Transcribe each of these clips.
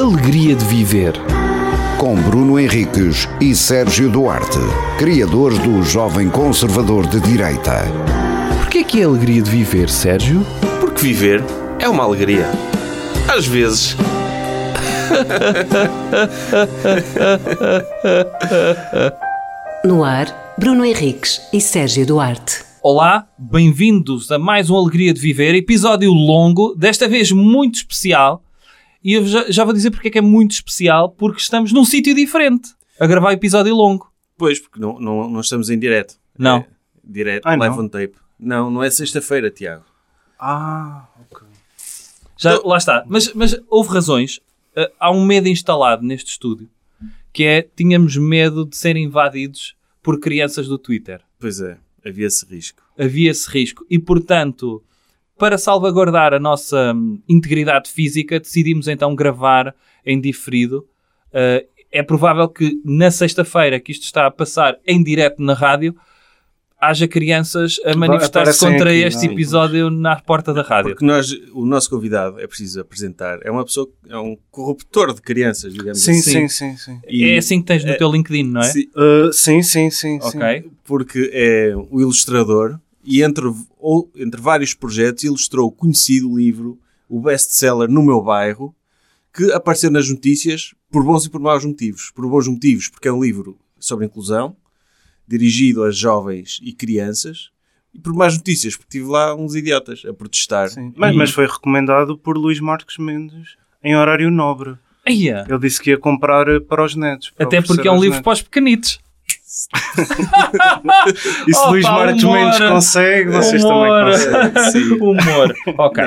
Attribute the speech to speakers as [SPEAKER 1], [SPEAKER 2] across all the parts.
[SPEAKER 1] alegria de viver.
[SPEAKER 2] Com Bruno Henriques e Sérgio Duarte, criadores do Jovem Conservador de Direita.
[SPEAKER 1] Porquê que é alegria de viver, Sérgio?
[SPEAKER 3] Porque viver é uma alegria. Às vezes.
[SPEAKER 4] No ar, Bruno Henriques e Sérgio Duarte.
[SPEAKER 5] Olá, bem-vindos a mais um Alegria de Viver, episódio longo, desta vez muito especial. E eu já, já vou dizer porque é que é muito especial, porque estamos num sítio diferente a gravar episódio longo.
[SPEAKER 3] Pois, porque não, não, não estamos em direto.
[SPEAKER 5] Não.
[SPEAKER 3] É, direto,
[SPEAKER 6] Ah,
[SPEAKER 5] Ai,
[SPEAKER 3] live
[SPEAKER 5] não.
[SPEAKER 3] on tape. Não, não é sexta-feira, Tiago.
[SPEAKER 5] Ah, ok. Já, lá está. Mas, mas houve razões. Ah, há um medo instalado neste estúdio, que é, tínhamos medo de ser invadidos por crianças do Twitter.
[SPEAKER 3] Pois é, havia esse risco.
[SPEAKER 5] havia esse risco. E, portanto, para salvaguardar a nossa hum, integridade física, decidimos então gravar em diferido. Uh, é provável que na sexta-feira que isto está a passar em direto na rádio, haja crianças a manifestar-se
[SPEAKER 6] aparecem
[SPEAKER 5] contra
[SPEAKER 6] aqui,
[SPEAKER 5] este
[SPEAKER 3] não é?
[SPEAKER 5] episódio na porta da rádio.
[SPEAKER 3] Porque nós, o nosso convidado, é preciso apresentar, é uma pessoa, é um corruptor de crianças, digamos
[SPEAKER 6] Sim,
[SPEAKER 3] assim.
[SPEAKER 6] sim, sim, sim.
[SPEAKER 3] E-
[SPEAKER 5] é assim que tens no
[SPEAKER 3] é-
[SPEAKER 5] teu LinkedIn, não é?
[SPEAKER 3] Sim,
[SPEAKER 6] Uh, sim, sim, sim, sim.
[SPEAKER 5] Ok.
[SPEAKER 3] porque é o ilustrador e entre, ou, entre vários projetos ilustrou o conhecido livro, o best-seller No Meu Bairro, que apareceu nas notícias por bons e por maus motivos. Por bons motivos, porque é um livro sobre inclusão, dirigido a jovens e crianças, e por más notícias, porque tive lá uns idiotas a protestar.
[SPEAKER 6] Sim. Mas, mas foi recomendado por Luís Marcos Mendes em horário nobre.
[SPEAKER 5] Eia,
[SPEAKER 6] Ele disse que ia comprar uh, para os netos. para
[SPEAKER 5] Até
[SPEAKER 6] oferecer
[SPEAKER 5] porque é um
[SPEAKER 6] aos
[SPEAKER 5] livro
[SPEAKER 6] netos.
[SPEAKER 5] para os pequenitos.
[SPEAKER 6] E se
[SPEAKER 5] Opa,
[SPEAKER 6] Luís Marcos
[SPEAKER 5] humor!
[SPEAKER 6] Mendes consegue, vocês
[SPEAKER 5] Humor!
[SPEAKER 6] também conseguem.
[SPEAKER 5] Humor. Ok.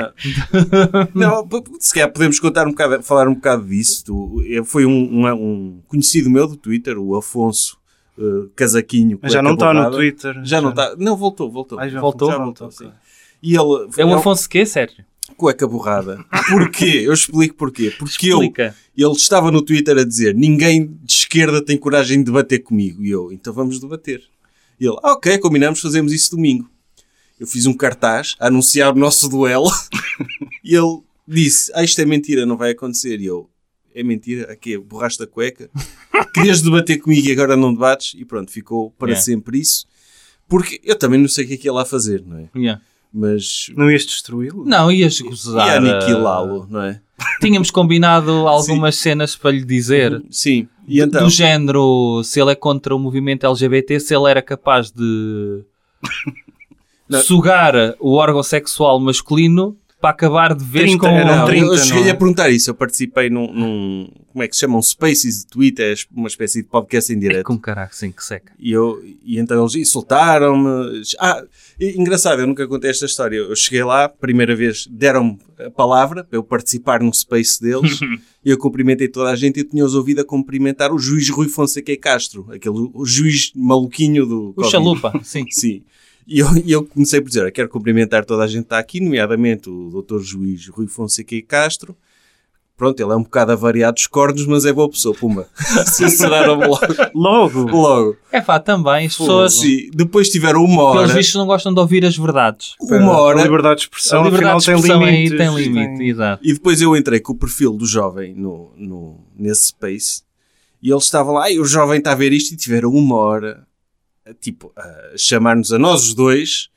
[SPEAKER 3] Não, p- p- se calhar podemos contar um bocado, falar um bocado disso. Tu- eu- Foi um, um- um conhecido meu do Twitter, o Afonso eh, Casaquinho.
[SPEAKER 6] Mas já
[SPEAKER 3] cueca
[SPEAKER 6] não está no
[SPEAKER 3] borrada.
[SPEAKER 6] Twitter.
[SPEAKER 3] Já não está. Não, voltou, voltou.
[SPEAKER 6] Ai, já
[SPEAKER 5] Voltou?
[SPEAKER 6] voltou,
[SPEAKER 3] Já voltou,
[SPEAKER 6] voltou,
[SPEAKER 3] sim.
[SPEAKER 6] ok.
[SPEAKER 3] E ele
[SPEAKER 5] É o
[SPEAKER 3] ele-
[SPEAKER 5] Afonso quê, Sérgio?
[SPEAKER 3] cueca borrada. Porquê? Eu explico porquê. Porque
[SPEAKER 5] Explica.
[SPEAKER 3] eu ele estava no Twitter a dizer: ninguém de esquerda tem coragem de debater comigo. E eu, então vamos debater. E ele, "Ah, ok, combinamos, fazemos isso domingo. Eu fiz um cartaz a anunciar o nosso duelo e ele disse: Ah, isto é mentira, não vai acontecer. E eu, é mentira, aqui borraste a cueca. Querias debater comigo e agora não debates. E pronto, ficou para
[SPEAKER 5] Yeah.
[SPEAKER 3] sempre isso. Porque eu também não sei o que é que ia lá fazer, não é?
[SPEAKER 5] Yeah.
[SPEAKER 3] Mas
[SPEAKER 6] Não ias destruí-lo?
[SPEAKER 5] Não, ias
[SPEAKER 3] ia
[SPEAKER 5] gozar. eh,
[SPEAKER 3] aniquilá-lo, não é?
[SPEAKER 5] Tínhamos combinado algumas cenas para lhe dizer.
[SPEAKER 3] Sim. E então,
[SPEAKER 5] Do género, se ele é contra o movimento LGBT, se ele era capaz de
[SPEAKER 3] Não.
[SPEAKER 5] sugar o órgão sexual masculino para acabar de vez
[SPEAKER 6] 30,
[SPEAKER 5] com...
[SPEAKER 6] era
[SPEAKER 3] não,
[SPEAKER 6] 30,
[SPEAKER 3] eu cheguei
[SPEAKER 6] não é?
[SPEAKER 3] a perguntar isso. Eu participei num, num- como é que se chamam? Spaces de Twitter, é uma espécie de podcast em
[SPEAKER 5] É
[SPEAKER 3] direto.
[SPEAKER 5] com caraca, sim, que seca.
[SPEAKER 3] E, eu, e então eles insultaram-me. Ah, e- engraçado, eu nunca contei esta história. Eu cheguei lá, primeira vez, deram-me a palavra para eu participar num space deles. e eu cumprimentei toda a gente e eu tinha-os ouvido a cumprimentar o juiz Rui Fonseca e Castro, aquele o juiz maluquinho do.
[SPEAKER 5] O
[SPEAKER 3] Covid.
[SPEAKER 5] chalupa, sim.
[SPEAKER 3] Sim. E eu, e eu comecei por dizer, "Eu quero cumprimentar toda a gente que está aqui, nomeadamente o Dr. Juiz Rui Fonseca e Castro. Pronto, ele é um bocado avariado dos cornos, mas é boa pessoa, pumba. Censuraram-me logo.
[SPEAKER 6] Logo!
[SPEAKER 3] logo.
[SPEAKER 5] É pá, também, as pessoas,
[SPEAKER 3] Sim, depois tiveram uma
[SPEAKER 5] pelos
[SPEAKER 3] hora,
[SPEAKER 5] vistos, não gostam de ouvir as verdades.
[SPEAKER 3] uma
[SPEAKER 6] A
[SPEAKER 3] hora,
[SPEAKER 6] liberdade de expressão,
[SPEAKER 5] a liberdade de
[SPEAKER 6] afinal,
[SPEAKER 5] expressão
[SPEAKER 6] tem
[SPEAKER 5] aí
[SPEAKER 6] limites.
[SPEAKER 5] tem limite, exato.
[SPEAKER 3] e depois eu entrei com o perfil do jovem no, no, nesse space, e eles estavam lá, e o jovem está a ver isto, e tiveram uma hora, tipo, a chamar-nos a nós os dois,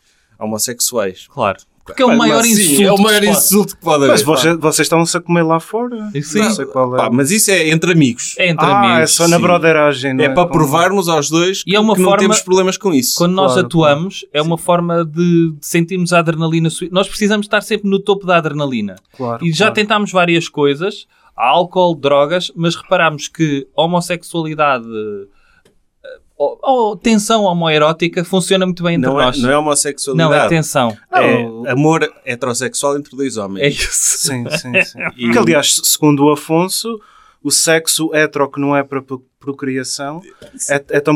[SPEAKER 3] homossexuais.
[SPEAKER 5] Claro. Porque é o
[SPEAKER 3] Pá,
[SPEAKER 5] maior
[SPEAKER 3] mas sim,
[SPEAKER 5] insulto.
[SPEAKER 3] é o
[SPEAKER 5] que
[SPEAKER 3] maior
[SPEAKER 5] se pode.
[SPEAKER 3] insulto que pode haver.
[SPEAKER 6] Mas
[SPEAKER 3] pá.
[SPEAKER 6] vocês, vocês estão-se a comer lá fora?
[SPEAKER 5] Sim.
[SPEAKER 6] Não sei qual é.
[SPEAKER 3] Pá, mas isso é entre amigos.
[SPEAKER 5] É entre
[SPEAKER 6] ah,
[SPEAKER 5] amigos.
[SPEAKER 6] é só na
[SPEAKER 3] sim.
[SPEAKER 6] broderagem. não
[SPEAKER 3] É, para
[SPEAKER 6] Como-
[SPEAKER 3] provarmos aos dois
[SPEAKER 5] E é uma
[SPEAKER 3] que não
[SPEAKER 5] forma-
[SPEAKER 3] temos problemas com isso.
[SPEAKER 5] Quando nós
[SPEAKER 6] Claro,
[SPEAKER 5] atuamos, é uma forma de, de sentirmos a adrenalina. sui- Nós precisamos estar sempre no topo da adrenalina.
[SPEAKER 6] Claro,
[SPEAKER 5] E já
[SPEAKER 6] claro.
[SPEAKER 5] tentámos várias coisas, álcool, drogas, mas reparámos que homossexualidade eh, ou, ou tensão homoerótica funciona muito bem entre
[SPEAKER 3] Não é,
[SPEAKER 5] nós.
[SPEAKER 3] não é
[SPEAKER 5] Não, é
[SPEAKER 3] homossexualidade.
[SPEAKER 5] tensão.
[SPEAKER 3] é amor heterossexual entre dois
[SPEAKER 5] É
[SPEAKER 3] homens.
[SPEAKER 5] isso.
[SPEAKER 6] Sim, sim, sim.
[SPEAKER 3] E-
[SPEAKER 6] Porque, aliás, segundo o Afonso, o sexo hetero que não é para pro- procriação é, é tão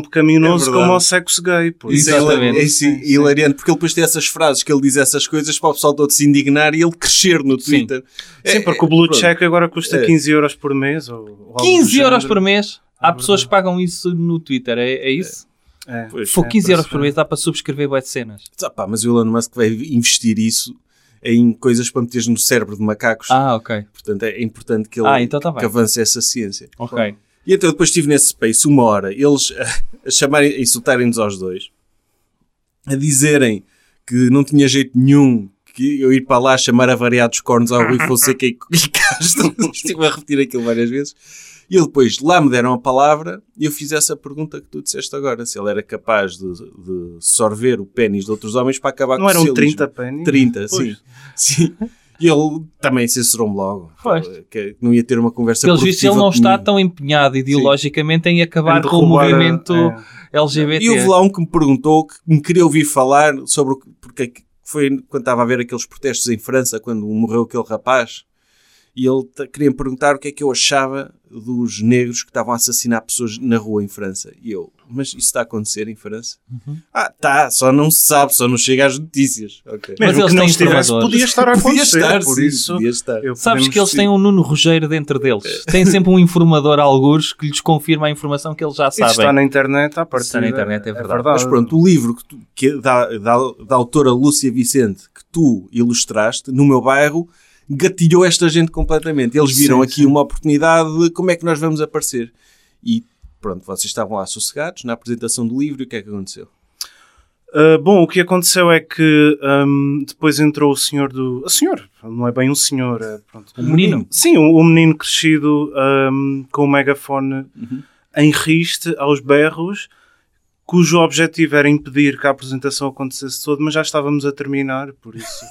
[SPEAKER 3] É
[SPEAKER 6] pecaminoso
[SPEAKER 3] verdade.
[SPEAKER 6] como o sexo gay. Por
[SPEAKER 3] Isso é,
[SPEAKER 5] Exatamente.
[SPEAKER 3] hila- é isso
[SPEAKER 6] Sim, sim.
[SPEAKER 3] hilariante, porque ele depois tem essas frases que ele diz essas coisas para o pessoal todo se indignar e ele crescer no
[SPEAKER 5] Sim.
[SPEAKER 3] Twitter.
[SPEAKER 6] Sim, porque o blue
[SPEAKER 3] É, pronto.
[SPEAKER 6] check agora custa
[SPEAKER 3] É.
[SPEAKER 6] 15 euros por mês. Ou, ou algo do
[SPEAKER 5] 15 euros
[SPEAKER 6] género.
[SPEAKER 5] por mês. Há pessoas que pagam isso no Twitter, é, é isso?
[SPEAKER 6] É.
[SPEAKER 3] Pois.
[SPEAKER 5] Foi
[SPEAKER 6] é,
[SPEAKER 5] 15 euros
[SPEAKER 6] parece
[SPEAKER 5] por
[SPEAKER 6] bem.
[SPEAKER 5] mês, dá para subscrever boas cenas.
[SPEAKER 3] Ah, pá, mas o Elon Musk vai investir isso em coisas para meteres no cérebro de macacos.
[SPEAKER 5] Ah, ok.
[SPEAKER 3] Portanto, é importante que ele
[SPEAKER 5] Ah, então tá bem.
[SPEAKER 3] que avance essa ciência.
[SPEAKER 5] Ok.
[SPEAKER 3] E então eu depois estive nesse space uma hora, eles a, a chamarem, a insultarem-nos aos dois, a dizerem que não tinha jeito nenhum que eu ir para lá chamar avariados cornos ao Rui Fonseca e, e Castro. Estive a repetir aquilo várias vezes. E ele depois lá me deram a palavra e eu fiz essa pergunta que tu disseste agora: se ele era capaz de, de sorver o pênis de outros homens para acabar com
[SPEAKER 6] Não
[SPEAKER 5] um
[SPEAKER 3] o
[SPEAKER 6] eram
[SPEAKER 3] socialismo.
[SPEAKER 6] 30 pennies?
[SPEAKER 3] 30, sim.
[SPEAKER 6] Pois.
[SPEAKER 3] sim. E ele também censurou-me logo.
[SPEAKER 5] Pois.
[SPEAKER 3] Que não ia ter uma
[SPEAKER 6] é
[SPEAKER 3] conversa
[SPEAKER 5] Pelo visto, ele
[SPEAKER 3] produtiva
[SPEAKER 5] não está
[SPEAKER 3] comigo.
[SPEAKER 5] tão empenhado ideologicamente em acabar
[SPEAKER 6] Em
[SPEAKER 5] com o
[SPEAKER 6] derrubar a-
[SPEAKER 5] movimento
[SPEAKER 6] é.
[SPEAKER 5] LGBT.
[SPEAKER 3] E houve lá um que me perguntou, que me queria ouvir falar sobre o que, porque é que foi quando estava a ver aqueles protestos em França, quando morreu aquele rapaz, e ele t- queria me perguntar o que é que eu achava dos negros que estavam a assassinar pessoas na rua em França. E eu, mas isso está a acontecer em França?
[SPEAKER 6] Uhum.
[SPEAKER 3] Ah, tá, só não se sabe, só não chega às notícias. Ok.
[SPEAKER 5] Mas
[SPEAKER 6] Mesmo
[SPEAKER 5] eles
[SPEAKER 6] que não
[SPEAKER 5] têm
[SPEAKER 6] estivesse,
[SPEAKER 5] provadores.
[SPEAKER 6] podia estar a
[SPEAKER 3] Podia
[SPEAKER 6] acontecer.
[SPEAKER 3] estar,
[SPEAKER 6] por
[SPEAKER 3] sim,
[SPEAKER 6] isso,
[SPEAKER 3] podia estar.
[SPEAKER 6] eu-
[SPEAKER 5] Sabes
[SPEAKER 6] podemos
[SPEAKER 5] que eles
[SPEAKER 6] sim.
[SPEAKER 5] têm um Nuno Rogeiro dentro deles.
[SPEAKER 6] É.
[SPEAKER 5] Tem sempre um informador, algures, que lhes confirma a informação que eles já
[SPEAKER 6] Isso está
[SPEAKER 5] sabem.
[SPEAKER 6] na internet, à partida.
[SPEAKER 5] Está na internet, é verdade.
[SPEAKER 3] Mas pronto, o livro que tu- que é da, da, da autora Lúcia Vicente, que tu ilustraste, no meu bairro, gatilhou esta gente completamente. Eles viram
[SPEAKER 6] Sim,
[SPEAKER 3] aqui uma oportunidade de como é que nós vamos aparecer. E pronto, vocês estavam lá sossegados na apresentação do livro e o que é que aconteceu?
[SPEAKER 6] Uh, bom, o que aconteceu é que um, depois entrou o senhor do. O senhor, não é bem um senhor, é, pronto.
[SPEAKER 5] O menino.
[SPEAKER 6] Sim, um, um menino crescido um, com o megafone
[SPEAKER 3] Uhum.
[SPEAKER 6] em riste, aos berros, cujo objetivo era impedir que a apresentação acontecesse toda, mas já estávamos a terminar, por isso,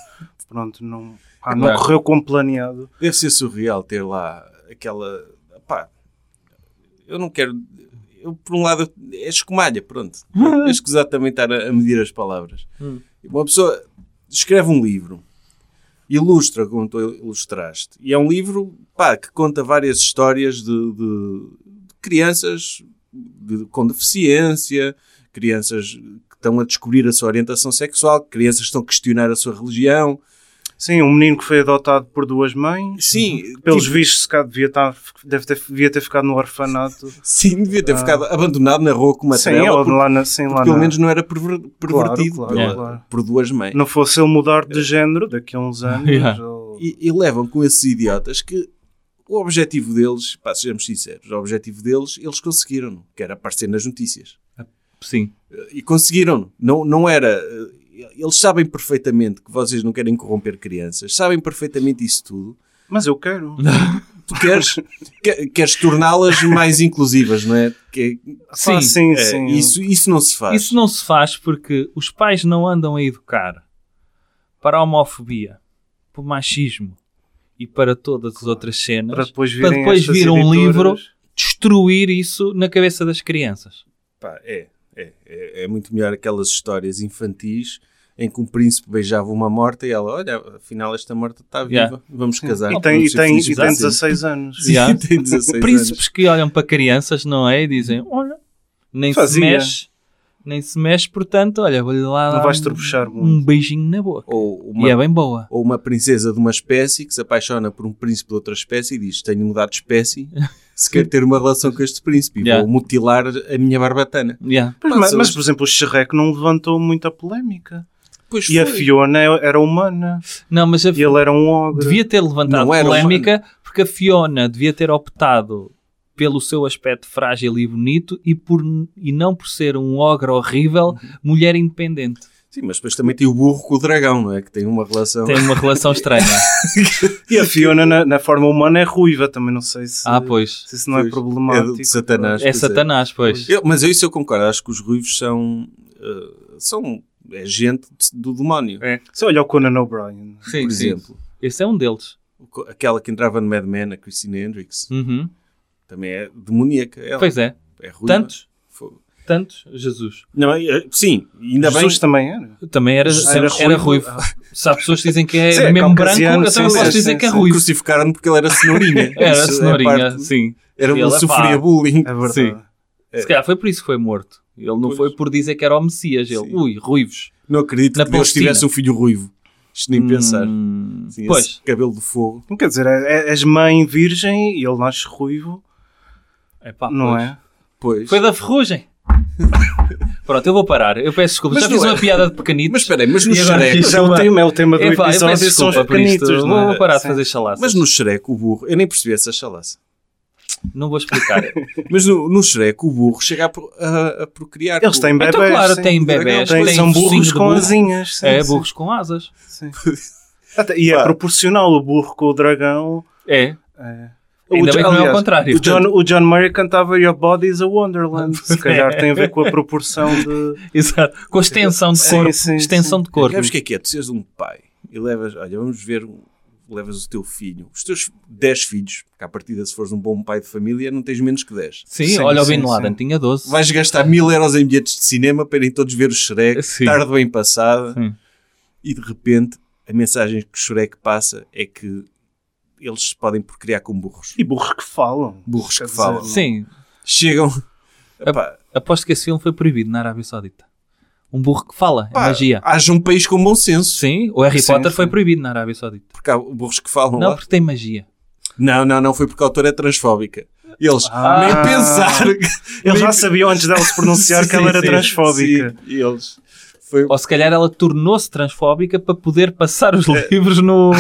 [SPEAKER 6] pronto, não, pá, não
[SPEAKER 5] Epá.
[SPEAKER 6] correu como planeado.
[SPEAKER 3] Deve ser surreal ter lá aquela. Pá, eu não quero. Eu, por um lado, é escumalha, pronto. É escusado também estar a, a medir as palavras. Uma pessoa escreve um livro, ilustra como tu ilustraste, e é um livro pá, que conta várias histórias de, de- de crianças de- com deficiência, crianças que estão a descobrir a sua orientação sexual, crianças que estão a questionar a sua religião.
[SPEAKER 6] Sim, um menino que foi adotado por duas mães.
[SPEAKER 3] Sim,
[SPEAKER 6] Pelos
[SPEAKER 3] tipo,
[SPEAKER 6] vistos, se calhar devia, estar, deve ter, devia ter ficado no orfanato.
[SPEAKER 3] Sim, devia ter ficado abandonado na rua com uma
[SPEAKER 6] Ah. Sim,
[SPEAKER 3] trela,
[SPEAKER 6] ou
[SPEAKER 3] porque,
[SPEAKER 6] lá na, sim,
[SPEAKER 3] porque
[SPEAKER 6] lá
[SPEAKER 3] pelo
[SPEAKER 6] na-
[SPEAKER 3] menos não era perver- pervertido
[SPEAKER 6] claro,
[SPEAKER 3] pela-
[SPEAKER 6] claro.
[SPEAKER 3] por duas mães.
[SPEAKER 6] não fosse ele mudar
[SPEAKER 3] É.
[SPEAKER 6] de género daqui a uns anos.
[SPEAKER 5] Yeah.
[SPEAKER 6] ou-
[SPEAKER 3] E, e levam com esses idiotas que o objetivo deles, pá, sejamos sinceros, o objetivo deles, eles conseguiram, que era aparecer nas notícias.
[SPEAKER 5] Sim.
[SPEAKER 3] E conseguiram. Não, não era. eh, Eles sabem perfeitamente que vocês não querem corromper crianças, sabem perfeitamente isso tudo.
[SPEAKER 6] Mas eu quero.
[SPEAKER 3] Tu queres, que- queres torná-las mais inclusivas, não é? Que,
[SPEAKER 5] Sim,
[SPEAKER 6] Ah, Pá, sim,
[SPEAKER 3] eh,
[SPEAKER 6] sim.
[SPEAKER 3] Isso, isso não se faz.
[SPEAKER 5] Isso não se faz porque os pais não andam a educar para a homofobia, para o machismo e para todas as outras cenas
[SPEAKER 6] Para depois virem
[SPEAKER 5] depois
[SPEAKER 6] estas
[SPEAKER 5] vir um
[SPEAKER 6] editoras.
[SPEAKER 5] livro destruir isso na cabeça das crianças.
[SPEAKER 3] Pá, é, é, é, é muito melhor aquelas histórias infantis em que um príncipe beijava uma morta e ela, olha, afinal esta morta está viva,
[SPEAKER 5] Yeah.
[SPEAKER 3] vamos casar.
[SPEAKER 6] E tem,
[SPEAKER 3] vamos
[SPEAKER 6] e
[SPEAKER 3] ser
[SPEAKER 6] tem,
[SPEAKER 3] felizes
[SPEAKER 6] e
[SPEAKER 3] para
[SPEAKER 6] tem
[SPEAKER 3] sempre.
[SPEAKER 6] 16 anos.
[SPEAKER 5] Sim. Yeah.
[SPEAKER 3] assim. tem 16
[SPEAKER 5] Príncipes
[SPEAKER 3] anos.
[SPEAKER 5] que olham para crianças, não é? E dizem: Olha, nem
[SPEAKER 6] Fazia.
[SPEAKER 5] se mexe, nem se mexe, portanto, olha, vou-lhe lá
[SPEAKER 6] Não
[SPEAKER 5] dar
[SPEAKER 6] vais
[SPEAKER 5] um-
[SPEAKER 6] trebuchar
[SPEAKER 5] um
[SPEAKER 6] muito.
[SPEAKER 5] beijinho na boca.
[SPEAKER 3] Ou
[SPEAKER 5] E
[SPEAKER 3] uma,
[SPEAKER 5] é bem boa.
[SPEAKER 3] ou uma princesa de uma espécie que se apaixona por um príncipe de outra espécie e diz, tenho mudado de espécie, se quer ter uma relação com este príncipe,
[SPEAKER 5] Yeah.
[SPEAKER 3] vou mutilar a minha barbatana.
[SPEAKER 5] Yeah.
[SPEAKER 6] Pois,
[SPEAKER 3] Pá,
[SPEAKER 6] mas,
[SPEAKER 3] se
[SPEAKER 6] mas,
[SPEAKER 3] eles-
[SPEAKER 6] por exemplo, o Shrek não levantou muita polémica.
[SPEAKER 3] Pois
[SPEAKER 6] E a Fiona é, era humana.
[SPEAKER 5] Não, mas a
[SPEAKER 6] E ele era um ogre.
[SPEAKER 5] devia ter levantado
[SPEAKER 3] Não era
[SPEAKER 5] polémica porque a Fiona devia ter optado pelo seu aspecto frágil e bonito e, por, e não por ser um ogre horrível, mulher independente.
[SPEAKER 3] Sim, mas depois também tem o burro com o dragão, não é? Que tem uma relação...
[SPEAKER 5] Tem uma relação estranha.
[SPEAKER 6] E a Fiona, na, na forma humana, é ruiva. Também não sei se,
[SPEAKER 5] ah, pois.
[SPEAKER 6] se isso não é
[SPEAKER 3] Pois,
[SPEAKER 6] problemático.
[SPEAKER 3] é de Satanás.
[SPEAKER 5] É
[SPEAKER 3] pois
[SPEAKER 5] Satanás, pois.
[SPEAKER 3] Eu- mas eu isso eu concordo. Acho que os ruivos são. eh, são. É gente de- do demónio.
[SPEAKER 6] Se olha o Conan O'Brien.
[SPEAKER 5] Sim,
[SPEAKER 3] por
[SPEAKER 5] sim.
[SPEAKER 3] exemplo,
[SPEAKER 5] Esse é um deles.
[SPEAKER 3] o co- aquela que entrava no Mad Men, a Christina Hendricks,
[SPEAKER 5] Uhum.
[SPEAKER 3] também é demoníaca. Ela
[SPEAKER 5] Pois é.
[SPEAKER 3] é ruiva.
[SPEAKER 5] Tantos,
[SPEAKER 3] Fogo.
[SPEAKER 5] tantos, Jesus.
[SPEAKER 3] Não, é- sim, ainda
[SPEAKER 6] Jesus
[SPEAKER 3] bem.
[SPEAKER 6] também era.
[SPEAKER 5] Também era,
[SPEAKER 6] Jesus
[SPEAKER 5] era,
[SPEAKER 6] era
[SPEAKER 5] ruivo.
[SPEAKER 6] ruivo. Ah.
[SPEAKER 5] Se há pessoas que dizem que é
[SPEAKER 6] Sim, é
[SPEAKER 5] mesmo branco,
[SPEAKER 6] caucasiano,
[SPEAKER 5] eu também
[SPEAKER 6] sim,
[SPEAKER 5] posso
[SPEAKER 6] sim,
[SPEAKER 5] dizer
[SPEAKER 6] sim,
[SPEAKER 5] que é
[SPEAKER 6] sim.
[SPEAKER 5] ruivo.
[SPEAKER 3] Crucificaram-no porque ele era cenourinha.
[SPEAKER 5] Era
[SPEAKER 3] Isso é
[SPEAKER 5] cenourinha,
[SPEAKER 3] parte-
[SPEAKER 5] sim.
[SPEAKER 3] Era,
[SPEAKER 5] Ele
[SPEAKER 3] ele
[SPEAKER 5] é
[SPEAKER 3] sofria
[SPEAKER 5] pá.
[SPEAKER 3] bullying.
[SPEAKER 6] É verdade.
[SPEAKER 5] Sim. Se calhar foi por isso que foi morto. Ele não
[SPEAKER 3] Pois.
[SPEAKER 5] foi por dizer que era o Messias. Ele,
[SPEAKER 3] Sim.
[SPEAKER 5] ui, ruivos.
[SPEAKER 3] Não acredito
[SPEAKER 5] Na
[SPEAKER 3] que Deus
[SPEAKER 5] Palestina.
[SPEAKER 3] tivesse um filho ruivo. Isto nem pensar.
[SPEAKER 5] Hum,
[SPEAKER 3] Sim, esse
[SPEAKER 5] pois.
[SPEAKER 3] cabelo de fogo.
[SPEAKER 6] Quer dizer, é- é- és mãe virgem e ele nasce ruivo,
[SPEAKER 5] Epá,
[SPEAKER 6] não
[SPEAKER 5] pois.
[SPEAKER 6] é?
[SPEAKER 3] Pois.
[SPEAKER 5] Foi da ferrugem. Pronto, eu vou parar. Eu peço desculpa.
[SPEAKER 3] Mas
[SPEAKER 5] já fiz
[SPEAKER 3] não é-
[SPEAKER 5] uma piada de pequenitos.
[SPEAKER 3] Mas espera aí, mas no
[SPEAKER 5] E agora
[SPEAKER 3] Shrek-
[SPEAKER 5] fiz
[SPEAKER 6] Isso é o
[SPEAKER 5] uma-
[SPEAKER 6] tema, é o tema do
[SPEAKER 5] Epá, eu peço
[SPEAKER 6] episódio, são os
[SPEAKER 5] desculpa por isto.
[SPEAKER 6] pequenitos,
[SPEAKER 5] Não
[SPEAKER 6] não é?
[SPEAKER 5] vou parar de
[SPEAKER 6] Sim.
[SPEAKER 5] fazer chalaças.
[SPEAKER 3] Mas no Shrek, o burro, eu nem percebi essa chalaça.
[SPEAKER 5] Não vou explicar. É
[SPEAKER 3] Mas no, no Shrek, o burro chega a, pro- a- a procriar.
[SPEAKER 6] Eles têm bebés.
[SPEAKER 5] então, claro,
[SPEAKER 6] sim.
[SPEAKER 5] tem bebés.
[SPEAKER 6] Tem-
[SPEAKER 5] tem
[SPEAKER 6] são
[SPEAKER 5] focinho
[SPEAKER 6] burros
[SPEAKER 5] de
[SPEAKER 6] com
[SPEAKER 5] burro.
[SPEAKER 6] asinhas. sim,
[SPEAKER 5] É,
[SPEAKER 6] sim.
[SPEAKER 5] burros com asas.
[SPEAKER 6] Sim. Até- E é
[SPEAKER 3] Pá.
[SPEAKER 6] proporcional o burro com o dragão.
[SPEAKER 5] É.
[SPEAKER 6] O
[SPEAKER 5] Ainda bem
[SPEAKER 6] Jo-
[SPEAKER 5] que não é ao
[SPEAKER 6] aliás,
[SPEAKER 5] contrário.
[SPEAKER 6] O John, o John Murray cantava Your Body is a Wonderland. Se calhar tem a ver com a proporção de.
[SPEAKER 5] Exato. Com a extensão de
[SPEAKER 6] Sim,
[SPEAKER 5] corpo.
[SPEAKER 6] sim,
[SPEAKER 5] extensão
[SPEAKER 6] sim.
[SPEAKER 5] de corpo.
[SPEAKER 3] Sabes o que é que é? Tu seres um pai e levas, olha, vamos ver, um- levas o teu filho, os teus 10 filhos, porque à partida, se fores um bom pai de família, não tens menos que 10.
[SPEAKER 5] Sim,
[SPEAKER 6] Sim,
[SPEAKER 5] olha o
[SPEAKER 6] sim,
[SPEAKER 5] Bin Laden,
[SPEAKER 6] sim.
[SPEAKER 5] tinha 12.
[SPEAKER 3] Vais gastar mil euros em bilhetes de cinema para irem todos ver o Shrek,
[SPEAKER 5] Sim.
[SPEAKER 3] tarde bem passada,
[SPEAKER 5] Sim.
[SPEAKER 3] e de repente a mensagem que o Shrek passa é que eles se podem procriar com burros.
[SPEAKER 6] E burros que falam.
[SPEAKER 3] Burros que
[SPEAKER 6] Quer dizer,
[SPEAKER 3] falam.
[SPEAKER 5] Sim,
[SPEAKER 3] Chegam.
[SPEAKER 5] É-
[SPEAKER 3] Epá,
[SPEAKER 5] aposto que esse filme foi proibido na Arábia Saudita. Um burro que fala,
[SPEAKER 3] pá,
[SPEAKER 5] é magia.
[SPEAKER 3] Haja um país com bom senso.
[SPEAKER 5] Sim, o Harry
[SPEAKER 6] Sim,
[SPEAKER 5] Potter
[SPEAKER 6] sim.
[SPEAKER 5] foi proibido na Arábia Saudita.
[SPEAKER 3] Porque há burros que falam
[SPEAKER 5] Não,
[SPEAKER 3] lá.
[SPEAKER 5] porque tem magia.
[SPEAKER 3] Não, não, não. Foi porque a autora é transfóbica. Eles
[SPEAKER 6] Ah.
[SPEAKER 3] nem pensar. que-
[SPEAKER 6] Eles
[SPEAKER 3] nem-
[SPEAKER 6] já sabiam antes dela se pronunciar que ela era
[SPEAKER 3] Sim, sim,
[SPEAKER 6] transfóbica.
[SPEAKER 3] sim, e eles. Foi,
[SPEAKER 5] Ou se calhar ela tornou-se transfóbica para poder passar os livros no,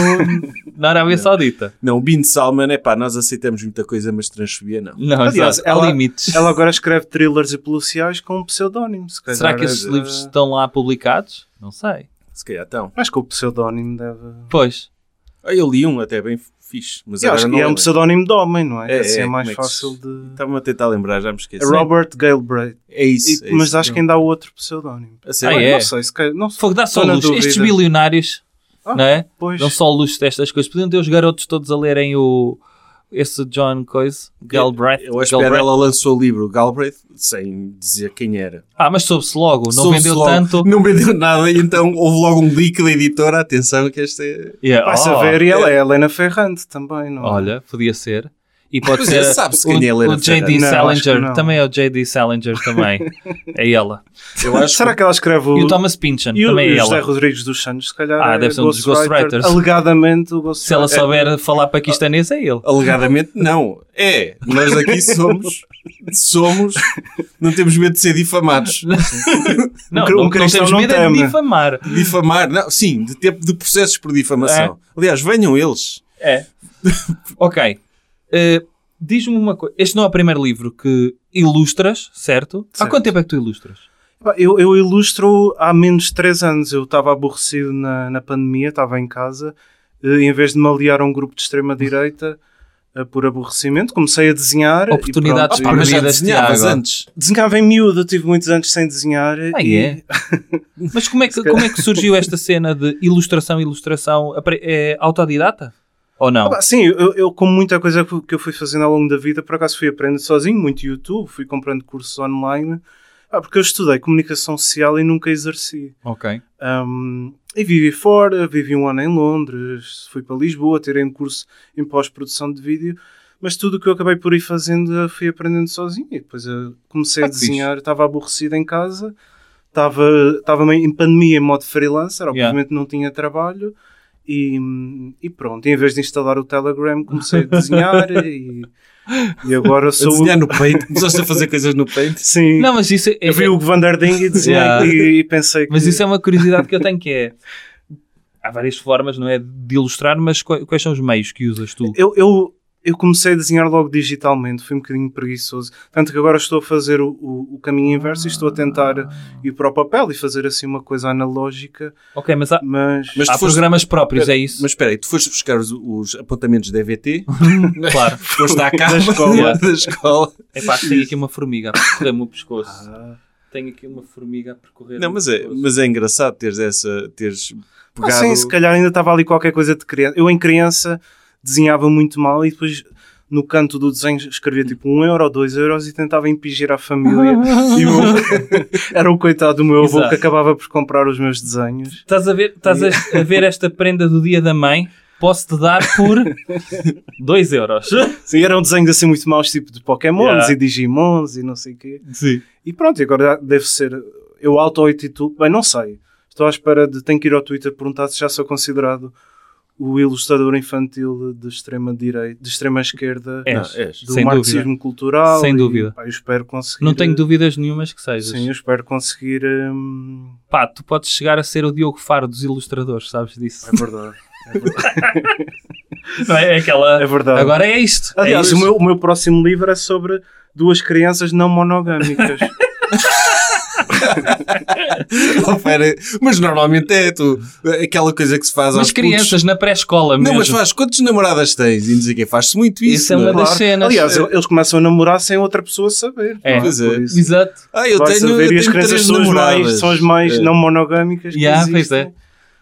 [SPEAKER 5] na Arábia Saudita.
[SPEAKER 3] Não, o Bin Salman, é pá, nós aceitamos muita coisa, mas transfobia não.
[SPEAKER 5] Não,
[SPEAKER 6] Aliás,
[SPEAKER 5] exato, há
[SPEAKER 6] ela-
[SPEAKER 5] limites.
[SPEAKER 6] Ela agora escreve thrillers e policiais com um pseudónimo. se
[SPEAKER 5] Será
[SPEAKER 6] calhar
[SPEAKER 5] que esses
[SPEAKER 6] é-
[SPEAKER 5] livros estão lá publicados? Não sei.
[SPEAKER 3] Se calhar estão.
[SPEAKER 6] Acho que o pseudónimo deve.
[SPEAKER 5] Pois,
[SPEAKER 3] Ah, Eu li um até bem fixe, mas
[SPEAKER 6] Eu
[SPEAKER 3] agora
[SPEAKER 6] acho
[SPEAKER 3] não
[SPEAKER 6] que é um
[SPEAKER 3] lembro.
[SPEAKER 6] pseudónimo de homem, não é?
[SPEAKER 3] É,
[SPEAKER 6] assim é,
[SPEAKER 3] é,
[SPEAKER 6] mais
[SPEAKER 3] como é que se-
[SPEAKER 6] fácil de. É
[SPEAKER 3] Estava-me a tentar lembrar, já me esqueci.
[SPEAKER 6] Robert Galbraith.
[SPEAKER 3] É isso.
[SPEAKER 6] E-
[SPEAKER 3] é
[SPEAKER 6] mas
[SPEAKER 3] isso.
[SPEAKER 6] acho que ainda há outro pseudónimo.
[SPEAKER 3] A sério?
[SPEAKER 5] Ah, é?
[SPEAKER 6] Não sei, se calhar. Não,
[SPEAKER 5] fogo dá só
[SPEAKER 6] Tô na
[SPEAKER 5] luz. Estes
[SPEAKER 6] dúvida.
[SPEAKER 5] bilionários,
[SPEAKER 6] Ah,
[SPEAKER 5] não é?
[SPEAKER 6] pois.
[SPEAKER 5] Dão só luz destas coisas. Podiam ter os garotos todos a lerem o... Esse John Coise, Galbraith.
[SPEAKER 3] Eu acho que
[SPEAKER 5] Galbraith.
[SPEAKER 3] ela lançou o livro Galbraith sem dizer quem era.
[SPEAKER 5] Ah, mas soube-se logo, não
[SPEAKER 3] Soube-se
[SPEAKER 5] vendeu
[SPEAKER 3] logo,
[SPEAKER 5] tanto.
[SPEAKER 3] Não vendeu nada, e então houve logo um leak da editora. Atenção, que esta é.
[SPEAKER 5] Yeah,
[SPEAKER 6] Vai
[SPEAKER 5] oh,
[SPEAKER 6] saber, e ela é a Helena Ferrante também, não é?
[SPEAKER 5] Olha, podia ser. E pode
[SPEAKER 3] Pois
[SPEAKER 5] ser
[SPEAKER 3] é, sabe-se
[SPEAKER 5] o,
[SPEAKER 3] quem é a Helena
[SPEAKER 5] o J.D.
[SPEAKER 3] Ferrari.
[SPEAKER 6] Não, acho que
[SPEAKER 5] Salinger,
[SPEAKER 6] não.
[SPEAKER 5] também é o J.D. Salinger também. é ela.
[SPEAKER 3] Eu acho
[SPEAKER 6] Será que ela escreve o.
[SPEAKER 5] E o Thomas Pynchon,
[SPEAKER 6] e o-
[SPEAKER 5] também
[SPEAKER 6] e
[SPEAKER 5] é
[SPEAKER 6] o José
[SPEAKER 5] ela.
[SPEAKER 6] Rodrigues dos Santos, se calhar.
[SPEAKER 5] Ah,
[SPEAKER 6] é
[SPEAKER 5] deve ser um dos
[SPEAKER 6] ghostwriter.
[SPEAKER 5] ghostwriters.
[SPEAKER 6] Alegadamente, o
[SPEAKER 5] Se ela
[SPEAKER 6] Ghostwriter.
[SPEAKER 5] souber falar paquistanês, é ele.
[SPEAKER 3] Alegadamente não. É. Nós aqui somos. Somos. Não temos medo de ser difamados.
[SPEAKER 5] Não,
[SPEAKER 6] cri- um
[SPEAKER 5] não, não
[SPEAKER 6] cristão
[SPEAKER 5] temos
[SPEAKER 6] não
[SPEAKER 5] medo é de
[SPEAKER 6] teme.
[SPEAKER 5] difamar.
[SPEAKER 3] Difamar. Não, sim, de tempo de processos por difamação. Aliás, venham eles.
[SPEAKER 5] É. ok. Eh, Diz-me uma coisa. Este não é o primeiro livro que ilustras, certo? Há
[SPEAKER 6] Certo.
[SPEAKER 5] quanto tempo é que tu ilustras?
[SPEAKER 6] Pá, Eu, eu ilustro há menos de 3 anos. Eu estava aborrecido na, na pandemia, estava em casa. E, em vez de me aliar a um grupo de extrema-direita eh, por aborrecimento, comecei a desenhar. e
[SPEAKER 5] Oportunidades
[SPEAKER 6] pronto,
[SPEAKER 5] para-
[SPEAKER 6] e-
[SPEAKER 3] mas já
[SPEAKER 5] Perdidas,
[SPEAKER 3] desenhavas
[SPEAKER 5] Tiago.
[SPEAKER 3] antes.
[SPEAKER 6] Desenhava em miúdo, eu tive muitos anos sem desenhar.
[SPEAKER 5] Ah,
[SPEAKER 6] e-
[SPEAKER 5] é? Mas como é, que, como é que surgiu esta cena de ilustração, ilustração? Apre- É autodidata? Ou não?
[SPEAKER 6] Ah, pá, sim, eu, eu como muita coisa que que eu fui fazendo ao longo da vida, por acaso fui aprendendo sozinho, muito YouTube, fui comprando cursos online. Ah, porque eu estudei comunicação social e nunca exerci.
[SPEAKER 5] Ok.
[SPEAKER 6] Um, e vivi fora, vivi um ano em Londres, fui para Lisboa, tirei um curso em pós-produção de vídeo, mas tudo o que eu acabei por ir fazendo eu fui aprendendo sozinho. E depois eu comecei a
[SPEAKER 5] Ah, que fixe.
[SPEAKER 6] desenhar, estava aborrecido em casa, estava, estava meio em pandemia em modo freelancer,
[SPEAKER 5] Yeah.
[SPEAKER 6] obviamente não tinha trabalho. E, e pronto, em vez de instalar o Telegram, comecei a desenhar e, e agora
[SPEAKER 3] A
[SPEAKER 6] sou.
[SPEAKER 3] desenhar no peito. Começaste a fazer coisas no peito.
[SPEAKER 6] Sim,
[SPEAKER 5] Não, mas isso é,
[SPEAKER 6] eu vi o Van der Ding e desenhei
[SPEAKER 5] Yeah.
[SPEAKER 6] e, e pensei que.
[SPEAKER 5] Mas isso é uma curiosidade que eu tenho que é há várias formas, não é, de ilustrar, mas qua- quais são os meios que usas tu?
[SPEAKER 6] Eu, eu, eu comecei a desenhar logo digitalmente, fui um bocadinho preguiçoso. Tanto que agora estou a fazer o, o- o caminho inverso e estou a tentar ir para o papel e fazer assim uma coisa analógica,
[SPEAKER 5] Ok, mas há,
[SPEAKER 6] mas.
[SPEAKER 3] Mas
[SPEAKER 5] há
[SPEAKER 3] tu foste-
[SPEAKER 5] programas próprios, é isso?
[SPEAKER 3] Mas espera aí, tu foste buscar os, os apontamentos da EVT,
[SPEAKER 5] claro.
[SPEAKER 3] foste à casa da
[SPEAKER 5] escola.
[SPEAKER 3] escola. da escola.
[SPEAKER 5] É pá, tenho aqui uma formiga a percorrer-me o pescoço.
[SPEAKER 6] Ah.
[SPEAKER 5] Tenho aqui uma formiga a percorrer
[SPEAKER 3] Não, mas é, mas é engraçado teres essa. teres
[SPEAKER 6] Ah,
[SPEAKER 3] pegado.
[SPEAKER 6] sim, se calhar ainda estava ali qualquer coisa de criança. Eu, em criança, desenhava muito mal e depois. No canto do desenho escrevia tipo um euro ou dois euros e tentava impingir à família. E o meu- Era o coitado do meu avô
[SPEAKER 5] Exato.
[SPEAKER 6] que acabava por comprar os meus desenhos.
[SPEAKER 5] Estás a ver, estás a, a ver esta prenda do dia da mãe? Posso-te dar por 2 euros.
[SPEAKER 6] Sim, eram desenhos assim muito maus, tipo de Pokémons
[SPEAKER 5] Yeah.
[SPEAKER 6] e Digimons e não sei o quê.
[SPEAKER 5] Sim.
[SPEAKER 6] E pronto, e agora deve ser. Eu auto-intitulo. Bem, não sei. Estou à espera de. Tenho que ir ao Twitter perguntar se já sou considerado o ilustrador infantil de extrema direita, de extrema esquerda
[SPEAKER 5] É,
[SPEAKER 3] Não, és.
[SPEAKER 6] do
[SPEAKER 5] sem
[SPEAKER 6] marxismo
[SPEAKER 5] dúvida.
[SPEAKER 6] cultural.
[SPEAKER 5] Sem
[SPEAKER 6] e,
[SPEAKER 5] dúvida.
[SPEAKER 6] pá, eu espero conseguir.
[SPEAKER 5] Não tenho dúvidas nenhumas que sejas.
[SPEAKER 6] Sim, eu espero conseguir. hum,
[SPEAKER 5] Pá, tu podes chegar a ser o Diogo Faro dos ilustradores, sabes disso?
[SPEAKER 6] é verdade.
[SPEAKER 5] Não é? É aquela...
[SPEAKER 6] É verdade.
[SPEAKER 5] Agora é isto. é
[SPEAKER 6] Aliás,
[SPEAKER 5] isto.
[SPEAKER 6] o, meu, o meu próximo livro é sobre duas crianças não monogâmicas.
[SPEAKER 3] Oh, pera. Mas normalmente é tu, aquela coisa que se faz aos
[SPEAKER 5] Mas crianças
[SPEAKER 3] putos.
[SPEAKER 5] na pré-escola mesmo.
[SPEAKER 3] Não, mas faz, quantas namoradas tens? E não sei o quê, faz-se muito isso.
[SPEAKER 5] Isso é uma
[SPEAKER 3] não
[SPEAKER 5] das cenas.
[SPEAKER 6] Aliás, eles começam a namorar sem outra pessoa saber.
[SPEAKER 5] É.
[SPEAKER 6] não
[SPEAKER 3] Pois é.
[SPEAKER 6] Por isso.
[SPEAKER 5] Exato.
[SPEAKER 3] Ah, eu
[SPEAKER 6] Vai
[SPEAKER 3] tenho,
[SPEAKER 6] saber,
[SPEAKER 3] eu
[SPEAKER 6] e as
[SPEAKER 3] tenho
[SPEAKER 6] crianças
[SPEAKER 3] três
[SPEAKER 6] são as mais,
[SPEAKER 3] namoradas.
[SPEAKER 6] são as mais
[SPEAKER 3] É.
[SPEAKER 6] não monogâmicas que
[SPEAKER 5] Yeah, pois
[SPEAKER 6] existem.
[SPEAKER 5] é.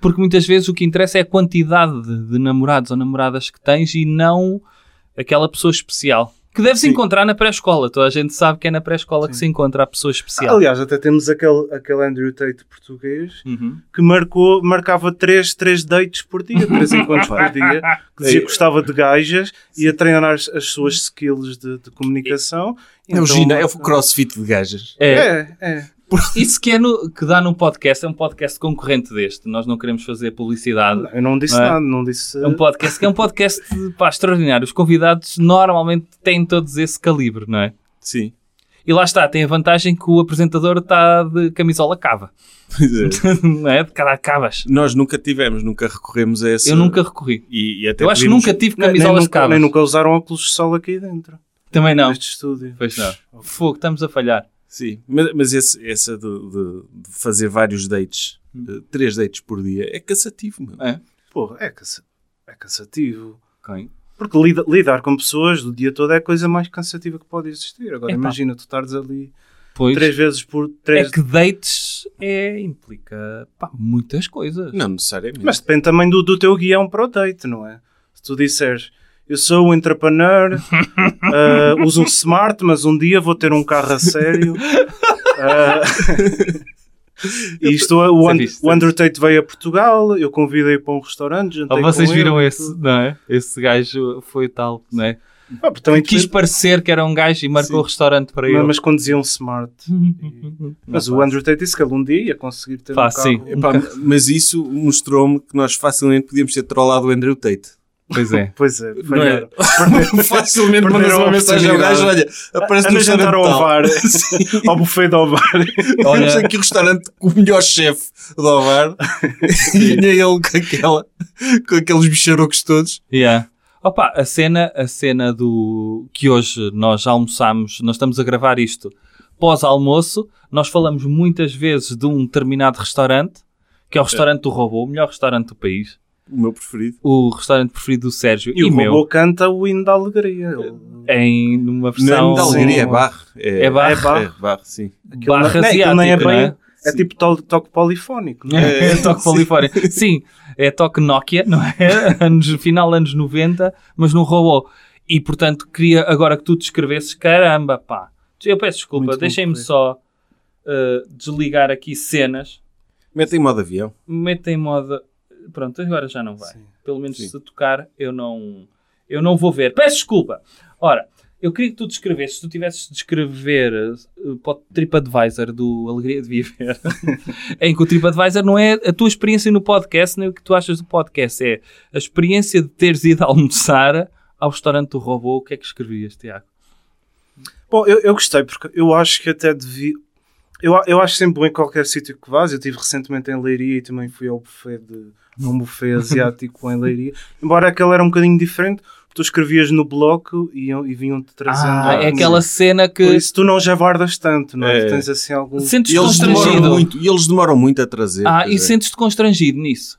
[SPEAKER 5] Porque muitas vezes o que interessa é a quantidade de, de namorados ou namoradas que tens e não aquela pessoa especial. Que deves encontrar na pré-escola. Toda a gente sabe que é na pré-escola que se encontra a pessoa especial.
[SPEAKER 6] Aliás, até temos aquele, aquele Andrew Tate português
[SPEAKER 5] Uhum.
[SPEAKER 6] que marcou, marcava três, três dates por dia, três encontros por dia, que dizia que gostava de gajas, ia treinar as, as suas skills de, de comunicação.
[SPEAKER 3] É o,
[SPEAKER 6] Então,
[SPEAKER 3] gina, é o crossfit de gajas.
[SPEAKER 5] É,
[SPEAKER 6] É, é.
[SPEAKER 5] Isso que, é no- que dá num podcast, é um podcast concorrente deste. Nós não queremos fazer publicidade.
[SPEAKER 6] Eu não disse
[SPEAKER 5] Não é?
[SPEAKER 6] nada, não disse.
[SPEAKER 5] É um podcast que é um podcast pá, extraordinário. Os convidados normalmente têm todos esse calibre, não é?
[SPEAKER 3] Sim.
[SPEAKER 5] E lá está, tem a vantagem que o apresentador está de camisola cava,
[SPEAKER 3] Pois é.
[SPEAKER 5] não é? De cada cavas.
[SPEAKER 3] Nós nunca tivemos, nunca recorremos a essa.
[SPEAKER 5] Eu nunca recorri.
[SPEAKER 3] E, e até
[SPEAKER 5] Eu acho que
[SPEAKER 3] podíamos-
[SPEAKER 5] nunca tive
[SPEAKER 6] Nem- nem
[SPEAKER 5] camisolas de
[SPEAKER 6] nunca-
[SPEAKER 5] cavas.
[SPEAKER 6] Nem nunca usaram óculos de sol aqui dentro,
[SPEAKER 5] Também não.
[SPEAKER 6] neste estúdio.
[SPEAKER 5] Pois não. Fogo, estamos a falhar.
[SPEAKER 3] Sim, mas, mas esse- essa de, de- de fazer vários dates, eh, três dates por dia, é cansativo, meu.
[SPEAKER 5] É.
[SPEAKER 6] Porra, é, cansa- é cansativo.
[SPEAKER 5] Ok.
[SPEAKER 6] Porque lida- lidar com pessoas do dia todo é a coisa mais cansativa que pode existir. Agora
[SPEAKER 5] Epá.
[SPEAKER 6] imagina tu estares ali
[SPEAKER 5] Pois
[SPEAKER 6] três vezes por
[SPEAKER 5] é
[SPEAKER 6] três.
[SPEAKER 5] que dates é, implica pá, muitas coisas.
[SPEAKER 3] Não necessariamente.
[SPEAKER 6] Mas depende também do, do teu guião para o date, não é? Se tu disseres eu sou um entrepreneur, ah, uso um smart, mas um dia vou ter um carro a sério. ah, e isto, é- o,
[SPEAKER 5] Isso é
[SPEAKER 6] And,
[SPEAKER 5] fixe,
[SPEAKER 6] o Andrew Tate veio a Portugal, eu convidei para um restaurante. jantei
[SPEAKER 5] Ou Ah, vocês
[SPEAKER 6] com
[SPEAKER 5] viram
[SPEAKER 6] ele e
[SPEAKER 5] esse,
[SPEAKER 6] tudo.
[SPEAKER 5] não é? Esse gajo foi tal, não é?
[SPEAKER 6] Ah, porque também
[SPEAKER 5] Quis
[SPEAKER 6] depende-
[SPEAKER 5] parecer que era um gajo e marcou o restaurante para ele.
[SPEAKER 6] mas, mas conduzia um smart. Mas o Andrew Tate disse que ele um dia ia conseguir ter
[SPEAKER 5] Pá,
[SPEAKER 6] um carro.
[SPEAKER 5] é sim.
[SPEAKER 3] Epá, mas isso mostrou-me que nós facilmente podíamos ter trollado o Andrew Tate.
[SPEAKER 5] Pois é.
[SPEAKER 6] Pois é,
[SPEAKER 3] Não é?
[SPEAKER 6] falharam. Perderam-
[SPEAKER 3] facilmente
[SPEAKER 6] Perderam
[SPEAKER 3] mandas
[SPEAKER 6] a
[SPEAKER 3] uma mensagem ao gajo, olha, aparece no
[SPEAKER 6] Anda a um
[SPEAKER 3] restaurante
[SPEAKER 6] jantar ao
[SPEAKER 3] tal.
[SPEAKER 6] bar,
[SPEAKER 3] Sim.
[SPEAKER 6] ao buffet do bar.
[SPEAKER 3] Temos aqui o restaurante com o melhor chefe do Ovar e vinha ele com, aquela, com aqueles bicharocos todos.
[SPEAKER 5] Yeah. Opa, a cena, a cena do que hoje nós almoçamos, nós estamos a gravar isto pós-almoço, nós falamos muitas vezes de um determinado restaurante, que é o restaurante do robô, o melhor restaurante do país,
[SPEAKER 3] O meu preferido.
[SPEAKER 5] o restaurante preferido do Sérgio e,
[SPEAKER 6] E o
[SPEAKER 5] meu,
[SPEAKER 6] robô canta o hino da alegria. Ele-
[SPEAKER 5] em numa
[SPEAKER 3] Não,
[SPEAKER 5] versão
[SPEAKER 3] da alegria, é barro. É,
[SPEAKER 5] É barro.
[SPEAKER 6] É barro.
[SPEAKER 3] É barro, sim.
[SPEAKER 5] barra
[SPEAKER 6] Não, aquilo
[SPEAKER 5] asiática,
[SPEAKER 6] nem é
[SPEAKER 5] não é?
[SPEAKER 6] bem. É tipo to- toque polifónico. não é?
[SPEAKER 5] É, toque polifónico. Sim, é toque Nokia, não é? Anos, final anos 90, mas num robô. E portanto, queria agora que tu descrevesses, caramba, pá. Eu peço
[SPEAKER 6] Muito
[SPEAKER 5] desculpa,
[SPEAKER 6] bom
[SPEAKER 5] deixem-me
[SPEAKER 6] correr.
[SPEAKER 5] só uh, desligar aqui cenas.
[SPEAKER 3] Metem em modo avião.
[SPEAKER 5] Meta em moda. Pronto, agora já não vai.
[SPEAKER 6] Sim.
[SPEAKER 5] Pelo menos
[SPEAKER 3] Sim.
[SPEAKER 5] se tocar, eu não, eu não vou ver. Peço desculpa. Ora, eu queria que tu descrevesses, se tu tivesses de descrever eh, para o TripAdvisor do Alegria de Viver, em que o TripAdvisor não é a tua experiência no podcast, nem o que tu achas do podcast, é a experiência de teres ido almoçar ao restaurante do robô, o que é que escrevias, Tiago?
[SPEAKER 6] Bom, eu, eu gostei, porque eu acho que até devia. Eu, a- eu acho sempre bom em qualquer sítio que vás. Eu estive recentemente em Leiria e também fui ao buffet de a um buffet asiático em Leiria. Embora aquele era um bocadinho diferente, tu escrevias no bloco e, e vinham-te trazendo.
[SPEAKER 5] Ah, é
[SPEAKER 6] a
[SPEAKER 5] aquela cena
[SPEAKER 6] Por
[SPEAKER 5] que
[SPEAKER 6] isso tu não javardas tanto, não é?
[SPEAKER 3] É.
[SPEAKER 6] Tu tens assim algum.
[SPEAKER 5] sentes
[SPEAKER 3] E eles demoram
[SPEAKER 5] constrangido.
[SPEAKER 3] muito, e eles demoram muito a trazer.
[SPEAKER 5] Ah,
[SPEAKER 3] pois
[SPEAKER 5] e
[SPEAKER 3] é.
[SPEAKER 5] sentes-te constrangido nisso?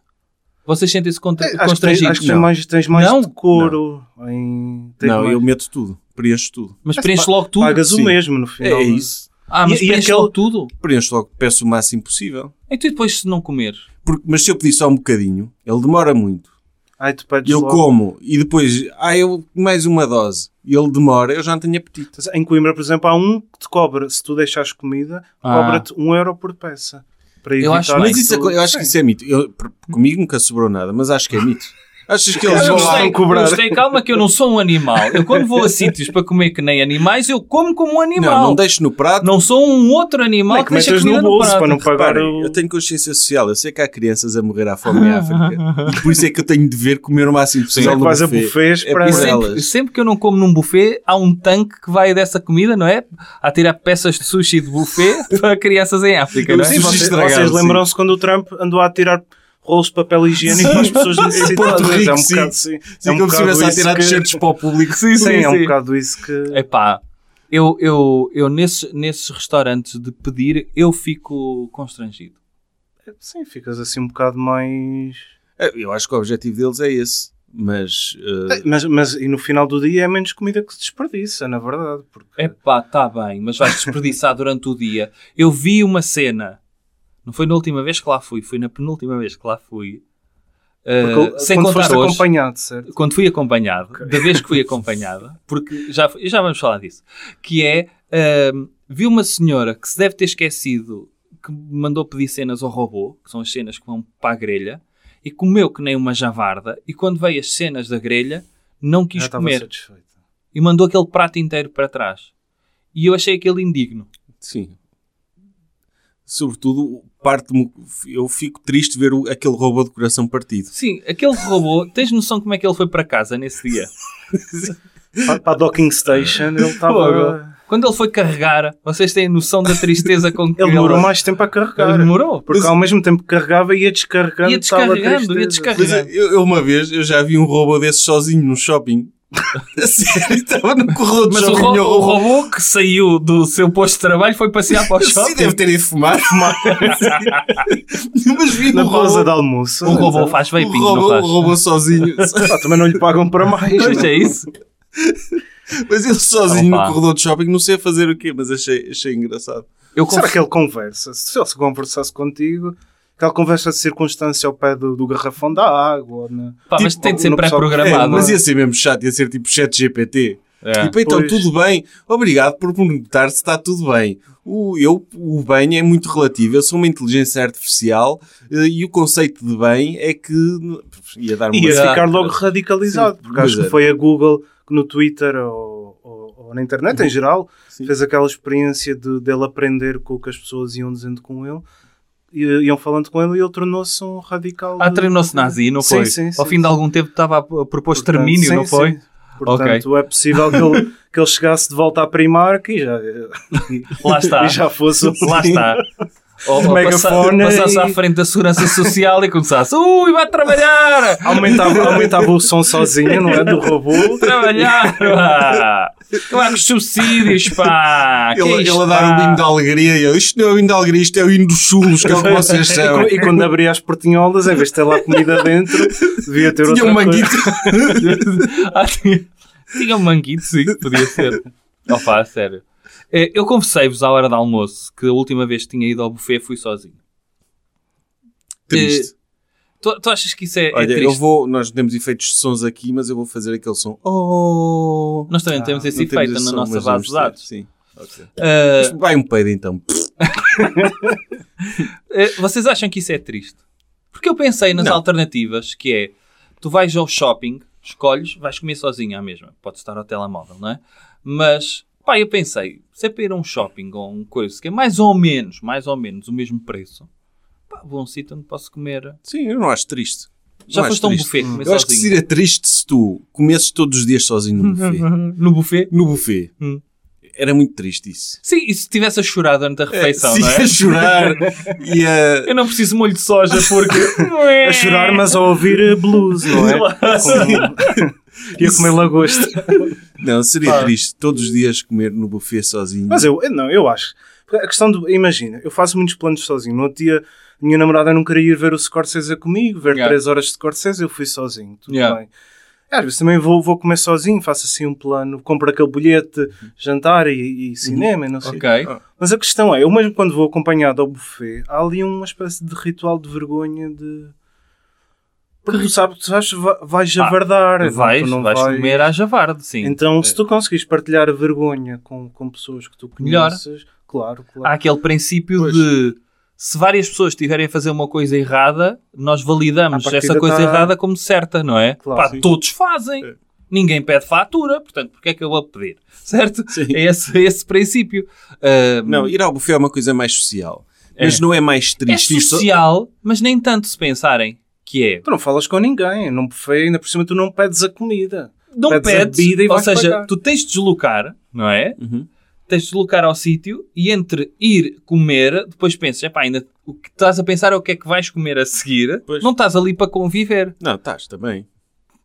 [SPEAKER 5] Vocês sentem-se contra-
[SPEAKER 6] Eh, Acho que, tens,
[SPEAKER 5] constrangidos?
[SPEAKER 6] acho que tens
[SPEAKER 3] Não.
[SPEAKER 6] mais, tens mais
[SPEAKER 5] Não?
[SPEAKER 6] de couro. Em, tens
[SPEAKER 3] Não,
[SPEAKER 6] mais-
[SPEAKER 3] eu meto tudo, preencho tudo.
[SPEAKER 5] Mas preenche logo tudo?
[SPEAKER 6] pagas
[SPEAKER 3] sim.
[SPEAKER 6] o mesmo no final.
[SPEAKER 3] É isso.
[SPEAKER 5] Ah, mas
[SPEAKER 6] E- e
[SPEAKER 5] preenche
[SPEAKER 6] aquele-
[SPEAKER 5] logo tudo? Então,
[SPEAKER 3] Preencho logo, peço o máximo possível.
[SPEAKER 5] E tu depois se não comer?
[SPEAKER 3] Porque- mas se eu pedir só um bocadinho, ele demora muito.
[SPEAKER 6] Ai, tu pedes
[SPEAKER 3] E eu
[SPEAKER 6] logo.
[SPEAKER 3] como, e depois, ah, eu mais uma dose, e ele demora, eu já não tenho apetite.
[SPEAKER 6] Em Coimbra, por exemplo, há um que te cobra, se tu deixares comida,
[SPEAKER 5] Ah.
[SPEAKER 6] cobra-te um euro por peça. Para
[SPEAKER 5] Eu
[SPEAKER 6] evitar
[SPEAKER 5] acho
[SPEAKER 6] que
[SPEAKER 5] bem.
[SPEAKER 3] Mas isso é
[SPEAKER 6] tu-
[SPEAKER 3] co- eu acho que
[SPEAKER 6] Sim.
[SPEAKER 3] isso é mito. Eu- por- comigo nunca sobrou nada, mas acho que é mito. Achas que eles
[SPEAKER 5] Eu
[SPEAKER 3] vão lá?
[SPEAKER 5] gostei,
[SPEAKER 6] cobrar.
[SPEAKER 5] gostei, calma que eu não sou um animal. Eu quando vou a sítios para comer que nem animais, eu como como um animal.
[SPEAKER 3] Não, não deixo no prato.
[SPEAKER 5] Não sou um outro
[SPEAKER 3] é
[SPEAKER 5] animal
[SPEAKER 6] Não, é
[SPEAKER 5] que
[SPEAKER 6] que
[SPEAKER 5] deixa
[SPEAKER 6] metas
[SPEAKER 5] comida
[SPEAKER 6] no bolso
[SPEAKER 5] prato.
[SPEAKER 6] para não pagar
[SPEAKER 3] Reparem,
[SPEAKER 6] o...
[SPEAKER 3] eu tenho consciência social, eu sei que há crianças a morrer à fome em África. E por isso é que eu tenho de ver comer o máximo possível
[SPEAKER 6] é que
[SPEAKER 3] no
[SPEAKER 6] vais a
[SPEAKER 3] buffet.
[SPEAKER 6] buffets
[SPEAKER 3] É
[SPEAKER 6] para-
[SPEAKER 5] E
[SPEAKER 3] por
[SPEAKER 6] Por
[SPEAKER 5] sempre,
[SPEAKER 3] elas.
[SPEAKER 5] sempre que eu não como num buffet, há um tanque que vai dessa comida, não é? A tirar peças de sushi de buffet para crianças em África, não é?
[SPEAKER 3] Sim,
[SPEAKER 6] Vocês-
[SPEAKER 3] sim. estragaram,
[SPEAKER 6] vocês lembram-se quando o Trump andou a tirar rolos de papel higiênico para as pessoas necessitadas?
[SPEAKER 3] Porto Rico,
[SPEAKER 6] é um
[SPEAKER 3] sim.
[SPEAKER 6] bocado, sim.
[SPEAKER 3] Sim,
[SPEAKER 6] é um
[SPEAKER 3] como se
[SPEAKER 6] bocado
[SPEAKER 3] estivesse a
[SPEAKER 6] isso
[SPEAKER 3] tirar
[SPEAKER 6] que-
[SPEAKER 3] t-shirts para o público.
[SPEAKER 6] Sim, é um bocado isso que...
[SPEAKER 5] Epá, eu, eu, eu nesses, nesses restaurantes de pedir, eu fico constrangido.
[SPEAKER 6] Sim, ficas assim um bocado mais...
[SPEAKER 3] É, Eu acho que o objetivo deles é esse. Mas eh,
[SPEAKER 6] Mas, mas e no final do dia é menos comida que se desperdiça, na verdade. Porque...
[SPEAKER 3] É,
[SPEAKER 5] Epá, tá bem, mas vais desperdiçar durante o dia. Eu vi uma cena, não foi na última vez que lá fui, foi na penúltima vez que lá fui.
[SPEAKER 6] porque
[SPEAKER 5] Uh, sem
[SPEAKER 6] quando
[SPEAKER 5] contar
[SPEAKER 6] foste
[SPEAKER 5] hoje,
[SPEAKER 6] acompanhado, certo?
[SPEAKER 5] quando fui acompanhado, da vez que fui acompanhado, porque já, foi- já vamos falar disso, que é, ahm, vi uma senhora que se deve ter esquecido que mandou pedir cenas ao robô, que são as cenas que vão para a grelha, e comeu que nem uma javarda, e quando veio as cenas da grelha, não
[SPEAKER 6] Já
[SPEAKER 5] quis
[SPEAKER 6] estava
[SPEAKER 5] comer,
[SPEAKER 6] satisfeito.
[SPEAKER 5] e mandou aquele prato inteiro para trás. E eu achei aquele indigno.
[SPEAKER 3] Sim. Sobretudo, parte eu fico triste de ver o- aquele robô de coração partido.
[SPEAKER 5] Sim, aquele robô, tens noção como é que ele foi para casa nesse dia?
[SPEAKER 6] Para, para a docking station, ele
[SPEAKER 5] Fogo.
[SPEAKER 6] estava...
[SPEAKER 5] Quando ele foi carregar, vocês têm noção da tristeza com que
[SPEAKER 6] Ele demorou mais tempo a carregar.
[SPEAKER 5] Ele demorou.
[SPEAKER 6] Porque ao mesmo tempo que carregava ia descarregando.
[SPEAKER 5] Ia
[SPEAKER 6] estava
[SPEAKER 5] descarregando, ia
[SPEAKER 6] tristeza.
[SPEAKER 5] descarregando.
[SPEAKER 3] Mas eu, eu uma vez eu já vi um robô desse sozinho no shopping. A sério, estava no corredor do
[SPEAKER 5] Mas o,
[SPEAKER 3] shopping.
[SPEAKER 5] ro-
[SPEAKER 3] e
[SPEAKER 5] o robô que saiu do seu posto de trabalho foi passear para o
[SPEAKER 3] Sim,
[SPEAKER 5] shopping.
[SPEAKER 3] deve ter ido fumar. Mas vi
[SPEAKER 6] Na
[SPEAKER 3] um
[SPEAKER 6] pausa de
[SPEAKER 3] robô,
[SPEAKER 6] almoço.
[SPEAKER 5] O robô faz
[SPEAKER 3] o
[SPEAKER 5] vaping, não
[SPEAKER 3] Um robô,
[SPEAKER 5] faz?
[SPEAKER 3] o robô sozinho.
[SPEAKER 6] Pá, também não lhe pagam para mais.
[SPEAKER 5] Pois
[SPEAKER 6] né?
[SPEAKER 5] é isso.
[SPEAKER 3] Mas ele sozinho
[SPEAKER 5] Opa.
[SPEAKER 3] no corredor do shopping, não sei a fazer o quê, mas achei, achei engraçado.
[SPEAKER 5] Eu
[SPEAKER 6] Será
[SPEAKER 5] confio.
[SPEAKER 6] que ele conversa? Se ele se conversasse contigo, aquela conversa de circunstância ao pé do, do garrafão da água. ou na-
[SPEAKER 5] Pá, mas
[SPEAKER 6] Tipo,
[SPEAKER 5] tem de ser
[SPEAKER 6] uma pessoa-
[SPEAKER 5] pré-programado.
[SPEAKER 3] É, mas ia ser mesmo chato, ia ser tipo chat GPT.
[SPEAKER 5] É.
[SPEAKER 3] Tipo, então
[SPEAKER 6] Pois.
[SPEAKER 3] tudo bem, obrigado por perguntar se está tudo bem. O, eu, o bem é muito relativo, eu sou uma inteligência artificial eh, e o conceito de bem é que ia dar uma
[SPEAKER 6] Ia
[SPEAKER 5] Exato.
[SPEAKER 6] ficar logo radicalizado.
[SPEAKER 3] Sim,
[SPEAKER 6] porque acho
[SPEAKER 3] pois
[SPEAKER 6] que
[SPEAKER 3] é.
[SPEAKER 6] foi a Google que no Twitter ou, ou- ou na internet
[SPEAKER 5] Uhum.
[SPEAKER 6] em geral
[SPEAKER 3] Sim.
[SPEAKER 6] fez aquela experiência de, dele aprender com o que as pessoas iam dizendo com ele. e- Iam falando com ele e ele tornou-se um radical.
[SPEAKER 5] Ah,
[SPEAKER 6] de-
[SPEAKER 5] treinou-se nazi, não
[SPEAKER 6] Sim,
[SPEAKER 5] foi?
[SPEAKER 6] sim,
[SPEAKER 5] Ao
[SPEAKER 6] sim,
[SPEAKER 5] fim de algum tempo estava a propor
[SPEAKER 6] Portanto,
[SPEAKER 5] extermínio,
[SPEAKER 6] sim,
[SPEAKER 5] não foi?
[SPEAKER 6] sim. Portanto, é possível que ele, que ele chegasse de volta à Primark e já,
[SPEAKER 5] Lá está.
[SPEAKER 6] e já fosse um
[SPEAKER 5] Lá está. Ou, ou passa-
[SPEAKER 6] megafone
[SPEAKER 5] passasse
[SPEAKER 6] e-
[SPEAKER 5] à frente da segurança social e começasse Ui, vai trabalhar!
[SPEAKER 6] Aumentava, aumentava o som sozinho, não é? Do robô.
[SPEAKER 5] Trabalhar! pá! Claro que os subsídios, pá! Que
[SPEAKER 3] Ele,
[SPEAKER 5] é isto,
[SPEAKER 3] ele a dar
[SPEAKER 5] pá?
[SPEAKER 3] um hino de alegria e eu, isto não é o hino de alegria, isto é o hino dos chulos, que é o que vocês
[SPEAKER 6] E
[SPEAKER 3] são.
[SPEAKER 6] quando- E quando abria as portinholas, é, em vez de ter lá comida dentro, devia ter
[SPEAKER 3] Tinha
[SPEAKER 6] outra
[SPEAKER 3] um
[SPEAKER 6] coisa.
[SPEAKER 3] manguito.
[SPEAKER 5] Ah, tinha, tinha um manguito, sim, podia ser. Opa, a sério. Eh, Eu confessei-vos à hora do almoço que a última vez que tinha ido ao buffet fui sozinho.
[SPEAKER 3] Triste.
[SPEAKER 5] Tu, tu achas que isso Eh, é, é
[SPEAKER 3] Olha,
[SPEAKER 5] triste?
[SPEAKER 3] eu vou, nós não temos efeitos de sons aqui, mas eu vou fazer aquele som. Oh!
[SPEAKER 5] Nós também temos esse
[SPEAKER 3] Não temos
[SPEAKER 5] efeito
[SPEAKER 3] esse
[SPEAKER 5] na
[SPEAKER 3] som,
[SPEAKER 5] nossa
[SPEAKER 3] mas
[SPEAKER 5] base
[SPEAKER 3] vamos
[SPEAKER 5] de
[SPEAKER 3] ter,
[SPEAKER 5] dados.
[SPEAKER 3] Sim. Ok.
[SPEAKER 5] Eh,
[SPEAKER 3] Vai um peido então.
[SPEAKER 5] eh, vocês acham que isso é triste? Porque eu pensei nas
[SPEAKER 3] Não.
[SPEAKER 5] alternativas, que é, tu vais ao shopping, escolhes, vais comer sozinho à mesma. Podes estar ao telemóvel, não é? Mas, pá, eu pensei, se é para ir a um shopping ou um coisa que é mais ou menos, mais ou menos o mesmo preço, pá, vou a um sítio onde posso comer
[SPEAKER 3] Sim, eu não acho triste.
[SPEAKER 5] Já
[SPEAKER 3] não acho
[SPEAKER 5] foste a um
[SPEAKER 3] triste.
[SPEAKER 5] buffet comer
[SPEAKER 3] Eu acho que
[SPEAKER 5] sozinho?
[SPEAKER 3] seria triste se tu comesses todos os dias sozinho no buffet.
[SPEAKER 5] No buffet?
[SPEAKER 3] No buffet.
[SPEAKER 5] Hum.
[SPEAKER 3] Era muito triste isso.
[SPEAKER 5] Sim, e se tivesse a chorar durante a refeição,
[SPEAKER 3] Se
[SPEAKER 5] não é?
[SPEAKER 3] ia chorar e a...
[SPEAKER 5] Eu não preciso de molho de soja porque... é.
[SPEAKER 6] A chorar, mas a ouvir eh, blues, não é? Com- Ia comer lagosta.
[SPEAKER 3] Não, seria triste todos os dias comer no buffet sozinho.
[SPEAKER 5] é-
[SPEAKER 6] Mas eu, eu não, eu acho. Porque A questão do. Imagina, eu faço muitos planos sozinho. No outro dia, a minha namorada não queria ir ver o Scorsese comigo, ver
[SPEAKER 5] Yeah.
[SPEAKER 6] três horas de Scorsese, eu fui sozinho. Tudo
[SPEAKER 5] Yeah.
[SPEAKER 6] bem. Às vezes também vou, vou comer sozinho, faço assim um plano, compro aquele bilhete,
[SPEAKER 3] Uhum.
[SPEAKER 6] jantar e, e cinema e não sei. o quê.
[SPEAKER 5] Ok.
[SPEAKER 6] Mas a questão é, eu mesmo quando vou acompanhado ao buffet, há ali uma espécie de ritual de vergonha de. Porque tu sabes, tu sabes va- vais
[SPEAKER 5] Ah,
[SPEAKER 6] javardar, não,
[SPEAKER 5] Vais,
[SPEAKER 6] tu não
[SPEAKER 5] vais comer É. à javarde, sim.
[SPEAKER 6] então, se tu conseguires partilhar a vergonha com, com pessoas que tu
[SPEAKER 5] Melhor.
[SPEAKER 6] conheces, claro,
[SPEAKER 5] Há
[SPEAKER 6] claro.
[SPEAKER 5] aquele princípio de... se várias pessoas estiverem a fazer uma coisa errada, nós validamos
[SPEAKER 6] À partida
[SPEAKER 5] essa coisa
[SPEAKER 6] tá-
[SPEAKER 5] errada como certa, não é?
[SPEAKER 6] Claro,
[SPEAKER 5] Pá,
[SPEAKER 6] sim.
[SPEAKER 5] todos fazem.
[SPEAKER 3] É.
[SPEAKER 5] Ninguém pede fatura, portanto, porque é que eu vou pedir? Certo?
[SPEAKER 3] Sim.
[SPEAKER 5] É esse, é esse princípio. Ah,
[SPEAKER 3] Não, ir ao buffet é uma coisa mais social.
[SPEAKER 5] É.
[SPEAKER 3] Mas não é mais
[SPEAKER 5] é
[SPEAKER 3] triste. Isto-
[SPEAKER 5] social, mas nem tanto se pensarem que é.
[SPEAKER 6] Tu não falas com ninguém, num buffet, ainda por cima tu não pedes a comida.
[SPEAKER 5] Não
[SPEAKER 6] Pedes
[SPEAKER 5] pedes,
[SPEAKER 6] a bebida e
[SPEAKER 5] ou
[SPEAKER 6] vais
[SPEAKER 5] seja,
[SPEAKER 6] pagar.
[SPEAKER 5] tu tens de deslocar, não é?
[SPEAKER 3] Uhum.
[SPEAKER 5] Tens de deslocar ao sítio e entre ir comer, depois pensas, epá, ainda o que estás a pensar é o que é que vais comer a seguir,
[SPEAKER 3] Pois.
[SPEAKER 5] não estás ali para conviver.
[SPEAKER 3] Não, estás também.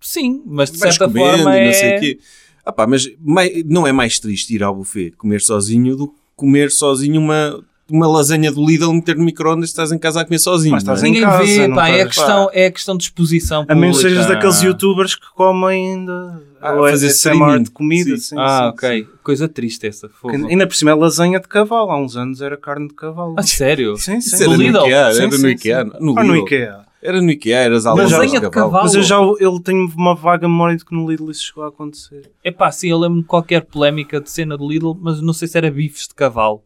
[SPEAKER 5] Sim, mas de
[SPEAKER 3] Vais
[SPEAKER 5] certa
[SPEAKER 3] comendo
[SPEAKER 5] forma
[SPEAKER 3] e
[SPEAKER 5] é...
[SPEAKER 3] não sei o quê. Ah pá, mas mai- não é mais triste ir ao buffet comer sozinho do que comer sozinho uma, uma lasanha do Lidl, meter no micro-ondas e estás em casa a comer sozinho.
[SPEAKER 6] Mas
[SPEAKER 3] não Ah. é?
[SPEAKER 6] estás em
[SPEAKER 5] Ninguém
[SPEAKER 6] casa,
[SPEAKER 5] vê,
[SPEAKER 6] não
[SPEAKER 5] pá, é, a
[SPEAKER 6] estás-
[SPEAKER 5] questão, é a questão de exposição
[SPEAKER 6] A
[SPEAKER 5] pública.
[SPEAKER 6] menos sejas daqueles youtubers que comem ainda.
[SPEAKER 3] Ah,
[SPEAKER 6] ou
[SPEAKER 3] fazer
[SPEAKER 6] fazer SMR
[SPEAKER 3] streaming.
[SPEAKER 6] de comida.
[SPEAKER 3] Sim.
[SPEAKER 6] Sim,
[SPEAKER 5] Ah,
[SPEAKER 6] sim,
[SPEAKER 5] ok. Coisa triste essa, fogo.
[SPEAKER 6] sim. Ainda por cima é lasanha de cavalo. Há uns anos era carne de cavalo.
[SPEAKER 5] Ah, sério?
[SPEAKER 6] Sim,
[SPEAKER 3] Isso
[SPEAKER 6] sim.
[SPEAKER 3] era
[SPEAKER 5] Do
[SPEAKER 3] no
[SPEAKER 5] Lidl.
[SPEAKER 3] IKEA, era
[SPEAKER 6] Sim,
[SPEAKER 3] no
[SPEAKER 6] sim,
[SPEAKER 3] IKEA.
[SPEAKER 6] sim.
[SPEAKER 3] No
[SPEAKER 6] Ah, no
[SPEAKER 3] Lidl.
[SPEAKER 6] IKEA.
[SPEAKER 3] Era no IKEA, era as aulas
[SPEAKER 5] Lasanha
[SPEAKER 3] de
[SPEAKER 5] de
[SPEAKER 3] cavalo.
[SPEAKER 5] cavalo.
[SPEAKER 6] Mas eu já ele tem uma vaga memória de que no Lidl isso chegou a acontecer.
[SPEAKER 5] Epá, sim, eu lembro de qualquer polémica de cena do Lidl, mas não sei se era bifes de cavalo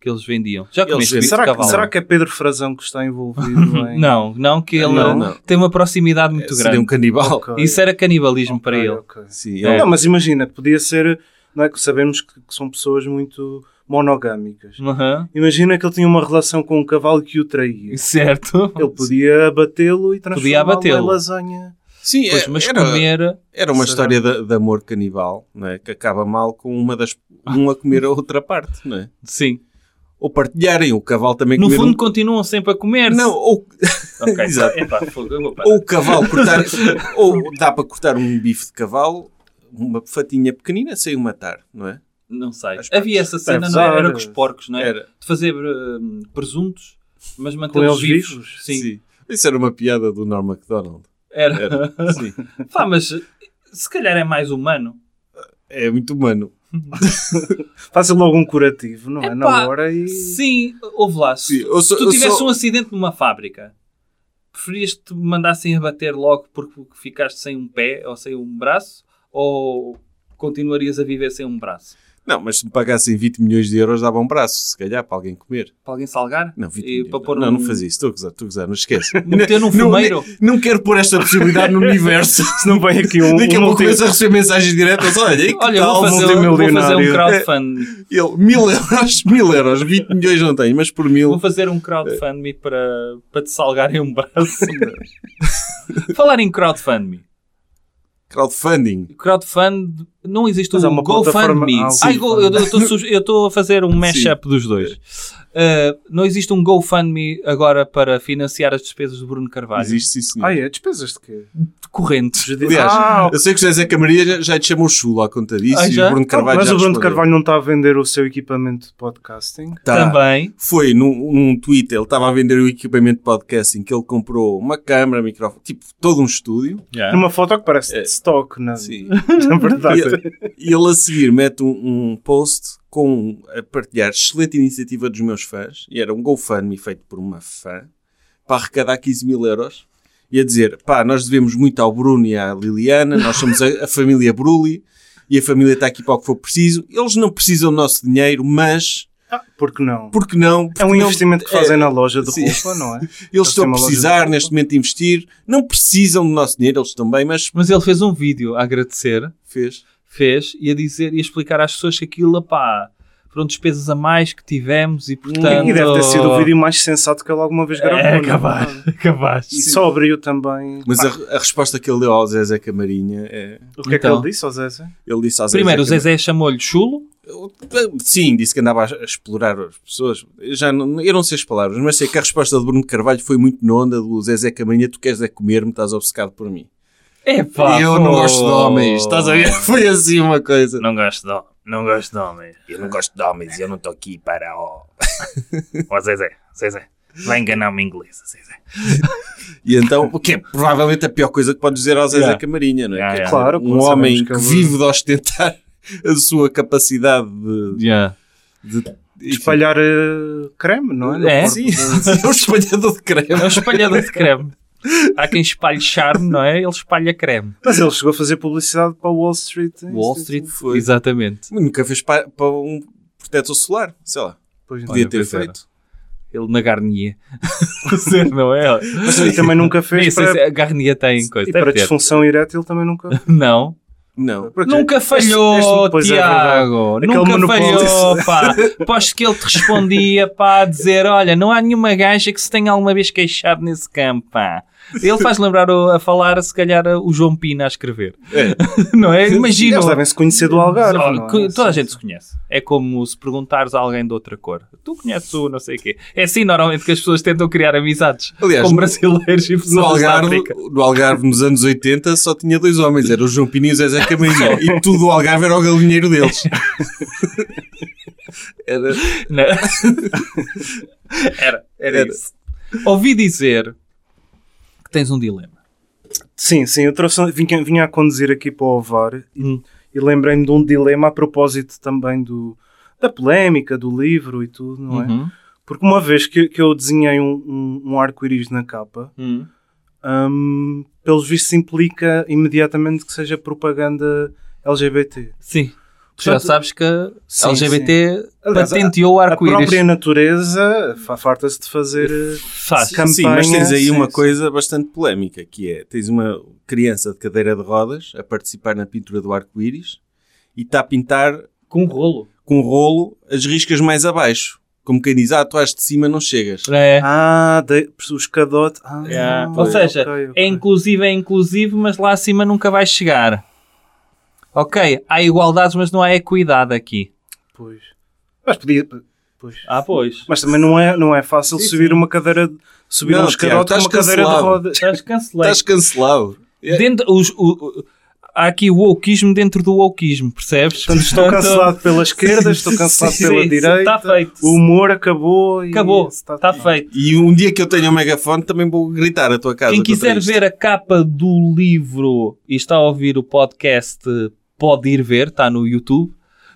[SPEAKER 5] que eles vendiam. Já
[SPEAKER 3] Eles
[SPEAKER 5] comeste
[SPEAKER 3] vendem-
[SPEAKER 5] bifes de
[SPEAKER 6] Será que,
[SPEAKER 5] cavalo?
[SPEAKER 6] será que é Pedro Frazão que está envolvido em.
[SPEAKER 5] Não, não que ele
[SPEAKER 3] Não, não.
[SPEAKER 5] tem uma proximidade muito
[SPEAKER 3] Seria
[SPEAKER 5] grande.
[SPEAKER 3] um canibal.
[SPEAKER 6] Ok,
[SPEAKER 5] Isso era canibalismo
[SPEAKER 6] ok,
[SPEAKER 5] para ele.
[SPEAKER 6] ok.
[SPEAKER 3] Sim,
[SPEAKER 5] É.
[SPEAKER 3] ele-
[SPEAKER 6] Não, mas imagina, podia ser. Não é que sabemos que, que são pessoas muito monogâmicas.
[SPEAKER 5] Aham.
[SPEAKER 6] Imagina que ele tinha uma relação com um cavalo que o traía.
[SPEAKER 5] Certo.
[SPEAKER 6] Ele podia abatê-lo e transformá-lo em
[SPEAKER 5] é abatê-lo.
[SPEAKER 6] lasanha.
[SPEAKER 3] Sim,
[SPEAKER 5] Pois,
[SPEAKER 3] é-
[SPEAKER 5] mas
[SPEAKER 3] era,
[SPEAKER 5] comer...
[SPEAKER 3] era uma
[SPEAKER 6] Será?
[SPEAKER 3] história de, de amor canibal, não é? que acaba mal com uma das um a comer a outra parte, não é?
[SPEAKER 5] Sim.
[SPEAKER 3] Ou partilharem, o cavalo também
[SPEAKER 5] No
[SPEAKER 3] comer
[SPEAKER 5] fundo
[SPEAKER 3] um...
[SPEAKER 5] continuam sempre a comer
[SPEAKER 3] Não, ou,
[SPEAKER 5] Ok. então,
[SPEAKER 3] Exato.
[SPEAKER 5] Epá, fogo, eu vou parar.
[SPEAKER 3] ou o cavalo cortar, ou dá para cortar um bife de cavalo, uma fatinha pequenina sem o matar, não é?
[SPEAKER 5] Não sei.
[SPEAKER 3] As
[SPEAKER 5] Havia essa cena,
[SPEAKER 6] Deve
[SPEAKER 5] não era?
[SPEAKER 6] usar.
[SPEAKER 5] Era com os porcos, não é?
[SPEAKER 3] eh, Era.
[SPEAKER 5] De fazer hum, presuntos, mas
[SPEAKER 6] Com eles
[SPEAKER 5] mantê-los vivos.
[SPEAKER 6] vivos.
[SPEAKER 5] Sim.
[SPEAKER 3] Isso era uma piada do Norm MacDonald.
[SPEAKER 5] Era.
[SPEAKER 3] Era. Sim.
[SPEAKER 5] Pá, mas se calhar é mais humano.
[SPEAKER 3] É muito humano.
[SPEAKER 6] Fazem logo um curativo, não é?
[SPEAKER 5] Epá,
[SPEAKER 6] Na hora e.
[SPEAKER 5] Sim, houve lá. Se,
[SPEAKER 3] Sim, eu só-
[SPEAKER 5] se tu
[SPEAKER 3] eu
[SPEAKER 5] tivesse
[SPEAKER 3] só-
[SPEAKER 5] um acidente numa fábrica, preferias que te mandassem abater logo porque ficaste sem um pé ou sem um braço? Ou continuarias a viver sem um braço?
[SPEAKER 3] Não, mas se me pagassem 20 milhões de euros dava um braço, se calhar, para alguém comer.
[SPEAKER 5] Para alguém salgar?
[SPEAKER 3] Não, 20
[SPEAKER 5] E
[SPEAKER 3] milhões.
[SPEAKER 5] para pôr
[SPEAKER 3] não,
[SPEAKER 5] num-
[SPEAKER 3] não fazia isso. Estou a gozar, estou a gozar, não esquece.
[SPEAKER 5] Meter num
[SPEAKER 3] Não,
[SPEAKER 5] fumeiro?
[SPEAKER 3] Não, não quero pôr esta possibilidade no universo.
[SPEAKER 6] Se não vem aqui um,
[SPEAKER 3] Daqui a
[SPEAKER 6] um
[SPEAKER 3] pouco
[SPEAKER 6] multi...
[SPEAKER 3] começo a receber mensagens diretas. Olha, e que
[SPEAKER 5] Olha, eu
[SPEAKER 3] tal?
[SPEAKER 5] vou fazer, vou fazer um
[SPEAKER 6] multimilionário.
[SPEAKER 5] crowdfunding.
[SPEAKER 3] Ele, mil euros, mil euros, 20 milhões não tenho, mas por
[SPEAKER 5] Vou
[SPEAKER 3] mil.
[SPEAKER 5] fazer um crowdfunding para, para te salgarem um braço. Falar em crowdfunding.
[SPEAKER 3] Crowdfunding.
[SPEAKER 5] crowdfund não existe
[SPEAKER 6] Mas há
[SPEAKER 5] um
[SPEAKER 6] uma plataforma-
[SPEAKER 5] GoFundMe.
[SPEAKER 6] há um
[SPEAKER 5] Ai, go- eu
[SPEAKER 6] GoFundMe.
[SPEAKER 5] estou su- eu estou a fazer um mashup dos dois. Uh, não existe um GoFundMe agora para financiar as despesas do Bruno Carvalho.
[SPEAKER 3] Existe sim, senhor.
[SPEAKER 6] Ah, é? Despesas de quê?
[SPEAKER 5] Correntes.
[SPEAKER 6] Judi-
[SPEAKER 3] Aliás,
[SPEAKER 6] ah, ok.
[SPEAKER 3] Eu sei que o José Camaria já, já te chamou chulo à conta disso
[SPEAKER 5] Ah,
[SPEAKER 3] e
[SPEAKER 5] já?
[SPEAKER 3] o Bruno Carvalho
[SPEAKER 6] Então, mas
[SPEAKER 3] já
[SPEAKER 6] o Bruno de
[SPEAKER 3] respondeu.
[SPEAKER 6] Carvalho não está a vender o seu equipamento de podcasting.
[SPEAKER 3] Tá.
[SPEAKER 5] Também.
[SPEAKER 3] Foi num, num tweet, ele estava a vender o equipamento de podcasting que ele comprou uma câmara, microfone, tipo todo um estúdio.
[SPEAKER 6] Numa foto que parece
[SPEAKER 3] É.
[SPEAKER 6] de stock, não é?
[SPEAKER 3] Sim.
[SPEAKER 6] Na verdade.
[SPEAKER 3] E ele a seguir mete um, um post com a partilhar excelente iniciativa dos meus fãs, e era um GoFundMe feito por uma fã, para arrecadar 15 mil euros, e a dizer, pá, nós devemos muito ao Bruno e à Liliana, nós somos a, a família Bruli, e a família está aqui para o que for preciso, eles não precisam do nosso dinheiro, mas,
[SPEAKER 6] Ah, porque não?
[SPEAKER 3] por que não?
[SPEAKER 6] É um
[SPEAKER 3] Porque não-
[SPEAKER 6] investimento que
[SPEAKER 3] é,
[SPEAKER 6] fazem na loja de
[SPEAKER 3] sim.
[SPEAKER 6] roupa, não é?
[SPEAKER 3] eles estão
[SPEAKER 6] têm
[SPEAKER 3] a
[SPEAKER 6] uma loja de
[SPEAKER 3] precisar
[SPEAKER 6] roupa.
[SPEAKER 3] neste momento de investir, não precisam do nosso dinheiro, eles também, mas
[SPEAKER 5] Mas ele fez um vídeo a agradecer,
[SPEAKER 3] fez.
[SPEAKER 5] fez, e a dizer e a explicar às pessoas que aquilo, pá, foram despesas a mais que tivemos e portanto.
[SPEAKER 6] E deve ter sido o vídeo mais sensato que ele alguma vez gravou.
[SPEAKER 5] É,
[SPEAKER 6] não
[SPEAKER 5] capaz, capaz.
[SPEAKER 6] E só abriu também.
[SPEAKER 3] Mas a, a resposta que ele deu ao Zezé Camarinha é...
[SPEAKER 6] O que é que
[SPEAKER 5] Então.
[SPEAKER 6] ele disse ao Zé? Zé?
[SPEAKER 3] Ele disse ao Zezé
[SPEAKER 5] Primeiro, o
[SPEAKER 3] Camarinha-
[SPEAKER 5] Zezé chamou-lhe chulo.
[SPEAKER 3] Sim, disse que andava a explorar as pessoas. Eu Já não, eu não sei as palavras, mas sei que a resposta do Bruno Carvalho foi muito na onda do Zezé Camarinha, tu queres é comer-me, estás obcecado por mim.
[SPEAKER 5] É pá.
[SPEAKER 3] eu não gosto de homens, estás a ver? Foi assim uma coisa.
[SPEAKER 5] Não gosto de, não gosto de homens.
[SPEAKER 7] Eu não gosto de homens, eu não estou aqui para. Oh.
[SPEAKER 5] Ó Zezé, Zezé, vai enganar-me inglesa, Zezé.
[SPEAKER 3] E então, o que é provavelmente a pior coisa que podes dizer ao Zezé
[SPEAKER 5] Yeah.
[SPEAKER 3] Camarinha, não é?
[SPEAKER 5] Yeah,
[SPEAKER 3] Que é
[SPEAKER 5] yeah.
[SPEAKER 6] Claro,
[SPEAKER 3] um
[SPEAKER 6] como
[SPEAKER 3] homem
[SPEAKER 6] sabemos
[SPEAKER 3] que
[SPEAKER 6] ele-
[SPEAKER 3] vive de ostentar a sua capacidade de...
[SPEAKER 6] de espalhar eh, creme, não é? No
[SPEAKER 5] É?
[SPEAKER 6] corpo
[SPEAKER 3] Sim,
[SPEAKER 6] dele.
[SPEAKER 3] é um espalhador de creme.
[SPEAKER 5] É um espalhador de creme. Há quem espalhe charme, não é? Ele espalha creme.
[SPEAKER 6] Mas ele chegou a fazer publicidade para o Wall Street. Institute.
[SPEAKER 3] foi.
[SPEAKER 5] Exatamente.
[SPEAKER 3] Nunca fez pa- para um protetor solar, sei lá.
[SPEAKER 6] Pois não.
[SPEAKER 3] Podia
[SPEAKER 5] Olha,
[SPEAKER 3] ter
[SPEAKER 5] pois era.
[SPEAKER 3] feito.
[SPEAKER 5] Ele na Garnier. Você não é?
[SPEAKER 6] Mas ele também nunca
[SPEAKER 5] Nem
[SPEAKER 6] fez
[SPEAKER 5] sei
[SPEAKER 6] para,
[SPEAKER 5] se a Garnier
[SPEAKER 3] assim,
[SPEAKER 5] tem coisa.
[SPEAKER 6] e
[SPEAKER 5] deve
[SPEAKER 6] para
[SPEAKER 5] ter.
[SPEAKER 6] disfunção erétil também nunca
[SPEAKER 5] Não.
[SPEAKER 3] Não.
[SPEAKER 6] Porque
[SPEAKER 5] Nunca
[SPEAKER 6] é. este- este-
[SPEAKER 5] falhou,
[SPEAKER 6] pois é verdade.
[SPEAKER 5] Tiago.
[SPEAKER 6] Aquele
[SPEAKER 5] Nunca
[SPEAKER 6] monopólio.
[SPEAKER 5] falhou, pá. Aposto que ele te respondia, pá, a dizer: Olha, não há nenhuma gaja que se tenha alguma vez queixado nesse campo, pá. Ele faz lembrar o- a falar, se calhar, o João Pina a escrever. Não é? Imagino.
[SPEAKER 6] Eles devem-se conhecer do Algarve.
[SPEAKER 5] Olha,
[SPEAKER 6] não é?
[SPEAKER 5] co- Toda a gente se conhece. É como se perguntares a alguém de outra cor. Tu conheces o não sei o quê. É assim normalmente que as pessoas tentam criar amizades
[SPEAKER 3] Aliás,
[SPEAKER 5] com brasileiros e
[SPEAKER 3] No
[SPEAKER 5] pessoas da
[SPEAKER 3] Algarve,
[SPEAKER 5] África.
[SPEAKER 3] no Algarve, nos anos 80, só tinha dois homens. Era o João Pina e o Zezé Camarinha. e tudo o Algarve era o galinheiro deles. Era-
[SPEAKER 5] Não. era, era,
[SPEAKER 3] Era.
[SPEAKER 5] isso. Ouvi dizer que tens um dilema.
[SPEAKER 6] Sim, sim, eu trouxe, vinha, vinha a conduzir aqui para o VAR e, e lembrei-me de um dilema a propósito também do, da polémica, do livro e tudo, não é?
[SPEAKER 5] Uhum.
[SPEAKER 6] Porque uma vez que, que eu desenhei um, um- um arco-íris na capa, hum, pelos vistos implica imediatamente que seja propaganda LGBT.
[SPEAKER 5] Sim. Já
[SPEAKER 6] Portanto,
[SPEAKER 5] sabes que a
[SPEAKER 6] sim,
[SPEAKER 5] LGBT
[SPEAKER 6] Aliás, a-
[SPEAKER 5] patenteou o
[SPEAKER 6] A própria
[SPEAKER 5] arco-íris.
[SPEAKER 6] natureza fa- farta-se de fazer. eh,
[SPEAKER 5] Faz.
[SPEAKER 6] Campanha,
[SPEAKER 3] sim, mas tens aí
[SPEAKER 6] sim,
[SPEAKER 3] uma
[SPEAKER 6] sim.
[SPEAKER 3] coisa bastante polémica, que é, tens uma criança de cadeira de rodas a participar na pintura do arco-íris e está a pintar
[SPEAKER 5] Com um rolo.
[SPEAKER 3] com um rolo as riscas mais abaixo. Como quem diz, ah, tu às de cima não chegas.
[SPEAKER 5] É.
[SPEAKER 6] Ah, de, os cadotes. Ah,
[SPEAKER 5] Yeah. Ou
[SPEAKER 6] pois,
[SPEAKER 5] seja,
[SPEAKER 6] ok, ok.
[SPEAKER 5] é inclusivo, é inclusivo, mas lá acima nunca vai chegar. Ok, há igualdades, mas não há equidade aqui.
[SPEAKER 6] Pois. Mas podia. Pois.
[SPEAKER 5] Ah, pois.
[SPEAKER 6] Mas também não é, não é fácil subir uma cadeira, de- subir
[SPEAKER 3] Não,
[SPEAKER 6] um escadote com
[SPEAKER 3] Tiago,
[SPEAKER 6] uma
[SPEAKER 3] estás
[SPEAKER 6] cadeira de
[SPEAKER 3] cancelado.
[SPEAKER 6] rodas.
[SPEAKER 5] Estás cancelado.
[SPEAKER 3] Estás cancelado. É,
[SPEAKER 5] Dentro, os- o- o- há aqui o wokeismo dentro do wokeismo, percebes?
[SPEAKER 6] Portanto, estou cancelado pela esquerda, estou cancelado
[SPEAKER 5] Sim,
[SPEAKER 6] pela
[SPEAKER 5] sim,
[SPEAKER 6] direita.
[SPEAKER 5] Está feito.
[SPEAKER 6] O humor acabou e
[SPEAKER 5] Acabou.
[SPEAKER 6] está
[SPEAKER 5] Está
[SPEAKER 6] tudo.
[SPEAKER 5] tá feito.
[SPEAKER 3] E um dia que eu tenha um megafone também vou gritar a tua casa.
[SPEAKER 5] Quem
[SPEAKER 3] contra
[SPEAKER 5] quiser
[SPEAKER 3] isto.
[SPEAKER 5] ver a capa do livro e está a ouvir o podcast, pode ir ver, está no YouTube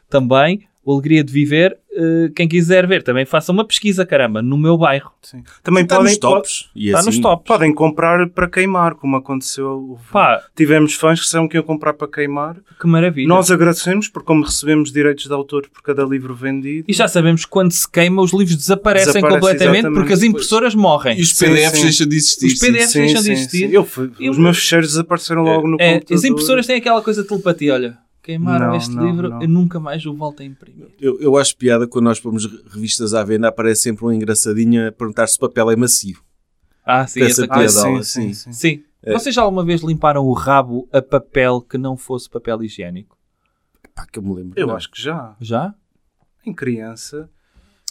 [SPEAKER 5] também. O Alegria de Viver. Eh, Quem quiser ver, também faça uma pesquisa, caramba, no meu bairro.
[SPEAKER 6] Sim. Também
[SPEAKER 3] está
[SPEAKER 6] podem,
[SPEAKER 3] nos tops. E
[SPEAKER 5] Está
[SPEAKER 3] assim,
[SPEAKER 5] nos tá tops.
[SPEAKER 6] podem comprar para queimar, como aconteceu.
[SPEAKER 5] Pá,
[SPEAKER 6] Tivemos fãs que disseram que iam comprar para queimar.
[SPEAKER 5] que maravilha.
[SPEAKER 6] Nós agradecemos porque como recebemos direitos de autor por cada livro vendido.
[SPEAKER 5] E já sabemos que quando se queima, os livros desaparecem
[SPEAKER 6] Desaparece,
[SPEAKER 5] completamente
[SPEAKER 6] exatamente.
[SPEAKER 5] porque as impresssoras morrem.
[SPEAKER 3] E os
[SPEAKER 6] Sim,
[SPEAKER 3] PDFs
[SPEAKER 6] sim.
[SPEAKER 3] deixam de existir.
[SPEAKER 5] Os PDFs deixam de existir.
[SPEAKER 6] Eu fui-
[SPEAKER 5] Eu-
[SPEAKER 6] Os meus fecheiros desapareceram logo no
[SPEAKER 5] É,
[SPEAKER 6] computador.
[SPEAKER 5] as impressoras têm aquela coisa de telepatia, olha. Queimaram
[SPEAKER 6] Não,
[SPEAKER 5] este
[SPEAKER 6] não,
[SPEAKER 5] livro,
[SPEAKER 6] não.
[SPEAKER 5] eu nunca mais o volto a imprimir.
[SPEAKER 3] Eu, eu acho piada quando nós pomos re- revistas à venda, aparece sempre um engraçadinho a perguntar se o papel é macio.
[SPEAKER 5] Ah, sim,
[SPEAKER 3] Peça
[SPEAKER 5] essa
[SPEAKER 6] ah,
[SPEAKER 5] coisa.
[SPEAKER 6] sim,
[SPEAKER 3] piadola,
[SPEAKER 6] sim,
[SPEAKER 3] sim.
[SPEAKER 6] sim. É.
[SPEAKER 5] Sim. Vocês já alguma vez limparam o rabo a papel que não fosse papel higiênico?
[SPEAKER 3] Pá, que eu me lembro.
[SPEAKER 6] Eu
[SPEAKER 3] Não.
[SPEAKER 6] acho que já.
[SPEAKER 5] Já?
[SPEAKER 6] Em criança.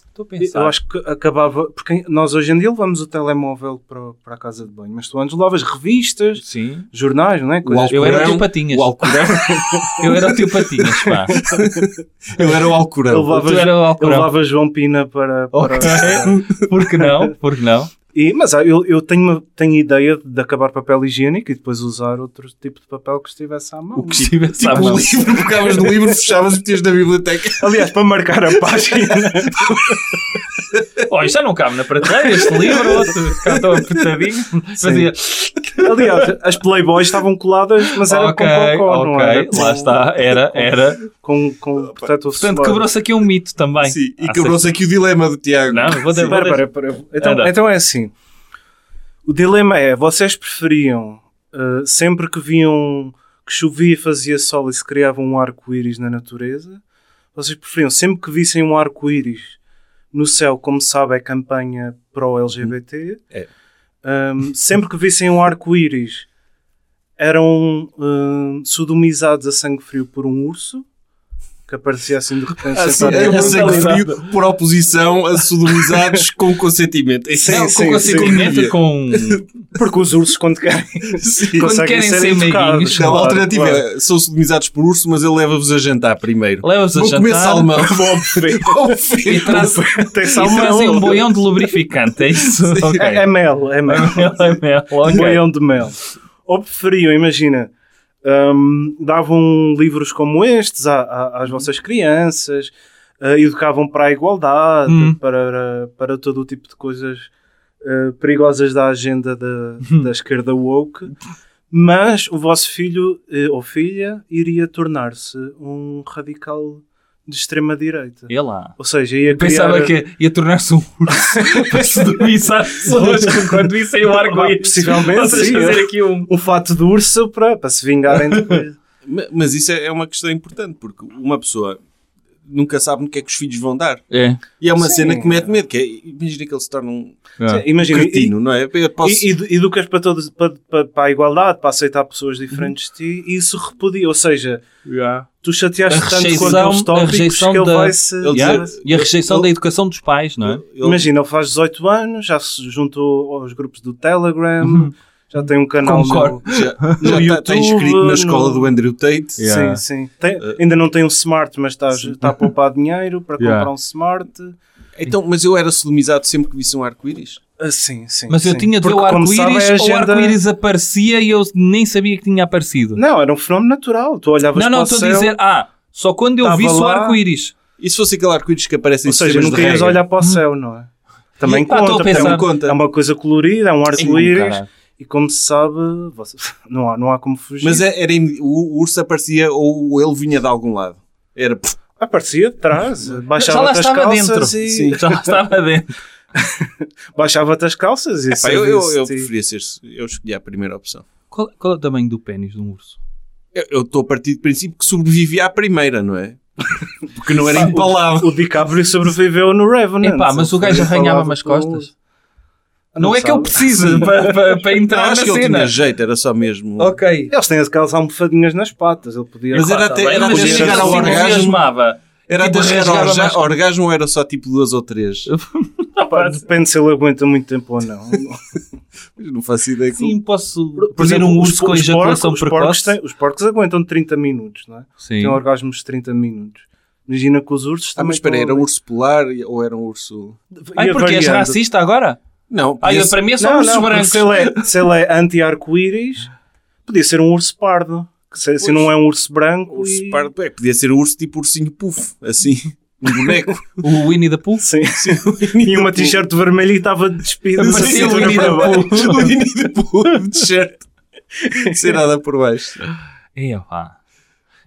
[SPEAKER 5] Estou a pensar.
[SPEAKER 6] Eu acho que acabava. Porque nós hoje em dia levamos o telemóvel para, para a casa de banho, mas tu antes levavas revistas,
[SPEAKER 5] Sim.
[SPEAKER 6] jornais, não é? Coisas
[SPEAKER 5] Eu era o tio
[SPEAKER 3] Alcorão,
[SPEAKER 5] Patinhas.
[SPEAKER 3] O Alcorão.
[SPEAKER 5] Eu era o tio Patinhas, pá.
[SPEAKER 3] eu era o Alcorão.
[SPEAKER 6] levavas,
[SPEAKER 5] Tu era é? o
[SPEAKER 6] eu
[SPEAKER 5] Alcorão.
[SPEAKER 6] levava João Pina para. para-
[SPEAKER 5] Ok. Porque não? Porque não?
[SPEAKER 6] E- mas ah, eu, eu tenho, uma, tenho ideia de acabar papel higiênico e depois usar outro tipo de papel que estivesse à mão.
[SPEAKER 5] O que estivesse à
[SPEAKER 3] O
[SPEAKER 5] mão.
[SPEAKER 3] tipo um livro, pegavas no livro, fechavas e metias na biblioteca.
[SPEAKER 6] Aliás, para marcar a página.
[SPEAKER 5] Oh, isto já não cabe na prateleira, este livro, outro, ficava tão apertadinho. Fazia.
[SPEAKER 6] Aliás, as Playboys estavam coladas, mas era
[SPEAKER 5] ok,
[SPEAKER 6] com cocó, não era?
[SPEAKER 5] ok,
[SPEAKER 6] com-
[SPEAKER 5] lá está, era, era.
[SPEAKER 6] Com, com protetor
[SPEAKER 5] Portanto,
[SPEAKER 6] solar.
[SPEAKER 5] quebrou-se aqui um mito também.
[SPEAKER 3] Sim, e
[SPEAKER 5] Há
[SPEAKER 3] quebrou-se aqui o dilema do Tiago.
[SPEAKER 5] Não, vou dar.
[SPEAKER 6] Pera,
[SPEAKER 5] vou dar-
[SPEAKER 6] pera, pera. Então,
[SPEAKER 5] Anda.
[SPEAKER 6] então é assim. O dilema é, vocês preferiam uh, sempre que viam que chovia, fazia sol e se criava um arco-íris na natureza, vocês preferiam sempre que vissem um arco-íris no céu, como sabe, é campanha pró-LGBT,
[SPEAKER 3] É.
[SPEAKER 6] Um, sempre que vissem um arco-íris eram um, sodomizados a sangue frio por um urso, que aparecia assim de repente.
[SPEAKER 3] Ah, sim,
[SPEAKER 6] sentado
[SPEAKER 3] é
[SPEAKER 6] na
[SPEAKER 3] um
[SPEAKER 6] cama.
[SPEAKER 3] sangue frio por oposição a sodomizados com consentimento. Isso é
[SPEAKER 5] Não,
[SPEAKER 3] algo
[SPEAKER 5] com consentimento, com.
[SPEAKER 6] Porque os ursos, quando querem,
[SPEAKER 5] Quando
[SPEAKER 6] conseguem
[SPEAKER 5] querem
[SPEAKER 6] ser,
[SPEAKER 5] ser
[SPEAKER 6] educados.
[SPEAKER 5] meiguinhos,
[SPEAKER 3] Não,
[SPEAKER 5] Claro,
[SPEAKER 3] a alternativa é, são sodomizados por urso, mas ele leva-vos a jantar primeiro.
[SPEAKER 5] Leva-os a
[SPEAKER 3] Vou comer
[SPEAKER 5] jantar.
[SPEAKER 3] salmão.
[SPEAKER 6] Bom, bem,
[SPEAKER 3] Ao fim.
[SPEAKER 5] E traz,
[SPEAKER 6] Tem
[SPEAKER 5] e trazem um
[SPEAKER 6] salmão.
[SPEAKER 5] boião de lubrificante, é isso? Ok.
[SPEAKER 6] É, é mel, é mel.
[SPEAKER 5] É mel, ok.
[SPEAKER 6] Boião de mel. Ou preferiam, imagina, hum, davam livros como estes a- a- às
[SPEAKER 5] Uhum.
[SPEAKER 6] vossas crianças, eh, educavam para a igualdade,
[SPEAKER 5] Hum.
[SPEAKER 6] para, para todo o tipo de coisas eh, perigosas da agenda da,
[SPEAKER 5] Uhum.
[SPEAKER 6] da esquerda woke. Mas o vosso filho eh, ou filha iria tornar-se um radical de extrema-direita.
[SPEAKER 5] É lá.
[SPEAKER 6] Ou seja, ia criar...
[SPEAKER 5] Pensava que ia tornar-se um urso para seduzir às pessoas que quando isso aí o arco
[SPEAKER 6] Bah, possivelmente,
[SPEAKER 5] Vocês
[SPEAKER 6] sim.
[SPEAKER 5] fazer aqui um...
[SPEAKER 6] O fato do urso para, para se vingarem depois.
[SPEAKER 3] Ma- Mas isso é é uma questão importante, porque uma pessoa nunca sabe no que é que os filhos vão dar.
[SPEAKER 5] É.
[SPEAKER 3] E é uma cena que mete medo, que é, imagina que ele se torna um
[SPEAKER 5] Ah.
[SPEAKER 6] Imagina, e-
[SPEAKER 3] cretino, não é? Eu posso-
[SPEAKER 6] E, e, e educas para, todos, para, para, para a igualdade, para aceitar pessoas diferentes de ti, e isso repudia. Ou seja, tu chateaste
[SPEAKER 5] A
[SPEAKER 6] tanto
[SPEAKER 5] rejeição-
[SPEAKER 6] quanto aos
[SPEAKER 5] a
[SPEAKER 6] tópicos que
[SPEAKER 5] rejeição
[SPEAKER 6] ele
[SPEAKER 5] da-
[SPEAKER 6] vai se.
[SPEAKER 3] ele
[SPEAKER 5] Yeah.
[SPEAKER 3] dizer-
[SPEAKER 5] E a rejeição
[SPEAKER 3] ele-
[SPEAKER 5] da educação dos pais, não é?
[SPEAKER 3] ele-
[SPEAKER 6] Imagina, ele faz 18 anos, já se juntou aos grupos do Telegram, já tem um canal.
[SPEAKER 5] Uhum. Concordo.
[SPEAKER 6] No...
[SPEAKER 3] já,
[SPEAKER 6] no
[SPEAKER 3] já está- está
[SPEAKER 6] YouTube,
[SPEAKER 3] inscrito na
[SPEAKER 6] no-
[SPEAKER 3] escola do Andrew Tate.
[SPEAKER 5] Yeah.
[SPEAKER 6] Sim, sim. Tem-
[SPEAKER 5] Eh,
[SPEAKER 6] ainda não tem um smart, mas está, está a poupar dinheiro para
[SPEAKER 5] Yeah.
[SPEAKER 6] comprar um smart. É.
[SPEAKER 3] Então, mas eu era sodomizado sempre que visse um arco-íris.
[SPEAKER 6] Ah, sim, sim.
[SPEAKER 5] Mas eu
[SPEAKER 6] sim.
[SPEAKER 5] tinha de ver
[SPEAKER 6] Porque,
[SPEAKER 5] o
[SPEAKER 6] como sabe,
[SPEAKER 5] arco-íris
[SPEAKER 6] é a
[SPEAKER 5] ou o
[SPEAKER 6] agenda-
[SPEAKER 5] arco-íris aparecia e eu nem sabia que tinha aparecido.
[SPEAKER 6] Não, era um fenómeno natural. Tu olhavas
[SPEAKER 5] Não,
[SPEAKER 6] para
[SPEAKER 5] não,
[SPEAKER 6] o
[SPEAKER 5] estou
[SPEAKER 6] céu.
[SPEAKER 5] a dizer, ah, só quando eu
[SPEAKER 6] Tava
[SPEAKER 5] vi o
[SPEAKER 6] lá.
[SPEAKER 5] arco-íris.
[SPEAKER 3] E se fosse aquele arco-íris que aparece em
[SPEAKER 6] Ou seja,
[SPEAKER 3] sistemas
[SPEAKER 6] nunca
[SPEAKER 3] de
[SPEAKER 6] ias
[SPEAKER 3] regra?
[SPEAKER 6] olhar para o céu, não é? Também
[SPEAKER 5] Pá,
[SPEAKER 6] conta,
[SPEAKER 5] estou a
[SPEAKER 6] porque é
[SPEAKER 5] pensar.
[SPEAKER 6] uma-
[SPEAKER 3] Conta.
[SPEAKER 6] é uma coisa colorida, é um arco-íris.
[SPEAKER 5] caralho.
[SPEAKER 6] E como se sabe, você- não, há, não há como fugir.
[SPEAKER 3] Mas é- era, im- o o urso aparecia ou ele vinha de algum lado. Era pff,
[SPEAKER 6] Aparecia Ah, de trás,
[SPEAKER 5] Já lá
[SPEAKER 6] baixava-te as
[SPEAKER 5] estava
[SPEAKER 6] calças
[SPEAKER 5] dentro.
[SPEAKER 6] e...
[SPEAKER 5] Sim, já lá estava dentro.
[SPEAKER 6] Baixava-te as calças e tipo,
[SPEAKER 3] pá, eu, eu, eu
[SPEAKER 6] serviço-te.
[SPEAKER 3] preferia ser. Eu escolhi a primeira opção.
[SPEAKER 5] Qual, qual é o tamanho do pênis de um urso?
[SPEAKER 3] Eu- Eu estou a partir do princípio que sobrevivi à primeira, não é? Porque não era empalado.
[SPEAKER 6] O DiCaprio sobreviveu no Revenant.
[SPEAKER 5] Epá, mas o gajo arranhava umas costas.
[SPEAKER 6] Ah,
[SPEAKER 5] Não, é que ele precisa para, para, para
[SPEAKER 3] Não,
[SPEAKER 5] entrar na
[SPEAKER 3] acho que ele
[SPEAKER 5] cena.
[SPEAKER 3] tinha jeito, era só mesmo.
[SPEAKER 5] Ok.
[SPEAKER 6] Eles têm de calçar almofadinhas nas patas. Ele podia...
[SPEAKER 3] Mas era
[SPEAKER 5] Tá
[SPEAKER 3] até-
[SPEAKER 5] bem,
[SPEAKER 3] era
[SPEAKER 5] mas
[SPEAKER 3] até
[SPEAKER 5] ele
[SPEAKER 3] chegar ao
[SPEAKER 5] se
[SPEAKER 3] orgasmo.
[SPEAKER 5] entusiasmava.
[SPEAKER 3] Era
[SPEAKER 5] Tipo,
[SPEAKER 3] até chegar ao
[SPEAKER 5] rasgava
[SPEAKER 3] orga-
[SPEAKER 5] mais-
[SPEAKER 3] orgasmo ou era só tipo duas ou três?
[SPEAKER 6] Pá, Depende se ele aguenta muito tempo ou não.
[SPEAKER 3] Eu não faço ideia. como-
[SPEAKER 5] Sim, posso
[SPEAKER 6] Por
[SPEAKER 5] fazer um
[SPEAKER 6] os-
[SPEAKER 5] urso com
[SPEAKER 6] os
[SPEAKER 5] ejaculação
[SPEAKER 6] porcos- os porcos
[SPEAKER 5] precoce.
[SPEAKER 6] têm- Os porcos aguentam 30 minutos, não é?
[SPEAKER 5] Sim.
[SPEAKER 6] Tem orgasmos de 30 minutos. Imagina que os ursos
[SPEAKER 3] Ah,
[SPEAKER 6] também.
[SPEAKER 3] mas espera, aí,
[SPEAKER 6] estão
[SPEAKER 3] era um
[SPEAKER 6] ali.
[SPEAKER 3] urso polar e- ou era um urso.
[SPEAKER 5] Ai,
[SPEAKER 6] Ia
[SPEAKER 5] Ah, é porque és
[SPEAKER 6] variando.
[SPEAKER 5] racista agora?
[SPEAKER 3] Não,
[SPEAKER 5] Ai,
[SPEAKER 3] podia ser-
[SPEAKER 5] para mim é só
[SPEAKER 6] Não,
[SPEAKER 5] ursos
[SPEAKER 6] não, porque
[SPEAKER 5] brancos.
[SPEAKER 6] se ele é, se ele é anti-arco-íris, podia ser um urso pardo. Que se, se
[SPEAKER 3] Pois.
[SPEAKER 6] não é um urso branco.
[SPEAKER 3] urso
[SPEAKER 6] e-
[SPEAKER 3] pardo, é, podia ser um urso tipo ursinho puff, assim, um boneco.
[SPEAKER 5] O Winnie the Pooh?
[SPEAKER 6] Sim. Tinha uma t-shirt vermelha e estava despido.
[SPEAKER 5] Parecia
[SPEAKER 6] Assim,
[SPEAKER 5] o
[SPEAKER 6] tudo
[SPEAKER 5] Winnie
[SPEAKER 6] para
[SPEAKER 5] the
[SPEAKER 6] baixo.
[SPEAKER 3] O um Winnie the Pooh de shirt. Sem nada por baixo.
[SPEAKER 5] É, pá.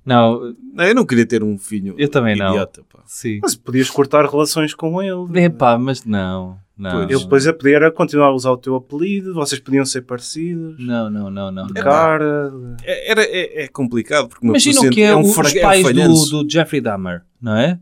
[SPEAKER 5] Não,
[SPEAKER 3] Não, eu não queria ter um filho.
[SPEAKER 5] Eu também não.
[SPEAKER 3] idiota, não. Pá.
[SPEAKER 5] sim.
[SPEAKER 6] Mas podias cortar relações com ele.
[SPEAKER 5] É pá, mas não.
[SPEAKER 3] Ah.
[SPEAKER 5] Não.
[SPEAKER 6] Ele depois a poder era continuar a usar o teu apelido, vocês podiam ser parecidos.
[SPEAKER 5] Não, não, não, não.
[SPEAKER 6] de
[SPEAKER 5] não.
[SPEAKER 6] Cara,
[SPEAKER 3] É, era, é, é complicado porque uma
[SPEAKER 5] Imagina
[SPEAKER 3] pessoa
[SPEAKER 5] o que
[SPEAKER 3] sente-
[SPEAKER 5] é,
[SPEAKER 3] um
[SPEAKER 5] o- os
[SPEAKER 3] fraca-
[SPEAKER 5] pais
[SPEAKER 3] falhanço.
[SPEAKER 5] do, do Jeffrey Dahmer, não é?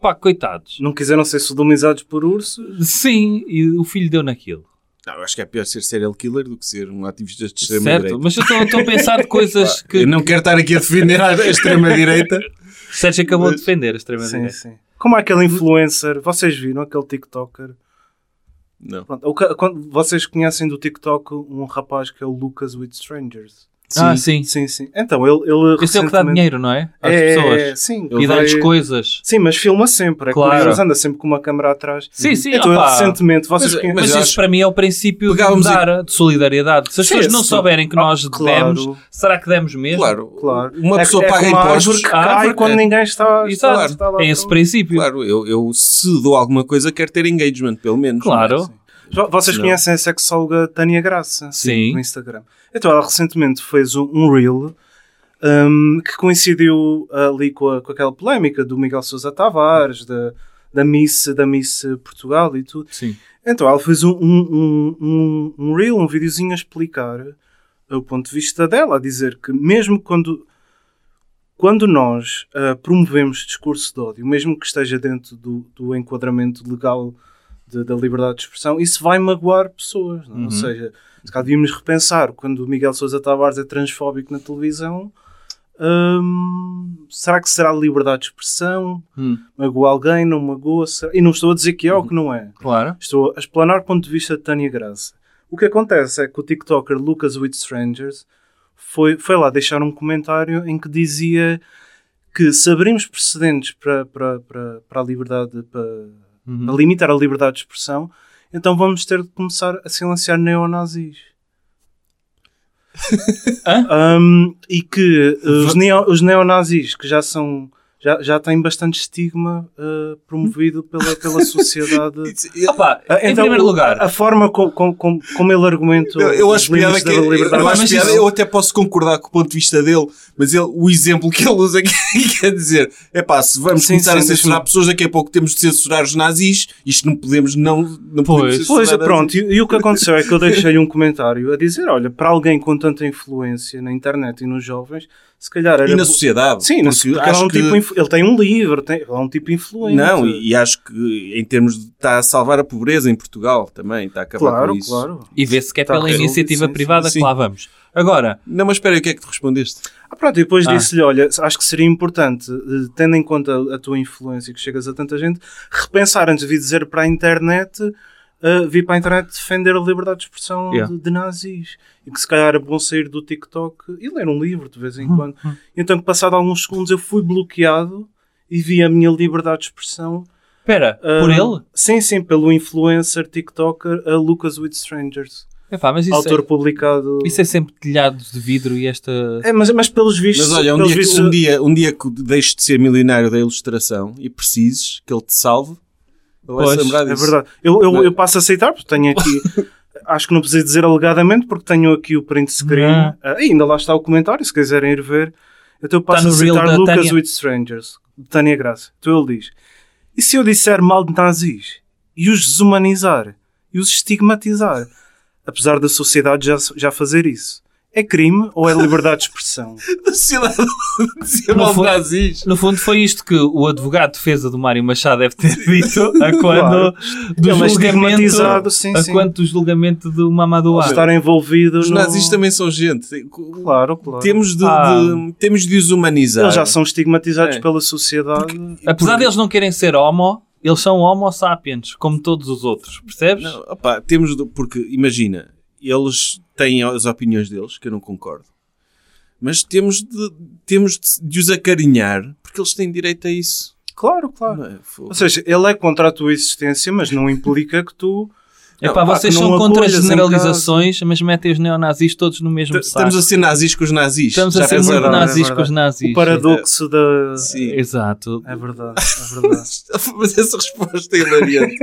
[SPEAKER 5] Pá, coitados.
[SPEAKER 6] não quiseram ser sodomizados por ursos.
[SPEAKER 5] Sim, e o filho deu naquilo.
[SPEAKER 3] Não, eu acho que é pior ser serial killer do que ser um ativista de extrema-direita.
[SPEAKER 5] Certo? Mas eu estou a pensar de coisas que
[SPEAKER 3] Eu não quero estar aqui a defender a a extrema-direita.
[SPEAKER 5] Sérgio acabou de defender, a
[SPEAKER 6] Sim,
[SPEAKER 3] é.
[SPEAKER 5] extremamente.
[SPEAKER 6] sim. Como aquele influencer, vocês viram aquele TikToker?
[SPEAKER 3] Não.
[SPEAKER 6] Pronto, o ca- quando- vocês conhecem do TikTok um rapaz que é o Lucas with Strangers?
[SPEAKER 5] Ah, sim.
[SPEAKER 6] Sim, sim. Então, ele. ele
[SPEAKER 5] Esse é o que dá
[SPEAKER 6] recentemente-
[SPEAKER 5] dinheiro, não é? Às
[SPEAKER 6] É, é,
[SPEAKER 5] pessoas.
[SPEAKER 6] sim.
[SPEAKER 5] E
[SPEAKER 6] ele
[SPEAKER 5] dá-lhes
[SPEAKER 6] vai-
[SPEAKER 5] coisas.
[SPEAKER 6] Sim, mas filma sempre. É
[SPEAKER 5] Claro.
[SPEAKER 6] curioso, anda sempre com uma câmera atrás.
[SPEAKER 5] Sim, sim,
[SPEAKER 6] Então, ele
[SPEAKER 5] opá.
[SPEAKER 6] recentemente, vocês
[SPEAKER 3] Mas-
[SPEAKER 6] conhecem-
[SPEAKER 5] Mas,
[SPEAKER 3] eu
[SPEAKER 5] isso
[SPEAKER 3] acho-
[SPEAKER 5] para mim é o princípio de
[SPEAKER 3] Pegávamos em-
[SPEAKER 5] dar, de solidariedade. Se as
[SPEAKER 6] Sim,
[SPEAKER 5] pessoas não
[SPEAKER 6] sim.
[SPEAKER 5] souberem que nós
[SPEAKER 6] Ah, claro.
[SPEAKER 5] demos, será que demos mesmo?
[SPEAKER 3] Claro.
[SPEAKER 6] Claro.
[SPEAKER 3] Uma
[SPEAKER 6] É-
[SPEAKER 3] pessoa
[SPEAKER 6] é
[SPEAKER 3] paga
[SPEAKER 6] como a
[SPEAKER 3] impostos.
[SPEAKER 6] árvore que
[SPEAKER 5] A
[SPEAKER 6] cai
[SPEAKER 5] árvore-
[SPEAKER 6] quando ninguém está, está,
[SPEAKER 5] Exato.
[SPEAKER 6] está lá.
[SPEAKER 5] é esse princípio.
[SPEAKER 3] Claro, eu, eu se dou alguma coisa quero ter engagement, pelo menos.
[SPEAKER 5] Claro.
[SPEAKER 6] Já- Vocês
[SPEAKER 3] Não.
[SPEAKER 6] conhecem a sexóloga Tânia Graça?
[SPEAKER 5] Sim.
[SPEAKER 6] No Instagram. Então, ela recentemente fez um, um reel hum, que coincidiu ali com, a- com aquela polémica do Miguel Sousa Tavares, da, da, Miss, da Miss Portugal e tudo.
[SPEAKER 5] Sim.
[SPEAKER 6] Então, ela fez um, um, um, um, um reel, um videozinho a explicar o ponto de vista dela, a dizer que mesmo quando, quando nós ah, promovemos discurso de ódio, mesmo que esteja dentro do, do enquadramento legal de- da liberdade de expressão, isso vai magoar pessoas. não é? Ou seja, se calhar devíamos repensar, quando o Miguel Sousa Tavares é transfóbico na televisão, hum, será que será liberdade de expressão?
[SPEAKER 5] Hum.
[SPEAKER 6] Magoa alguém? Não magoa? Será- E não estou a dizer que é ou que não é.
[SPEAKER 5] Claro.
[SPEAKER 6] Estou a explanar o ponto de vista de Tânia Graça. O que acontece é que o TikToker Lucas with Strangers foi, foi lá deixar um comentário em que dizia que se abrimos precedentes para, para, para, para a liberdade, para, para limitar a liberdade de expressão, então vamos ter de começar a silenciar neonazis. eh, Hum, e que uh, os, neo, os neonazis que já são já, já tem bastante estigma eh, promovido pela, pela sociedade.
[SPEAKER 5] Opa,
[SPEAKER 6] Ah,
[SPEAKER 5] em
[SPEAKER 6] então,
[SPEAKER 5] primeiro lugar,
[SPEAKER 6] A forma como, como, como, como ele argumenta
[SPEAKER 3] Eu, eu acho
[SPEAKER 6] os
[SPEAKER 3] piada
[SPEAKER 6] limites
[SPEAKER 3] que é,
[SPEAKER 6] da liberdade
[SPEAKER 3] eu, acho
[SPEAKER 5] Mas
[SPEAKER 3] piada, é
[SPEAKER 5] isso-
[SPEAKER 3] eu até posso concordar com o ponto de vista dele, mas ele, o exemplo que ele usa aqui quer dizer é pá, se vamos
[SPEAKER 6] Sim,
[SPEAKER 3] começar
[SPEAKER 6] sim,
[SPEAKER 3] a censurar
[SPEAKER 6] deixa-me-
[SPEAKER 3] pessoas, daqui a pouco temos de censurar os nazis, isto não podemos não, não podemos
[SPEAKER 5] Pois.
[SPEAKER 3] censurar
[SPEAKER 6] Pois,
[SPEAKER 3] nazis.
[SPEAKER 6] pronto, e, e o que aconteceu é que eu deixei um comentário a dizer, olha, para alguém com tanta influência na internet e nos jovens, se calhar era...
[SPEAKER 3] E na
[SPEAKER 6] bo-
[SPEAKER 3] sociedade.
[SPEAKER 6] Sim, na
[SPEAKER 3] porque
[SPEAKER 6] sociedade. Ele, é
[SPEAKER 3] acho
[SPEAKER 6] um
[SPEAKER 3] que-
[SPEAKER 6] tipo influ- ele tem um livro, tem, ele é um tipo influente.
[SPEAKER 3] Não, e, é e acho que em termos de está a salvar a pobreza em Portugal também, está a acabar
[SPEAKER 6] Claro,
[SPEAKER 3] com isso.
[SPEAKER 6] claro.
[SPEAKER 5] e vê-se que é
[SPEAKER 6] Tá
[SPEAKER 5] pela
[SPEAKER 6] resolvido,
[SPEAKER 5] iniciativa
[SPEAKER 6] sim,
[SPEAKER 5] privada
[SPEAKER 3] sim.
[SPEAKER 5] que lá vamos. Agora,
[SPEAKER 3] Não, mas espera aí, o que é que tu respondeste?
[SPEAKER 6] Ah, pronto, e depois
[SPEAKER 5] Ah.
[SPEAKER 6] disse-lhe, olha, acho que seria importante, eh, tendo em conta a tua influência que chegas a tanta gente, repensar antes de vir dizer para a internet, eh, vir para a internet defender a liberdade de expressão
[SPEAKER 5] Yeah.
[SPEAKER 6] de, de nazis. E que se calhar era bom sair do TikTok e ler um livro de
[SPEAKER 5] Uhum,
[SPEAKER 6] vez em quando. Então, passado alguns segundos, eu fui bloqueado e vi a minha liberdade de expressão.
[SPEAKER 5] espera,
[SPEAKER 6] ah,
[SPEAKER 5] por ele?
[SPEAKER 6] Sim, sim, pelo influencer TikToker a Lucas with Strangers,
[SPEAKER 5] Epá, mas isso,
[SPEAKER 6] autor
[SPEAKER 5] é,
[SPEAKER 6] publicado.
[SPEAKER 5] isso é sempre telhados de vidro e esta...
[SPEAKER 6] É, mas, mas pelos vistos.
[SPEAKER 3] Mas olha, um
[SPEAKER 6] pelos
[SPEAKER 3] dia, que-
[SPEAKER 6] vistos-
[SPEAKER 3] um, dia, um dia que deixes de ser milionário da ilustração e precises que ele te salve, ele vai
[SPEAKER 5] Pois,
[SPEAKER 3] se lembrar
[SPEAKER 6] É
[SPEAKER 3] disso.
[SPEAKER 6] verdade. Eu, eu,
[SPEAKER 3] Não é?
[SPEAKER 6] eu passo a aceitar, porque tenho aqui. acho que não preciso dizer alegadamente, porque tenho aqui o print screen.
[SPEAKER 5] Não. Tá
[SPEAKER 6] Ah, e ainda lá está o comentário, se quiserem ir ver. Então eu passo
[SPEAKER 5] no
[SPEAKER 6] a
[SPEAKER 5] reel da
[SPEAKER 6] aceitar Lucas
[SPEAKER 5] Tânia.
[SPEAKER 6] with Strangers, de Tânia Graça. Então ele diz: E se eu disser mal de nazis? E os desumanizar? E os estigmatizar? Apesar da sociedade já, já fazer isso. É crime ou é liberdade de expressão?
[SPEAKER 3] dizer
[SPEAKER 5] Não
[SPEAKER 3] mal de
[SPEAKER 5] foi-
[SPEAKER 3] nazis.
[SPEAKER 5] No fundo foi isto que o advogado de defesa do Mário Machado deve ter dito a quando do
[SPEAKER 6] Ele
[SPEAKER 5] julgamento,
[SPEAKER 6] é estigmatizado, sim,
[SPEAKER 5] a
[SPEAKER 6] sim.
[SPEAKER 5] quanto do julgamento do Mamadou Ar.
[SPEAKER 6] Estar envolvido
[SPEAKER 3] Os
[SPEAKER 6] no...
[SPEAKER 3] nazis também são gente.
[SPEAKER 6] Claro, claro.
[SPEAKER 3] Temos de,
[SPEAKER 5] Ah.
[SPEAKER 3] de- temos de os humanizar.
[SPEAKER 6] Eles já são estigmatizados
[SPEAKER 3] É.
[SPEAKER 6] pela sociedade.
[SPEAKER 5] Apesar deles não querem ser homo, eles são homo sapiens, como todos os outros, percebes?
[SPEAKER 3] Não, opá, temos de- porque imagina, eles têm as opiniões deles, que eu não concordo, mas temos de, temos de, de os acarinhar porque eles têm direito a isso.
[SPEAKER 6] Claro, claro.
[SPEAKER 3] Não é? Fogo.
[SPEAKER 6] Ou seja, ele é contra a tua existência, mas não implica que tu.
[SPEAKER 5] É pá,
[SPEAKER 6] Não, pá,
[SPEAKER 5] vocês
[SPEAKER 6] que
[SPEAKER 5] são
[SPEAKER 6] não
[SPEAKER 5] contra as
[SPEAKER 6] acolhas em
[SPEAKER 5] generalizações, mas metem os neonazis todos no mesmo
[SPEAKER 3] T-
[SPEAKER 5] é um saco.
[SPEAKER 3] Estamos a ser nazis com os nazis.
[SPEAKER 5] Estamos a
[SPEAKER 3] Já
[SPEAKER 5] ser muito
[SPEAKER 3] pensaram?
[SPEAKER 6] verdade,
[SPEAKER 5] nazis
[SPEAKER 6] é
[SPEAKER 5] com os nazis.
[SPEAKER 6] O paradoxo da.
[SPEAKER 3] Sim.
[SPEAKER 5] Exato.
[SPEAKER 6] É verdade, é verdade.
[SPEAKER 3] Mas essa resposta é hilariante.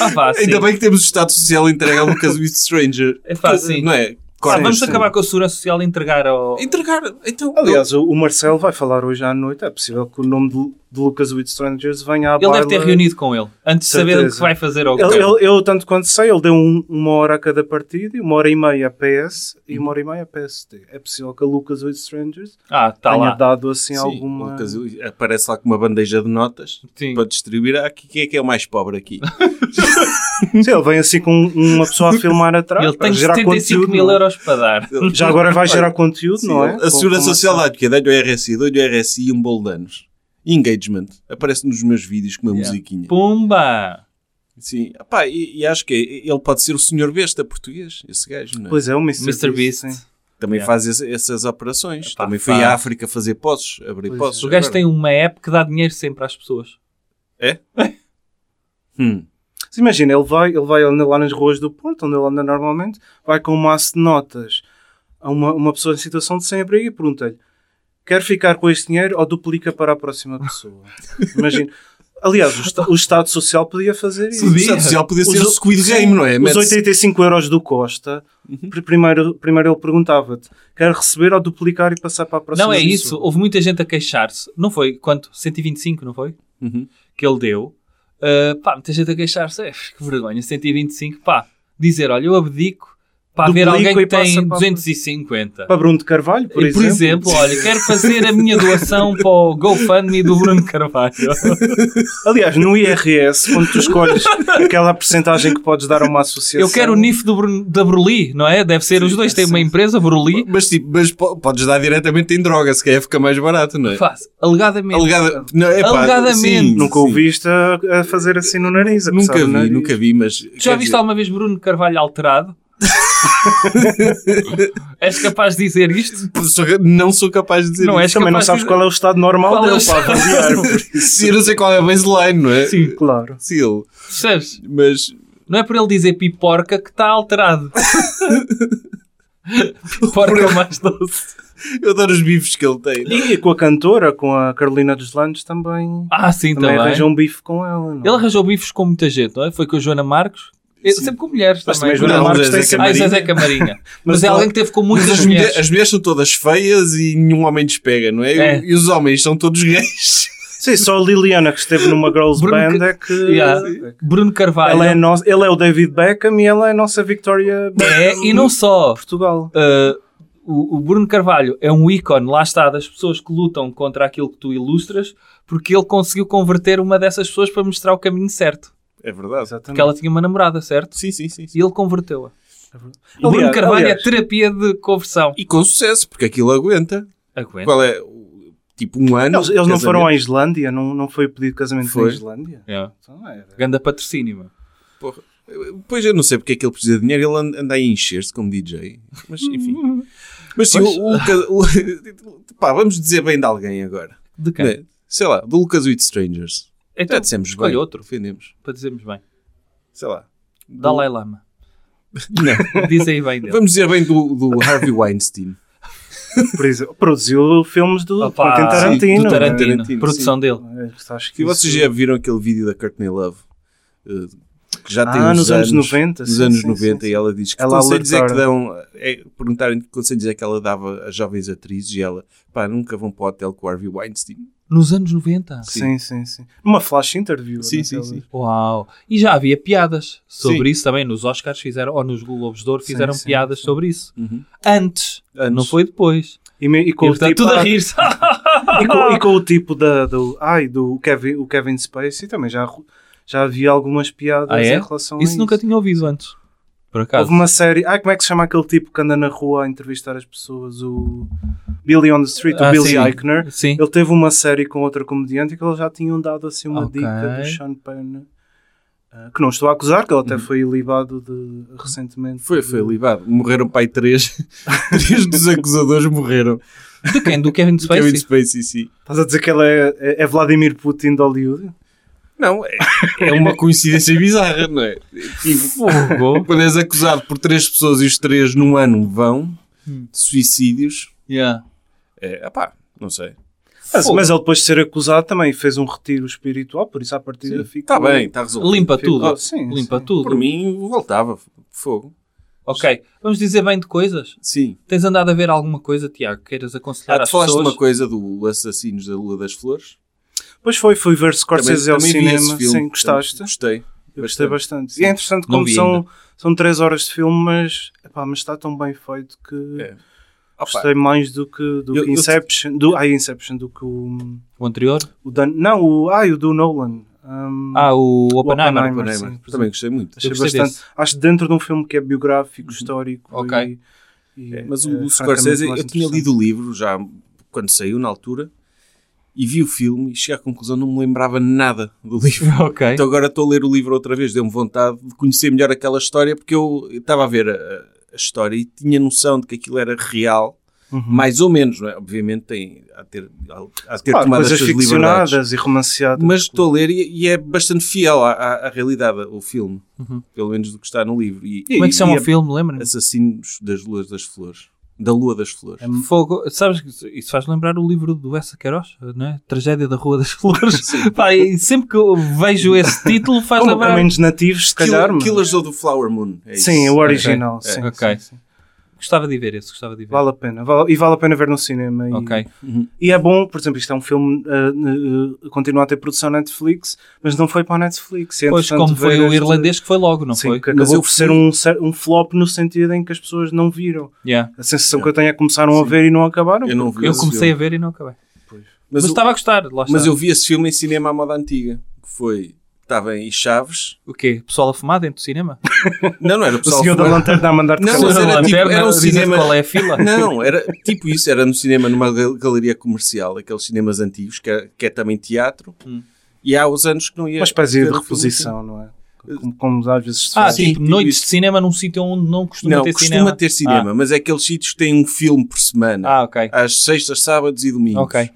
[SPEAKER 5] Ah, pá, sim.
[SPEAKER 3] Ainda bem que temos o Estado Social entregue ao Lucas with Stranger.
[SPEAKER 5] É pá, sim.
[SPEAKER 3] Não é?
[SPEAKER 5] Ah, vamos
[SPEAKER 6] sim.
[SPEAKER 5] acabar com a segurança social e entregar ao...
[SPEAKER 3] Entregar. Então,
[SPEAKER 6] Aliás, o o Marcelo vai falar hoje à noite. É possível que o nome de, de Lucas with Strangers venha à
[SPEAKER 5] Ele deve
[SPEAKER 6] baila.
[SPEAKER 5] ter reunido com ele, antes de saber o que
[SPEAKER 6] Certeza.
[SPEAKER 5] vai fazer ao
[SPEAKER 6] Ele- ele- eu, tanto quanto sei, ele deu um- uma hora a cada partido, e uma hora e meia a PS e uma hora e meia a PST. É possível que a Lucas with Strangers
[SPEAKER 5] Ah, está
[SPEAKER 6] tenha
[SPEAKER 5] lá.
[SPEAKER 6] dado assim
[SPEAKER 3] Sim, o
[SPEAKER 6] alguma.
[SPEAKER 3] Lucas aparece lá com uma bandeja de notas
[SPEAKER 5] Sim.
[SPEAKER 3] para distribuir. Ah, aqui, quem é que é o mais pobre aqui?
[SPEAKER 6] Sim, ele vem assim com uma pessoa a filmar atrás.
[SPEAKER 5] Ele
[SPEAKER 6] para
[SPEAKER 5] tem
[SPEAKER 6] gerar
[SPEAKER 5] 75
[SPEAKER 6] conteúdo,
[SPEAKER 5] mil
[SPEAKER 6] não é?
[SPEAKER 5] euros para dar.
[SPEAKER 6] Já agora vai gerar conteúdo, não é?
[SPEAKER 3] A Segurança
[SPEAKER 6] Com- com
[SPEAKER 3] Social é dá-lhe o quê? Dá-lhe o RSI, dá-lhe o RSI e um bolo de anos. Engagement. Aparece nos meus vídeos com uma
[SPEAKER 5] Yeah.
[SPEAKER 3] musiquinha.
[SPEAKER 5] Pumba!
[SPEAKER 3] Sim. Epá, e, e acho que é- ele pode ser o senhor besta português, esse gajo, não é?
[SPEAKER 6] Pois é, o Mr.
[SPEAKER 5] Mr. Beast.
[SPEAKER 6] sim.
[SPEAKER 3] Também
[SPEAKER 5] Yeah.
[SPEAKER 3] faz esse- essas operações.
[SPEAKER 5] Epá,
[SPEAKER 3] Também foi
[SPEAKER 5] faz.
[SPEAKER 3] à África fazer poços, abrir
[SPEAKER 6] Pois é.
[SPEAKER 3] poços.
[SPEAKER 5] O gajo
[SPEAKER 3] Agora-
[SPEAKER 5] tem uma app que dá dinheiro sempre às pessoas.
[SPEAKER 3] Hum.
[SPEAKER 6] Mas imagina, ele vai, ele vai andar lá nas ruas do Porto, onde ele anda normalmente, vai com um maço de notas a uma, uma pessoa em situação de sem-abrigo e pergunta-lhe: quer ficar com este dinheiro ou duplica para a próxima pessoa? Imagina. Aliás, o, esta- o Estado Social podia fazer isso.
[SPEAKER 3] O Estado Social podia ser o
[SPEAKER 6] Os-
[SPEAKER 3] Squid
[SPEAKER 6] sim,
[SPEAKER 3] Game, não é?
[SPEAKER 6] Os
[SPEAKER 3] Mete-se-
[SPEAKER 6] 85 euros do Costa, pr- primeiro, primeiro ele perguntava-te: quer receber ou duplicar e passar para a próxima
[SPEAKER 5] Não é
[SPEAKER 6] pessoa?
[SPEAKER 5] isso, houve muita gente a queixar-se. Não foi quanto? 125, não foi?
[SPEAKER 3] Uhum.
[SPEAKER 5] Que ele deu. Uh, pá, muita gente a queixar-se. É, que vergonha, 125, pá. Dizer, olha, eu abdico para haver
[SPEAKER 6] Duplico
[SPEAKER 5] alguém que
[SPEAKER 6] e passa
[SPEAKER 5] tem
[SPEAKER 6] para a-
[SPEAKER 5] 250.
[SPEAKER 6] Para Bruno de Carvalho,
[SPEAKER 5] Por, e, por exemplo, olha, quero fazer a minha doação para o GoFundMe do Bruno Carvalho.
[SPEAKER 6] Aliás, no IRS, quando tu escolhes aquela porcentagem que podes dar a uma associação.
[SPEAKER 5] Eu quero o NIF do Bruno- da Bruli, não é? Deve ser os dois, têm uma empresa, Bruli.
[SPEAKER 3] Mas, tipo, mas po- podes dar diretamente em droga, se calhar fica mais barato, não é?
[SPEAKER 5] Faz, alegadamente.
[SPEAKER 3] Alegada, não, é pá,
[SPEAKER 5] Alegadamente.
[SPEAKER 3] sim,
[SPEAKER 6] Nunca
[SPEAKER 3] sim.
[SPEAKER 6] ouviste a, a fazer assim no nariz. a
[SPEAKER 3] Nunca
[SPEAKER 6] coçar o
[SPEAKER 3] vi,
[SPEAKER 6] nariz.
[SPEAKER 3] nunca vi, mas.
[SPEAKER 5] Tu é? já
[SPEAKER 3] quer
[SPEAKER 5] viste
[SPEAKER 3] dizer,
[SPEAKER 5] alguma vez Bruno Carvalho alterado? és capaz de dizer isto?
[SPEAKER 3] sou- não sou capaz de dizer
[SPEAKER 5] Não és
[SPEAKER 3] isto.
[SPEAKER 6] Também não
[SPEAKER 5] capaz
[SPEAKER 6] sabes
[SPEAKER 5] de-
[SPEAKER 6] qual é o estado normal
[SPEAKER 5] Qual é o
[SPEAKER 6] dele para avaliar. por isso.
[SPEAKER 3] Sim, eu não sei qual é a baseline, não é?
[SPEAKER 5] Sim.
[SPEAKER 6] Claro.
[SPEAKER 3] Sim, ele-
[SPEAKER 5] Percebes?
[SPEAKER 3] mas
[SPEAKER 5] Não é por ele dizer piporca que está alterado. Porca mais doce.
[SPEAKER 3] Eu adoro os bifes que ele tem.
[SPEAKER 6] E com a cantora, com a Carolina dos Landes também.
[SPEAKER 5] Ah, sim,
[SPEAKER 6] também
[SPEAKER 5] também.
[SPEAKER 6] arranja um bife com ela. Não?
[SPEAKER 5] Ele arranjou bifes com muita gente, não é? Foi com a Joana Marcos. Eu- sempre com mulheres
[SPEAKER 6] Mas
[SPEAKER 5] também.
[SPEAKER 6] também a Joana
[SPEAKER 3] Não,
[SPEAKER 6] Marques
[SPEAKER 3] José
[SPEAKER 6] tem sempre
[SPEAKER 5] Ah, e
[SPEAKER 3] Camarinha.
[SPEAKER 5] Zezé Camarinha. Mas,
[SPEAKER 6] Mas
[SPEAKER 5] é
[SPEAKER 6] ela-
[SPEAKER 5] alguém que teve com
[SPEAKER 3] Mas
[SPEAKER 5] muitas
[SPEAKER 3] as,
[SPEAKER 5] mulheres.
[SPEAKER 3] mulheres. as mulheres são todas feias e nenhum homem despega, não é?
[SPEAKER 5] É.
[SPEAKER 3] E os homens são todos gays.
[SPEAKER 6] Sim, só a Liliana que esteve numa Girls
[SPEAKER 5] Bruno
[SPEAKER 6] Band
[SPEAKER 5] Ca-
[SPEAKER 6] é que.
[SPEAKER 5] Yeah. Ah, Bruno Carvalho.
[SPEAKER 6] Ela é nossa, ele é o David Beckham e ela é a nossa Victoria Beckham
[SPEAKER 5] É, e não só.
[SPEAKER 6] de Portugal.
[SPEAKER 5] Uh, o, o Bruno Carvalho é um ícone, lá está, das pessoas que lutam contra aquilo que tu ilustras, porque ele conseguiu converter uma dessas pessoas para mostrar o caminho certo.
[SPEAKER 3] É verdade.
[SPEAKER 5] Porque
[SPEAKER 6] Exatamente.
[SPEAKER 5] ela tinha uma namorada, certo?
[SPEAKER 3] Sim, sim, sim. sim.
[SPEAKER 5] E ele converteu-a. O
[SPEAKER 6] Aliás-
[SPEAKER 5] Bruno Carvalho
[SPEAKER 6] aliás,
[SPEAKER 5] é terapia de conversão.
[SPEAKER 3] E com sucesso, porque aquilo aguenta.
[SPEAKER 5] Aguenta.
[SPEAKER 3] Qual é? o- Tipo, um ano.
[SPEAKER 6] Eles, eles não
[SPEAKER 3] casamento.
[SPEAKER 6] foram à Islândia? Não, não foi o pedido de casamento
[SPEAKER 3] Foi.
[SPEAKER 6] na Islândia?
[SPEAKER 5] É.
[SPEAKER 6] Então, era.
[SPEAKER 5] Ganda patrocínio, meu.
[SPEAKER 3] Pois eu não sei porque é que ele precisa de dinheiro, ele an- anda a encher-se como DJ. Mas enfim. Mas sim, o, o ca- o- pá, vamos dizer bem de alguém agora.
[SPEAKER 5] De quem?
[SPEAKER 3] Né? Sei lá, do Lucas with Strangers.
[SPEAKER 5] Então,
[SPEAKER 3] Já dissemos
[SPEAKER 5] escolhe
[SPEAKER 3] bem.
[SPEAKER 5] outro,
[SPEAKER 3] Defendemos.
[SPEAKER 5] para dizermos bem.
[SPEAKER 3] Sei lá.
[SPEAKER 5] Dalai Lama.
[SPEAKER 3] Não.
[SPEAKER 5] Diz aí bem dele.
[SPEAKER 3] Vamos dizer bem do, do Harvey Weinstein.
[SPEAKER 6] Por exemplo, produziu filmes do
[SPEAKER 5] Opa,
[SPEAKER 6] Quentin Tarantino.
[SPEAKER 5] sim, do Tarantino,
[SPEAKER 3] Tarantino,
[SPEAKER 5] produção dele.
[SPEAKER 6] É, que acho que
[SPEAKER 3] Se vocês
[SPEAKER 6] isso-
[SPEAKER 3] já viram aquele vídeo da Courtney Love, eh, que já tem
[SPEAKER 6] Ah,
[SPEAKER 3] uns
[SPEAKER 6] nos anos 90,
[SPEAKER 3] Nos
[SPEAKER 6] sim,
[SPEAKER 3] anos
[SPEAKER 6] sim,
[SPEAKER 3] 90,
[SPEAKER 6] sim, sim.
[SPEAKER 3] e ela diz que
[SPEAKER 6] Ela
[SPEAKER 3] conselhos é que
[SPEAKER 6] alertaram.
[SPEAKER 3] dão. É, perguntaram que conselhos é que ela dava a jovens atrizes e ela, pá, nunca vão para o hotel com o Harvey Weinstein.
[SPEAKER 5] Nos anos 90.
[SPEAKER 6] Sim, sim, sim. Uma flash interview.
[SPEAKER 3] Sim, sim,
[SPEAKER 6] naquela-
[SPEAKER 3] sim.
[SPEAKER 5] Uau! E já havia piadas sobre isso também. Nos Oscars fizeram, ou nos Globos de Ouro fizeram
[SPEAKER 6] sim,
[SPEAKER 5] piadas sobre isso.
[SPEAKER 3] Uhum.
[SPEAKER 5] Antes,
[SPEAKER 3] Antes.
[SPEAKER 5] Não foi depois.
[SPEAKER 6] E, me- e
[SPEAKER 5] Com
[SPEAKER 6] com o
[SPEAKER 5] está
[SPEAKER 6] tipo,
[SPEAKER 5] tá tudo a
[SPEAKER 6] ah,
[SPEAKER 5] rir-se.
[SPEAKER 6] e, com, e com o tipo da, do, ai, do Kevin, o Kevin Spacey também já, já havia algumas piadas
[SPEAKER 5] Ah, é?
[SPEAKER 6] em relação a
[SPEAKER 5] Isso
[SPEAKER 6] isso.
[SPEAKER 5] nunca tinha ouvido antes. Por acaso.
[SPEAKER 6] Houve uma série. Ai, como é que se chama aquele tipo que anda na rua a entrevistar as pessoas? O Billy on the Street,
[SPEAKER 5] Ah,
[SPEAKER 6] o Billy
[SPEAKER 5] sim.
[SPEAKER 6] Eichner.
[SPEAKER 5] Sim.
[SPEAKER 6] Ele teve uma série com outra comediante que eles já tinham dado assim uma
[SPEAKER 5] Ok.
[SPEAKER 6] dica do Sean Penn. ah, que não estou a acusar, que ele
[SPEAKER 5] Uhum.
[SPEAKER 6] até foi libado de, recentemente.
[SPEAKER 3] Foi, foi libado. Morreram pai três. três dos acusadores morreram.
[SPEAKER 5] De quem? Do Kevin Spacey?
[SPEAKER 3] Kevin Spacey, sim.
[SPEAKER 6] Estás a dizer que ele é, é- é Vladimir Putin de Hollywood?
[SPEAKER 3] Não, é, é uma coincidência bizarra, não é?
[SPEAKER 5] Fogo.
[SPEAKER 3] Quando és acusado por três pessoas e os três num ano vão,
[SPEAKER 6] Hum.
[SPEAKER 3] de suicídios,
[SPEAKER 5] Yeah.
[SPEAKER 3] é, ah pá, não sei.
[SPEAKER 6] Mas,
[SPEAKER 5] Fogo.
[SPEAKER 6] mas ele depois de ser acusado também fez um retiro espiritual, por isso à partida fica.
[SPEAKER 3] Está Tá bem, está resolvido.
[SPEAKER 5] Limpa
[SPEAKER 6] Ficou-
[SPEAKER 5] tudo.
[SPEAKER 6] Oh, sim,
[SPEAKER 5] Limpa
[SPEAKER 6] sim.
[SPEAKER 5] tudo.
[SPEAKER 3] Por mim, voltava. Fogo.
[SPEAKER 5] Ok. Vamos dizer bem de coisas?
[SPEAKER 3] Sim.
[SPEAKER 5] Tens andado a ver alguma coisa, Tiago? Queiras aconselhar
[SPEAKER 3] Ah,
[SPEAKER 5] às
[SPEAKER 3] tu falaste
[SPEAKER 5] pessoas?
[SPEAKER 3] uma coisa do Assassinos da Lua das Flores?
[SPEAKER 6] Pois foi, fui ver Scorsese ao
[SPEAKER 3] vi esse
[SPEAKER 6] é cinema.
[SPEAKER 3] filme.
[SPEAKER 6] Sim, gostaste?
[SPEAKER 3] Eu Gostei.
[SPEAKER 6] Eu gostei
[SPEAKER 3] Bastante.
[SPEAKER 6] bastante. E é interessante
[SPEAKER 5] Não
[SPEAKER 6] como
[SPEAKER 5] vi
[SPEAKER 6] são,
[SPEAKER 5] ainda.
[SPEAKER 6] são 3 horas de filme, mas, epá, mas está tão bem feito que
[SPEAKER 3] É. Ah, pá,
[SPEAKER 6] gostei mais do que, do
[SPEAKER 3] Eu-
[SPEAKER 6] que
[SPEAKER 3] eu-
[SPEAKER 6] Inception. Do, ai, Inception, do que o.
[SPEAKER 5] O anterior?
[SPEAKER 6] o Dan, não, o, ai, o do Nolan. Hum,
[SPEAKER 5] Ah, o Oppenheimer.
[SPEAKER 6] Oppenheimer.
[SPEAKER 3] Oppenheimer.
[SPEAKER 6] sim, por
[SPEAKER 3] Também
[SPEAKER 6] exemplo.
[SPEAKER 3] gostei muito.
[SPEAKER 6] achei
[SPEAKER 5] eu gostei
[SPEAKER 6] bastante.
[SPEAKER 5] desse.
[SPEAKER 6] Acho que dentro de um filme que é biográfico, histórico.
[SPEAKER 5] Ok.
[SPEAKER 6] e- e
[SPEAKER 3] É, Mas
[SPEAKER 6] é
[SPEAKER 3] o
[SPEAKER 6] francamente
[SPEAKER 3] Scorsese,
[SPEAKER 6] mais
[SPEAKER 3] eu tinha
[SPEAKER 6] interessante.
[SPEAKER 3] lido o livro já quando saiu, na altura, e vi o filme e cheguei à conclusão não me lembrava nada do livro.
[SPEAKER 5] Ok.
[SPEAKER 3] Então agora estou a ler o livro outra vez, deu-me vontade de conhecer melhor aquela história, porque eu estava a ver a, a história e tinha noção de que aquilo era real,
[SPEAKER 5] Uhum.
[SPEAKER 3] mais ou menos, não é? Obviamente tem a ter, a, ter
[SPEAKER 6] Claro,
[SPEAKER 3] tomado as
[SPEAKER 6] coisas
[SPEAKER 3] suas liberdades.
[SPEAKER 6] ficcionadas e romanceadas.
[SPEAKER 3] Mas estou a ler e, e é bastante fiel à, à- à realidade, o filme. Pelo menos do que está no livro. E,
[SPEAKER 5] Uhum. Como é que se chama
[SPEAKER 3] e
[SPEAKER 5] o filme? Lembra-me?
[SPEAKER 3] Assassinos das Luas das Flores. Da Lua das
[SPEAKER 5] É
[SPEAKER 3] Flores.
[SPEAKER 5] Fogo, sabes que isso- isso faz lembrar o livro do Essa Queiroz, não é? Tragédia da Rua das Flores. Pá, e sempre que eu vejo esse título faz
[SPEAKER 6] Como, a
[SPEAKER 5] lembrar.
[SPEAKER 6] menos nativos, se
[SPEAKER 3] Kill-
[SPEAKER 6] calhar. mas-
[SPEAKER 3] Killers of the Flower Moon. é isso.
[SPEAKER 6] Sim, o original. Sim,
[SPEAKER 5] Ok.
[SPEAKER 6] sim, sim.
[SPEAKER 5] Gostava de ver esse, gostava de ver.
[SPEAKER 6] Vale a pena. Vale- e vale a pena ver no cinema. e-
[SPEAKER 5] Ok.
[SPEAKER 6] E é bom, por exemplo, isto é um filme uh, uh, continua a ter produção Netflix, mas não foi para a Netflix. E,
[SPEAKER 5] Pois,
[SPEAKER 6] entretanto,
[SPEAKER 5] como foi
[SPEAKER 6] ver
[SPEAKER 5] o
[SPEAKER 6] este-
[SPEAKER 5] irlandês que foi logo, não
[SPEAKER 6] Sim,
[SPEAKER 5] foi?
[SPEAKER 6] que
[SPEAKER 3] Mas eu
[SPEAKER 6] acabou por ser um, cer- um flop no sentido em que as pessoas não viram.
[SPEAKER 5] Yeah.
[SPEAKER 6] A sensação que eu tenho é que começaram a ver e não acabaram.
[SPEAKER 3] Eu não vi
[SPEAKER 5] Eu
[SPEAKER 3] esse
[SPEAKER 5] comecei a
[SPEAKER 3] filme.
[SPEAKER 5] ver e não acabei. Mas,
[SPEAKER 3] Mas, o-
[SPEAKER 5] estava a gostar, lá está.
[SPEAKER 3] mas eu vi esse filme em cinema à moda antiga. Que foi... Estava em Chaves.
[SPEAKER 5] O quê? Pessoal a fumar dentro do cinema?
[SPEAKER 3] Não, não era o
[SPEAKER 6] O
[SPEAKER 3] pessoal
[SPEAKER 6] senhor da
[SPEAKER 3] fumar.
[SPEAKER 6] lanterna a mandar-te
[SPEAKER 3] Não,
[SPEAKER 6] calar.
[SPEAKER 3] mas era
[SPEAKER 5] A
[SPEAKER 3] tipo-
[SPEAKER 5] lanterna,
[SPEAKER 3] era um
[SPEAKER 5] dizer-te
[SPEAKER 3] cinema-
[SPEAKER 5] qual é a fila?
[SPEAKER 3] Não, era tipo isso, era no cinema, numa gal- galeria comercial, aqueles cinemas antigos, que é, que é também teatro,
[SPEAKER 5] Hum.
[SPEAKER 3] e há os anos que não ia.
[SPEAKER 6] Uma espécie de
[SPEAKER 3] ver o filme. assim.
[SPEAKER 6] reposição, não é? Como, como às vezes se
[SPEAKER 5] Ah,
[SPEAKER 6] faz.
[SPEAKER 3] Sim,
[SPEAKER 5] tipo,
[SPEAKER 3] tipo
[SPEAKER 5] noites
[SPEAKER 3] isso.
[SPEAKER 5] de cinema num sítio onde não costuma
[SPEAKER 3] Não,
[SPEAKER 5] ter
[SPEAKER 3] costuma
[SPEAKER 5] cinema.
[SPEAKER 3] ter cinema, mas é aqueles sítios que têm um filme por semana.
[SPEAKER 5] Ah, ok.
[SPEAKER 3] Às sextas, sábados e domingos.
[SPEAKER 5] Ok.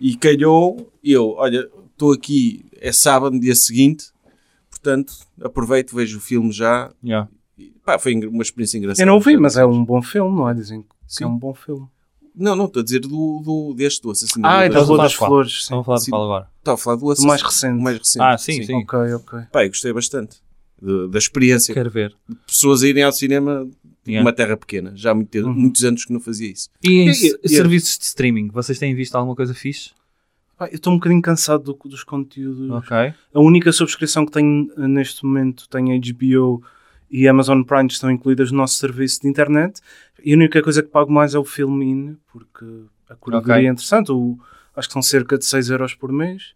[SPEAKER 3] E calhou, eu, olha, estou aqui, é sábado, no dia seguinte, portanto, aproveito, vejo o filme já.
[SPEAKER 5] Yeah.
[SPEAKER 3] E, Pá, foi engra- uma experiência engraçada.
[SPEAKER 6] Eu não o vi, mas é um bom filme, não é? Dizem que
[SPEAKER 3] Sim.
[SPEAKER 6] é um bom filme.
[SPEAKER 3] Não, não, estou a dizer do, do, deste, do assassino.
[SPEAKER 6] Ah,
[SPEAKER 3] do-
[SPEAKER 6] é da
[SPEAKER 5] Estás a
[SPEAKER 6] Rua
[SPEAKER 5] falar
[SPEAKER 6] das
[SPEAKER 5] de qual?
[SPEAKER 6] Flores. Sim.
[SPEAKER 5] Estão a falar de
[SPEAKER 3] Sim.
[SPEAKER 5] qual agora?
[SPEAKER 3] Estava a falar do
[SPEAKER 6] O
[SPEAKER 3] assassino.
[SPEAKER 6] mais recente.
[SPEAKER 3] o mais recente.
[SPEAKER 5] Ah, sim, sim.
[SPEAKER 6] Ok, ok.
[SPEAKER 3] Pá, eu gostei bastante de- da experiência.
[SPEAKER 5] Quero ver.
[SPEAKER 3] Pessoas a irem ao cinema
[SPEAKER 5] Yeah.
[SPEAKER 3] numa terra pequena. Já há muito
[SPEAKER 6] Uhum.
[SPEAKER 3] tempo- muitos anos que não fazia isso.
[SPEAKER 5] E em
[SPEAKER 3] E-
[SPEAKER 5] se-
[SPEAKER 3] e-
[SPEAKER 5] serviços de streaming, vocês têm visto alguma coisa fixe?
[SPEAKER 6] Pá, eu estou um bocadinho cansado do- dos conteúdos.
[SPEAKER 3] Hum.
[SPEAKER 5] Ok.
[SPEAKER 6] A única subscrição que tenho eh, neste momento tem a HBO e Amazon Prime estão incluídas no nosso serviço de internet. E a única coisa que pago mais é o Filmin, porque a curadoria
[SPEAKER 5] Ok.
[SPEAKER 6] é interessante. O- acho que são cerca de 6 euros por mês.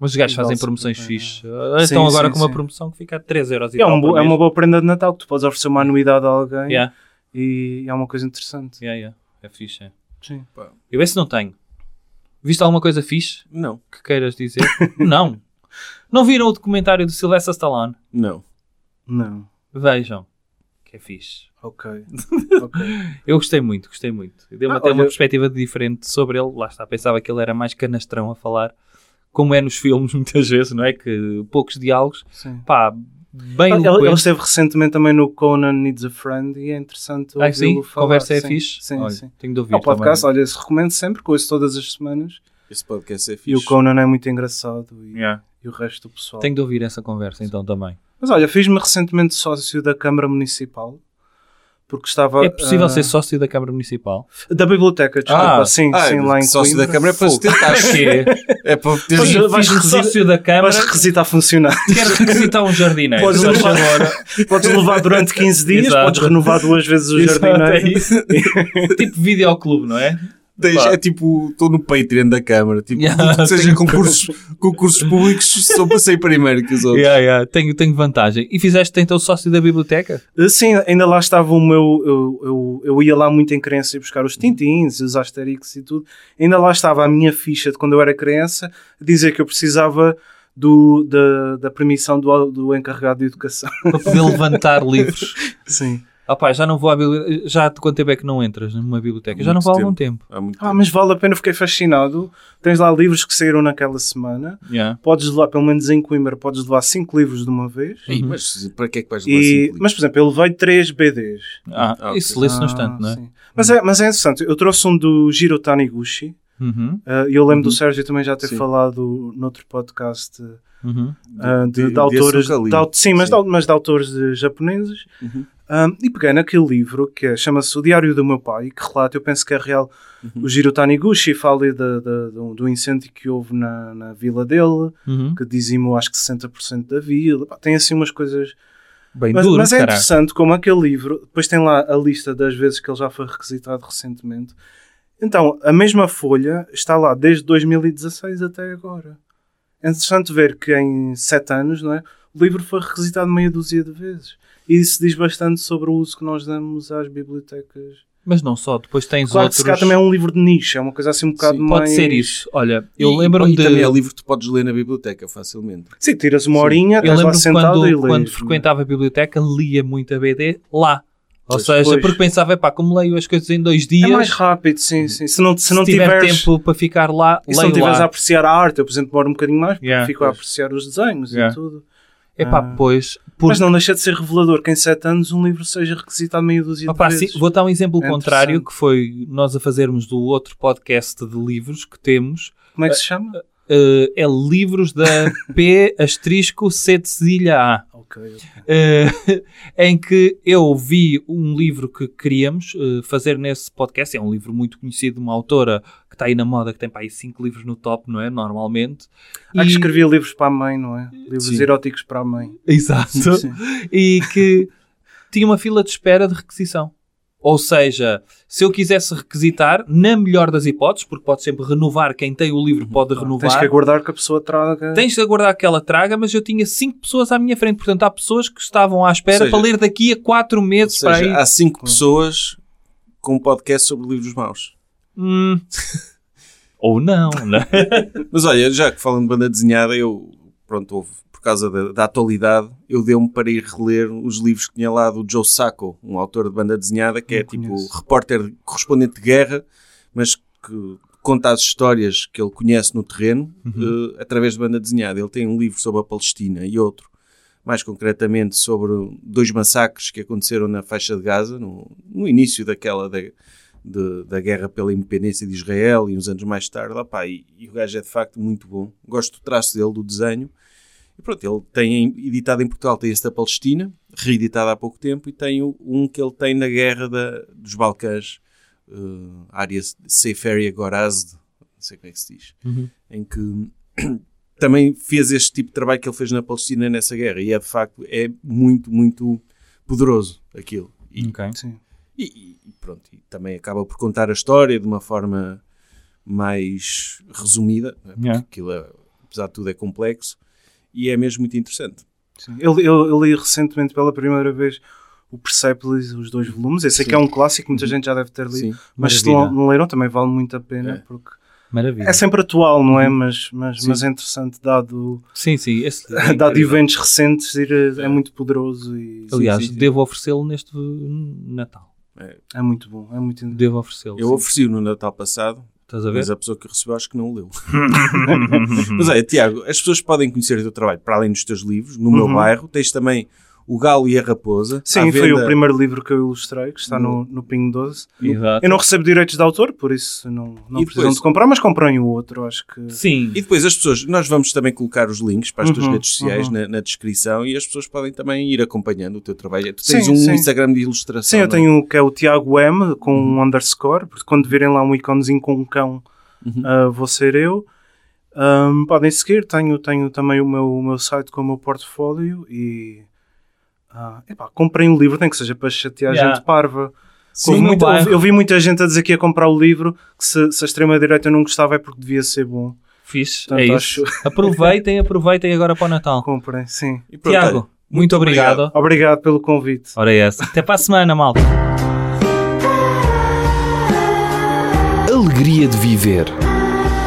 [SPEAKER 5] Mas os gajos
[SPEAKER 6] E
[SPEAKER 5] fazem
[SPEAKER 6] vale-se
[SPEAKER 5] promoções
[SPEAKER 6] a pena.
[SPEAKER 5] fixes.
[SPEAKER 6] Sim,
[SPEAKER 5] Estão agora
[SPEAKER 6] sim,
[SPEAKER 5] com uma
[SPEAKER 6] sim.
[SPEAKER 5] promoção que fica a 3 euros e
[SPEAKER 6] É,
[SPEAKER 5] tal
[SPEAKER 6] um
[SPEAKER 5] por
[SPEAKER 6] bo- é
[SPEAKER 5] mês.
[SPEAKER 6] uma boa prenda de Natal que tu podes oferecer uma anuidade a alguém
[SPEAKER 5] Yeah,
[SPEAKER 6] e é uma coisa interessante.
[SPEAKER 5] yeah, yeah. É fixe, é.
[SPEAKER 6] Sim.
[SPEAKER 5] Eu esse não tenho. Viste alguma coisa fixe
[SPEAKER 3] Não,
[SPEAKER 5] que queiras dizer? não. Não viram o documentário do Sylvester Stallone?
[SPEAKER 3] não.
[SPEAKER 6] Não.
[SPEAKER 5] Vejam. Que é fixe.
[SPEAKER 6] Ok.
[SPEAKER 5] Eu gostei muito, gostei muito. Deu-me
[SPEAKER 6] Ah,
[SPEAKER 5] até uma
[SPEAKER 6] olha-
[SPEAKER 5] perspectiva diferente sobre ele. Lá está, pensava que ele era mais canastrão a falar, como é nos filmes muitas vezes, não é? Que poucos diálogos.
[SPEAKER 6] Sim.
[SPEAKER 5] Pá, bem
[SPEAKER 6] Ah, Ele, ele
[SPEAKER 5] eloquente.
[SPEAKER 6] esteve recentemente também no Conan Needs a Friend e é interessante
[SPEAKER 5] Ah, sim?
[SPEAKER 6] ouvi-lo falar.
[SPEAKER 5] Conversa é
[SPEAKER 6] Sim,
[SPEAKER 5] fixe?
[SPEAKER 6] Sim,
[SPEAKER 5] Olha,
[SPEAKER 6] sim.
[SPEAKER 5] Tenho de ouvir
[SPEAKER 6] É um podcast,
[SPEAKER 5] também.
[SPEAKER 6] olha, se recomendo sempre, que ouço todas as semanas.
[SPEAKER 3] Esse podcast é fixe.
[SPEAKER 6] E o Conan é muito engraçado e, e o resto do pessoal.
[SPEAKER 5] Tenho de ouvir essa conversa então também.
[SPEAKER 6] Mas olha, fiz-me recentemente sócio da Câmara Municipal, porque estava...
[SPEAKER 5] É possível
[SPEAKER 6] ah,
[SPEAKER 5] ser sócio da Câmara Municipal?
[SPEAKER 6] Da biblioteca, desculpa.
[SPEAKER 5] Ah,
[SPEAKER 6] sim,
[SPEAKER 3] Ah,
[SPEAKER 6] sim, lá em
[SPEAKER 3] sócio
[SPEAKER 6] Coimbra.
[SPEAKER 3] da Câmara é para se tentar. é para ter
[SPEAKER 6] Pois,
[SPEAKER 5] Sim,
[SPEAKER 6] vais
[SPEAKER 5] fiz-me
[SPEAKER 6] requisita-
[SPEAKER 5] sócio da Câmara,
[SPEAKER 6] Vais requisitar funcionário.
[SPEAKER 5] quero requisitar um jardineiro.
[SPEAKER 6] Podes
[SPEAKER 5] Só
[SPEAKER 6] levar,
[SPEAKER 5] chamou-
[SPEAKER 6] podes levar durante 15 dias,
[SPEAKER 5] Exato.
[SPEAKER 6] podes renovar duas vezes o
[SPEAKER 5] Exato,
[SPEAKER 6] jardineiro.
[SPEAKER 5] é isso. tipo videoclube, não é?
[SPEAKER 3] Tens-
[SPEAKER 5] Pá.
[SPEAKER 3] é tipo, estou no Patreon da Câmara. Tipo,
[SPEAKER 5] Yeah,
[SPEAKER 3] tudo que seja
[SPEAKER 5] tenho-
[SPEAKER 3] concursos, concursos públicos, só passei primeiro que os outros.
[SPEAKER 5] Yeah, yeah, Tenho, tenho vantagem. E fizeste então sócio da biblioteca?
[SPEAKER 6] Ah, Sim, ainda lá estava o meu. Eu, eu, eu ia lá muito em criança ir buscar os tintins, os asterix e tudo. Ainda lá estava a minha ficha de quando eu era criança a dizer que eu precisava do, da, da permissão do, do encarregado de educação.
[SPEAKER 5] Para poder levantar livros.
[SPEAKER 6] Sim.
[SPEAKER 5] Ah pá, já não vou à biblioteca. Já há quanto tempo é que não entras numa biblioteca? já não
[SPEAKER 3] Muito
[SPEAKER 5] vou há algum tempo.
[SPEAKER 3] Há muito
[SPEAKER 6] Ah, mas vale a pena, fiquei fascinado. Tens lá livros que saíram naquela semana.
[SPEAKER 5] Yeah.
[SPEAKER 6] Podes levar, pelo menos em Coimbra, podes levar cinco livros de uma vez.
[SPEAKER 3] tempo. Ei, mas para que é que vais levar
[SPEAKER 6] uhum. E,
[SPEAKER 3] cinco
[SPEAKER 6] mas, por exemplo, eu levei três BDs.
[SPEAKER 5] Ah,
[SPEAKER 3] Ah, ok.
[SPEAKER 5] Isso lê-se no
[SPEAKER 6] Ah,
[SPEAKER 5] instante, não é?
[SPEAKER 6] sim. Mas é? Mas é interessante. Eu trouxe um do Jiro Taniguchi.
[SPEAKER 5] Uhum,
[SPEAKER 6] Uh, eu lembro do Sérgio também já ter
[SPEAKER 3] Sim.
[SPEAKER 6] falado noutro podcast uh,
[SPEAKER 5] uhum.
[SPEAKER 6] de,
[SPEAKER 3] de-
[SPEAKER 6] de autores,
[SPEAKER 3] desse nunca li.
[SPEAKER 6] de, au- sim, mas,
[SPEAKER 3] Sim. Uhum.
[SPEAKER 6] De, au- mas de autores de japoneses. Um, e peguei naquele livro que é- chama-se O Diário do Meu Pai, que relata, eu penso que é real,
[SPEAKER 3] Uhum.
[SPEAKER 6] o Jiro Taniguchi fala da- da- do, do incêndio que houve na, na vila dele,
[SPEAKER 5] uhum.
[SPEAKER 6] que dizimou acho que 60% da vila. Pá, tem assim umas coisas
[SPEAKER 5] Bem
[SPEAKER 6] mas,
[SPEAKER 5] duro,
[SPEAKER 6] mas é
[SPEAKER 5] caralho.
[SPEAKER 6] interessante como aquele livro, depois tem lá a lista das vezes que ele já foi requisitado recentemente. Então, a mesma folha está lá desde 2016 até agora. É interessante ver que em sete anos, não é? O livro foi requisitado meia dúzia de vezes. E isso diz bastante sobre o uso que nós damos às bibliotecas.
[SPEAKER 5] Mas não só, depois tens
[SPEAKER 6] Claro que
[SPEAKER 5] outros...
[SPEAKER 6] se calhar também é um livro de nicho, é uma coisa assim um bocado
[SPEAKER 5] Pode
[SPEAKER 6] mais...
[SPEAKER 5] ser isso. Olha,
[SPEAKER 3] E-
[SPEAKER 5] eu lembro-me
[SPEAKER 3] e
[SPEAKER 5] de...
[SPEAKER 3] também é livro que tu podes ler na biblioteca facilmente.
[SPEAKER 6] Sim, tiras uma horinha,
[SPEAKER 5] Eu
[SPEAKER 6] estás lá
[SPEAKER 5] lembro-me
[SPEAKER 6] sentado
[SPEAKER 5] quando,
[SPEAKER 6] e lês.
[SPEAKER 5] quando
[SPEAKER 6] não é?
[SPEAKER 5] frequentava a biblioteca, lia muito a BD lá. Ou
[SPEAKER 6] Pois,
[SPEAKER 5] seja,
[SPEAKER 6] pois.
[SPEAKER 5] porque pensava, epá, como leio as coisas em dois
[SPEAKER 6] É
[SPEAKER 5] dias,
[SPEAKER 6] mais rápido, sim, sim. Se não, se
[SPEAKER 5] se,
[SPEAKER 6] não
[SPEAKER 5] tiver
[SPEAKER 6] tiveres...
[SPEAKER 5] tempo para ficar lá,
[SPEAKER 6] E se não
[SPEAKER 5] leio
[SPEAKER 6] estiveres a
[SPEAKER 5] lá.
[SPEAKER 6] apreciar a arte, eu, por exemplo, demoro um bocadinho mais, porque
[SPEAKER 5] Yeah,
[SPEAKER 6] fico a
[SPEAKER 5] pois.
[SPEAKER 6] apreciar os desenhos
[SPEAKER 5] Yeah.
[SPEAKER 6] e tudo.
[SPEAKER 5] Epá,
[SPEAKER 6] Ah.
[SPEAKER 5] pois... Porque...
[SPEAKER 6] Mas não deixa de ser revelador que em 7 anos um livro seja requisitado meia dúzia
[SPEAKER 5] Opa,
[SPEAKER 6] de vezes.
[SPEAKER 5] sim, vou dar um exemplo
[SPEAKER 6] É
[SPEAKER 5] contrário,
[SPEAKER 6] interessante.
[SPEAKER 5] que foi nós a fazermos do outro podcast de livros que temos,
[SPEAKER 6] Como é que se chama?
[SPEAKER 5] eh, é livros da P asterisco C de cedilha A.
[SPEAKER 6] Ok. ok.
[SPEAKER 5] Eh, em que eu vi um livro que queríamos eh, fazer nesse podcast. É um livro muito conhecido de uma autora que está aí na moda, que tem para aí cinco livros no top, não é? Normalmente.
[SPEAKER 6] Há Ah, que
[SPEAKER 5] E-
[SPEAKER 6] escrevia livros para a mãe, não é? Livros
[SPEAKER 3] Sim.
[SPEAKER 6] eróticos para a mãe.
[SPEAKER 5] Exato.
[SPEAKER 6] Sim.
[SPEAKER 5] E que tinha uma fila de espera de requisição. Ou seja, se eu quisesse requisitar, na melhor das hipóteses, porque pode sempre renovar, quem tem o livro pode renovar.
[SPEAKER 6] Uhum. Tens que aguardar que a pessoa traga.
[SPEAKER 5] Tens de aguardar que ela traga, mas eu tinha cinco pessoas à minha frente. Portanto, há pessoas que estavam à espera
[SPEAKER 3] Ou seja-
[SPEAKER 5] para ler daqui a quatro
[SPEAKER 3] Ou
[SPEAKER 5] meses. para aí.
[SPEAKER 3] seja, há cinco pessoas com um podcast sobre livros maus.
[SPEAKER 5] Hum. Ou não, né?
[SPEAKER 3] Mas olha, já que falando de banda desenhada, eu, pronto, houve, por causa da, da atualidade, eu dei-me para ir reler os livros que tinha lá do Joe Sacco, um autor de banda desenhada que é tipo repórter, correspondente de guerra, mas que conta as histórias que ele conhece no terreno eh, através de banda desenhada. Ele tem um livro sobre a Palestina e outro mais concretamente sobre dois massacres que aconteceram na faixa de Gaza, no, no início daquela da, de- da guerra pela independência de Israel e uns anos mais tarde. Opá, e, e o gajo é de facto muito bom. Gosto do traço dele, do desenho. E pronto, ele tem editado em Portugal, tem esse da Palestina, reeditado há pouco tempo, e tem o- um que ele tem na guerra da, dos Balcãs, eh, área Safe Area Gorazd, não sei como é que se diz, em que também fez este tipo de trabalho que ele fez na Palestina nessa guerra, e é de facto é muito, muito poderoso aquilo. E,
[SPEAKER 5] Ok.
[SPEAKER 6] Sim.
[SPEAKER 3] e- e pronto, e também acaba por contar a história de uma forma mais resumida, não é? porque
[SPEAKER 5] Yeah.
[SPEAKER 3] aquilo, é- apesar de tudo, é complexo, e é mesmo muito interessante.
[SPEAKER 6] Sim. Eu, eu- eu li recentemente pela primeira vez o Persepolis, os dois volumes. Esse aqui é um clássico, muita gente já deve ter lido.
[SPEAKER 3] Sim.
[SPEAKER 6] Mas se
[SPEAKER 5] Uhum. Maravilha.
[SPEAKER 6] não, não leram, também vale muito a pena,
[SPEAKER 3] É.
[SPEAKER 6] porque
[SPEAKER 5] Maravilha.
[SPEAKER 6] é sempre atual, não
[SPEAKER 5] Uhum.
[SPEAKER 6] é? Mas, mas, mas é interessante, dado,
[SPEAKER 5] Sim, sim. Esse... é
[SPEAKER 6] dado
[SPEAKER 5] incrível.
[SPEAKER 6] eventos recentes, ir a- é muito poderoso e
[SPEAKER 5] Aliás,
[SPEAKER 3] sim, sim.
[SPEAKER 5] devo oferecê-lo neste Natal.
[SPEAKER 6] é muito bom. É muito
[SPEAKER 5] Devo oferecê-lo.
[SPEAKER 3] Eu
[SPEAKER 5] sim.
[SPEAKER 3] ofereci-o no Natal passado,
[SPEAKER 5] Estás a ver?
[SPEAKER 3] mas a pessoa que o recebeu acho que não o leu. mas olha, Tiago, as pessoas podem conhecer o teu trabalho para além dos teus livros, no meu
[SPEAKER 6] Uhum.
[SPEAKER 3] bairro, tens também O Galo e a Raposa. à
[SPEAKER 6] Sim, foi
[SPEAKER 3] venda
[SPEAKER 6] o primeiro livro que eu ilustrei, que está no, no Pingo 12.
[SPEAKER 5] Exato.
[SPEAKER 6] Eu não recebo direitos de autor, por isso não, não
[SPEAKER 3] E
[SPEAKER 6] precisam
[SPEAKER 3] depois?
[SPEAKER 6] de comprar, mas comprem o outro, acho que.
[SPEAKER 5] Sim.
[SPEAKER 3] E depois as pessoas, nós vamos também colocar os links para as tuas
[SPEAKER 6] Uhum,
[SPEAKER 3] redes sociais
[SPEAKER 6] uhum.
[SPEAKER 3] na, na descrição e as pessoas podem também ir acompanhando o teu trabalho. Tu
[SPEAKER 6] Sim,
[SPEAKER 3] tens um
[SPEAKER 6] sim.
[SPEAKER 3] Instagram de ilustração.
[SPEAKER 6] Sim,
[SPEAKER 3] não
[SPEAKER 6] eu
[SPEAKER 3] é?
[SPEAKER 6] tenho o que é o Tiago M com
[SPEAKER 5] Uhum.
[SPEAKER 6] um underscore, porque quando virem lá um íconezinho com um cão,
[SPEAKER 5] Uhum.
[SPEAKER 6] ah, vou ser eu. Ahm, podem seguir, tenho, tenho também o meu, o meu site com o meu portfólio e ah, epá, comprem o livro, tem que seja para chatear
[SPEAKER 5] Yeah.
[SPEAKER 6] gente parva.
[SPEAKER 5] Sim,
[SPEAKER 6] Houve
[SPEAKER 5] no
[SPEAKER 6] muita-
[SPEAKER 5] bairro.
[SPEAKER 6] eu vi muita gente a dizer que ia comprar o livro, que se, se a extrema-direita não gostava é porque devia ser bom.
[SPEAKER 5] Fixe.
[SPEAKER 6] Portanto,
[SPEAKER 5] é isso.
[SPEAKER 6] acho-
[SPEAKER 5] Aproveitem, aproveitem agora para o Natal.
[SPEAKER 6] Comprem, sim.
[SPEAKER 3] E pronto,
[SPEAKER 5] Tiago,
[SPEAKER 3] olha,
[SPEAKER 5] muito, obrigado.
[SPEAKER 6] Obrigado pelo convite.
[SPEAKER 5] Ora é essa. Até para a semana, malta.
[SPEAKER 1] Alegria de viver.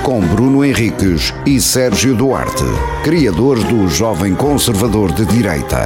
[SPEAKER 2] Com Bruno Henriques e Sérgio Duarte, criadores do Jovem Conservador de Direita.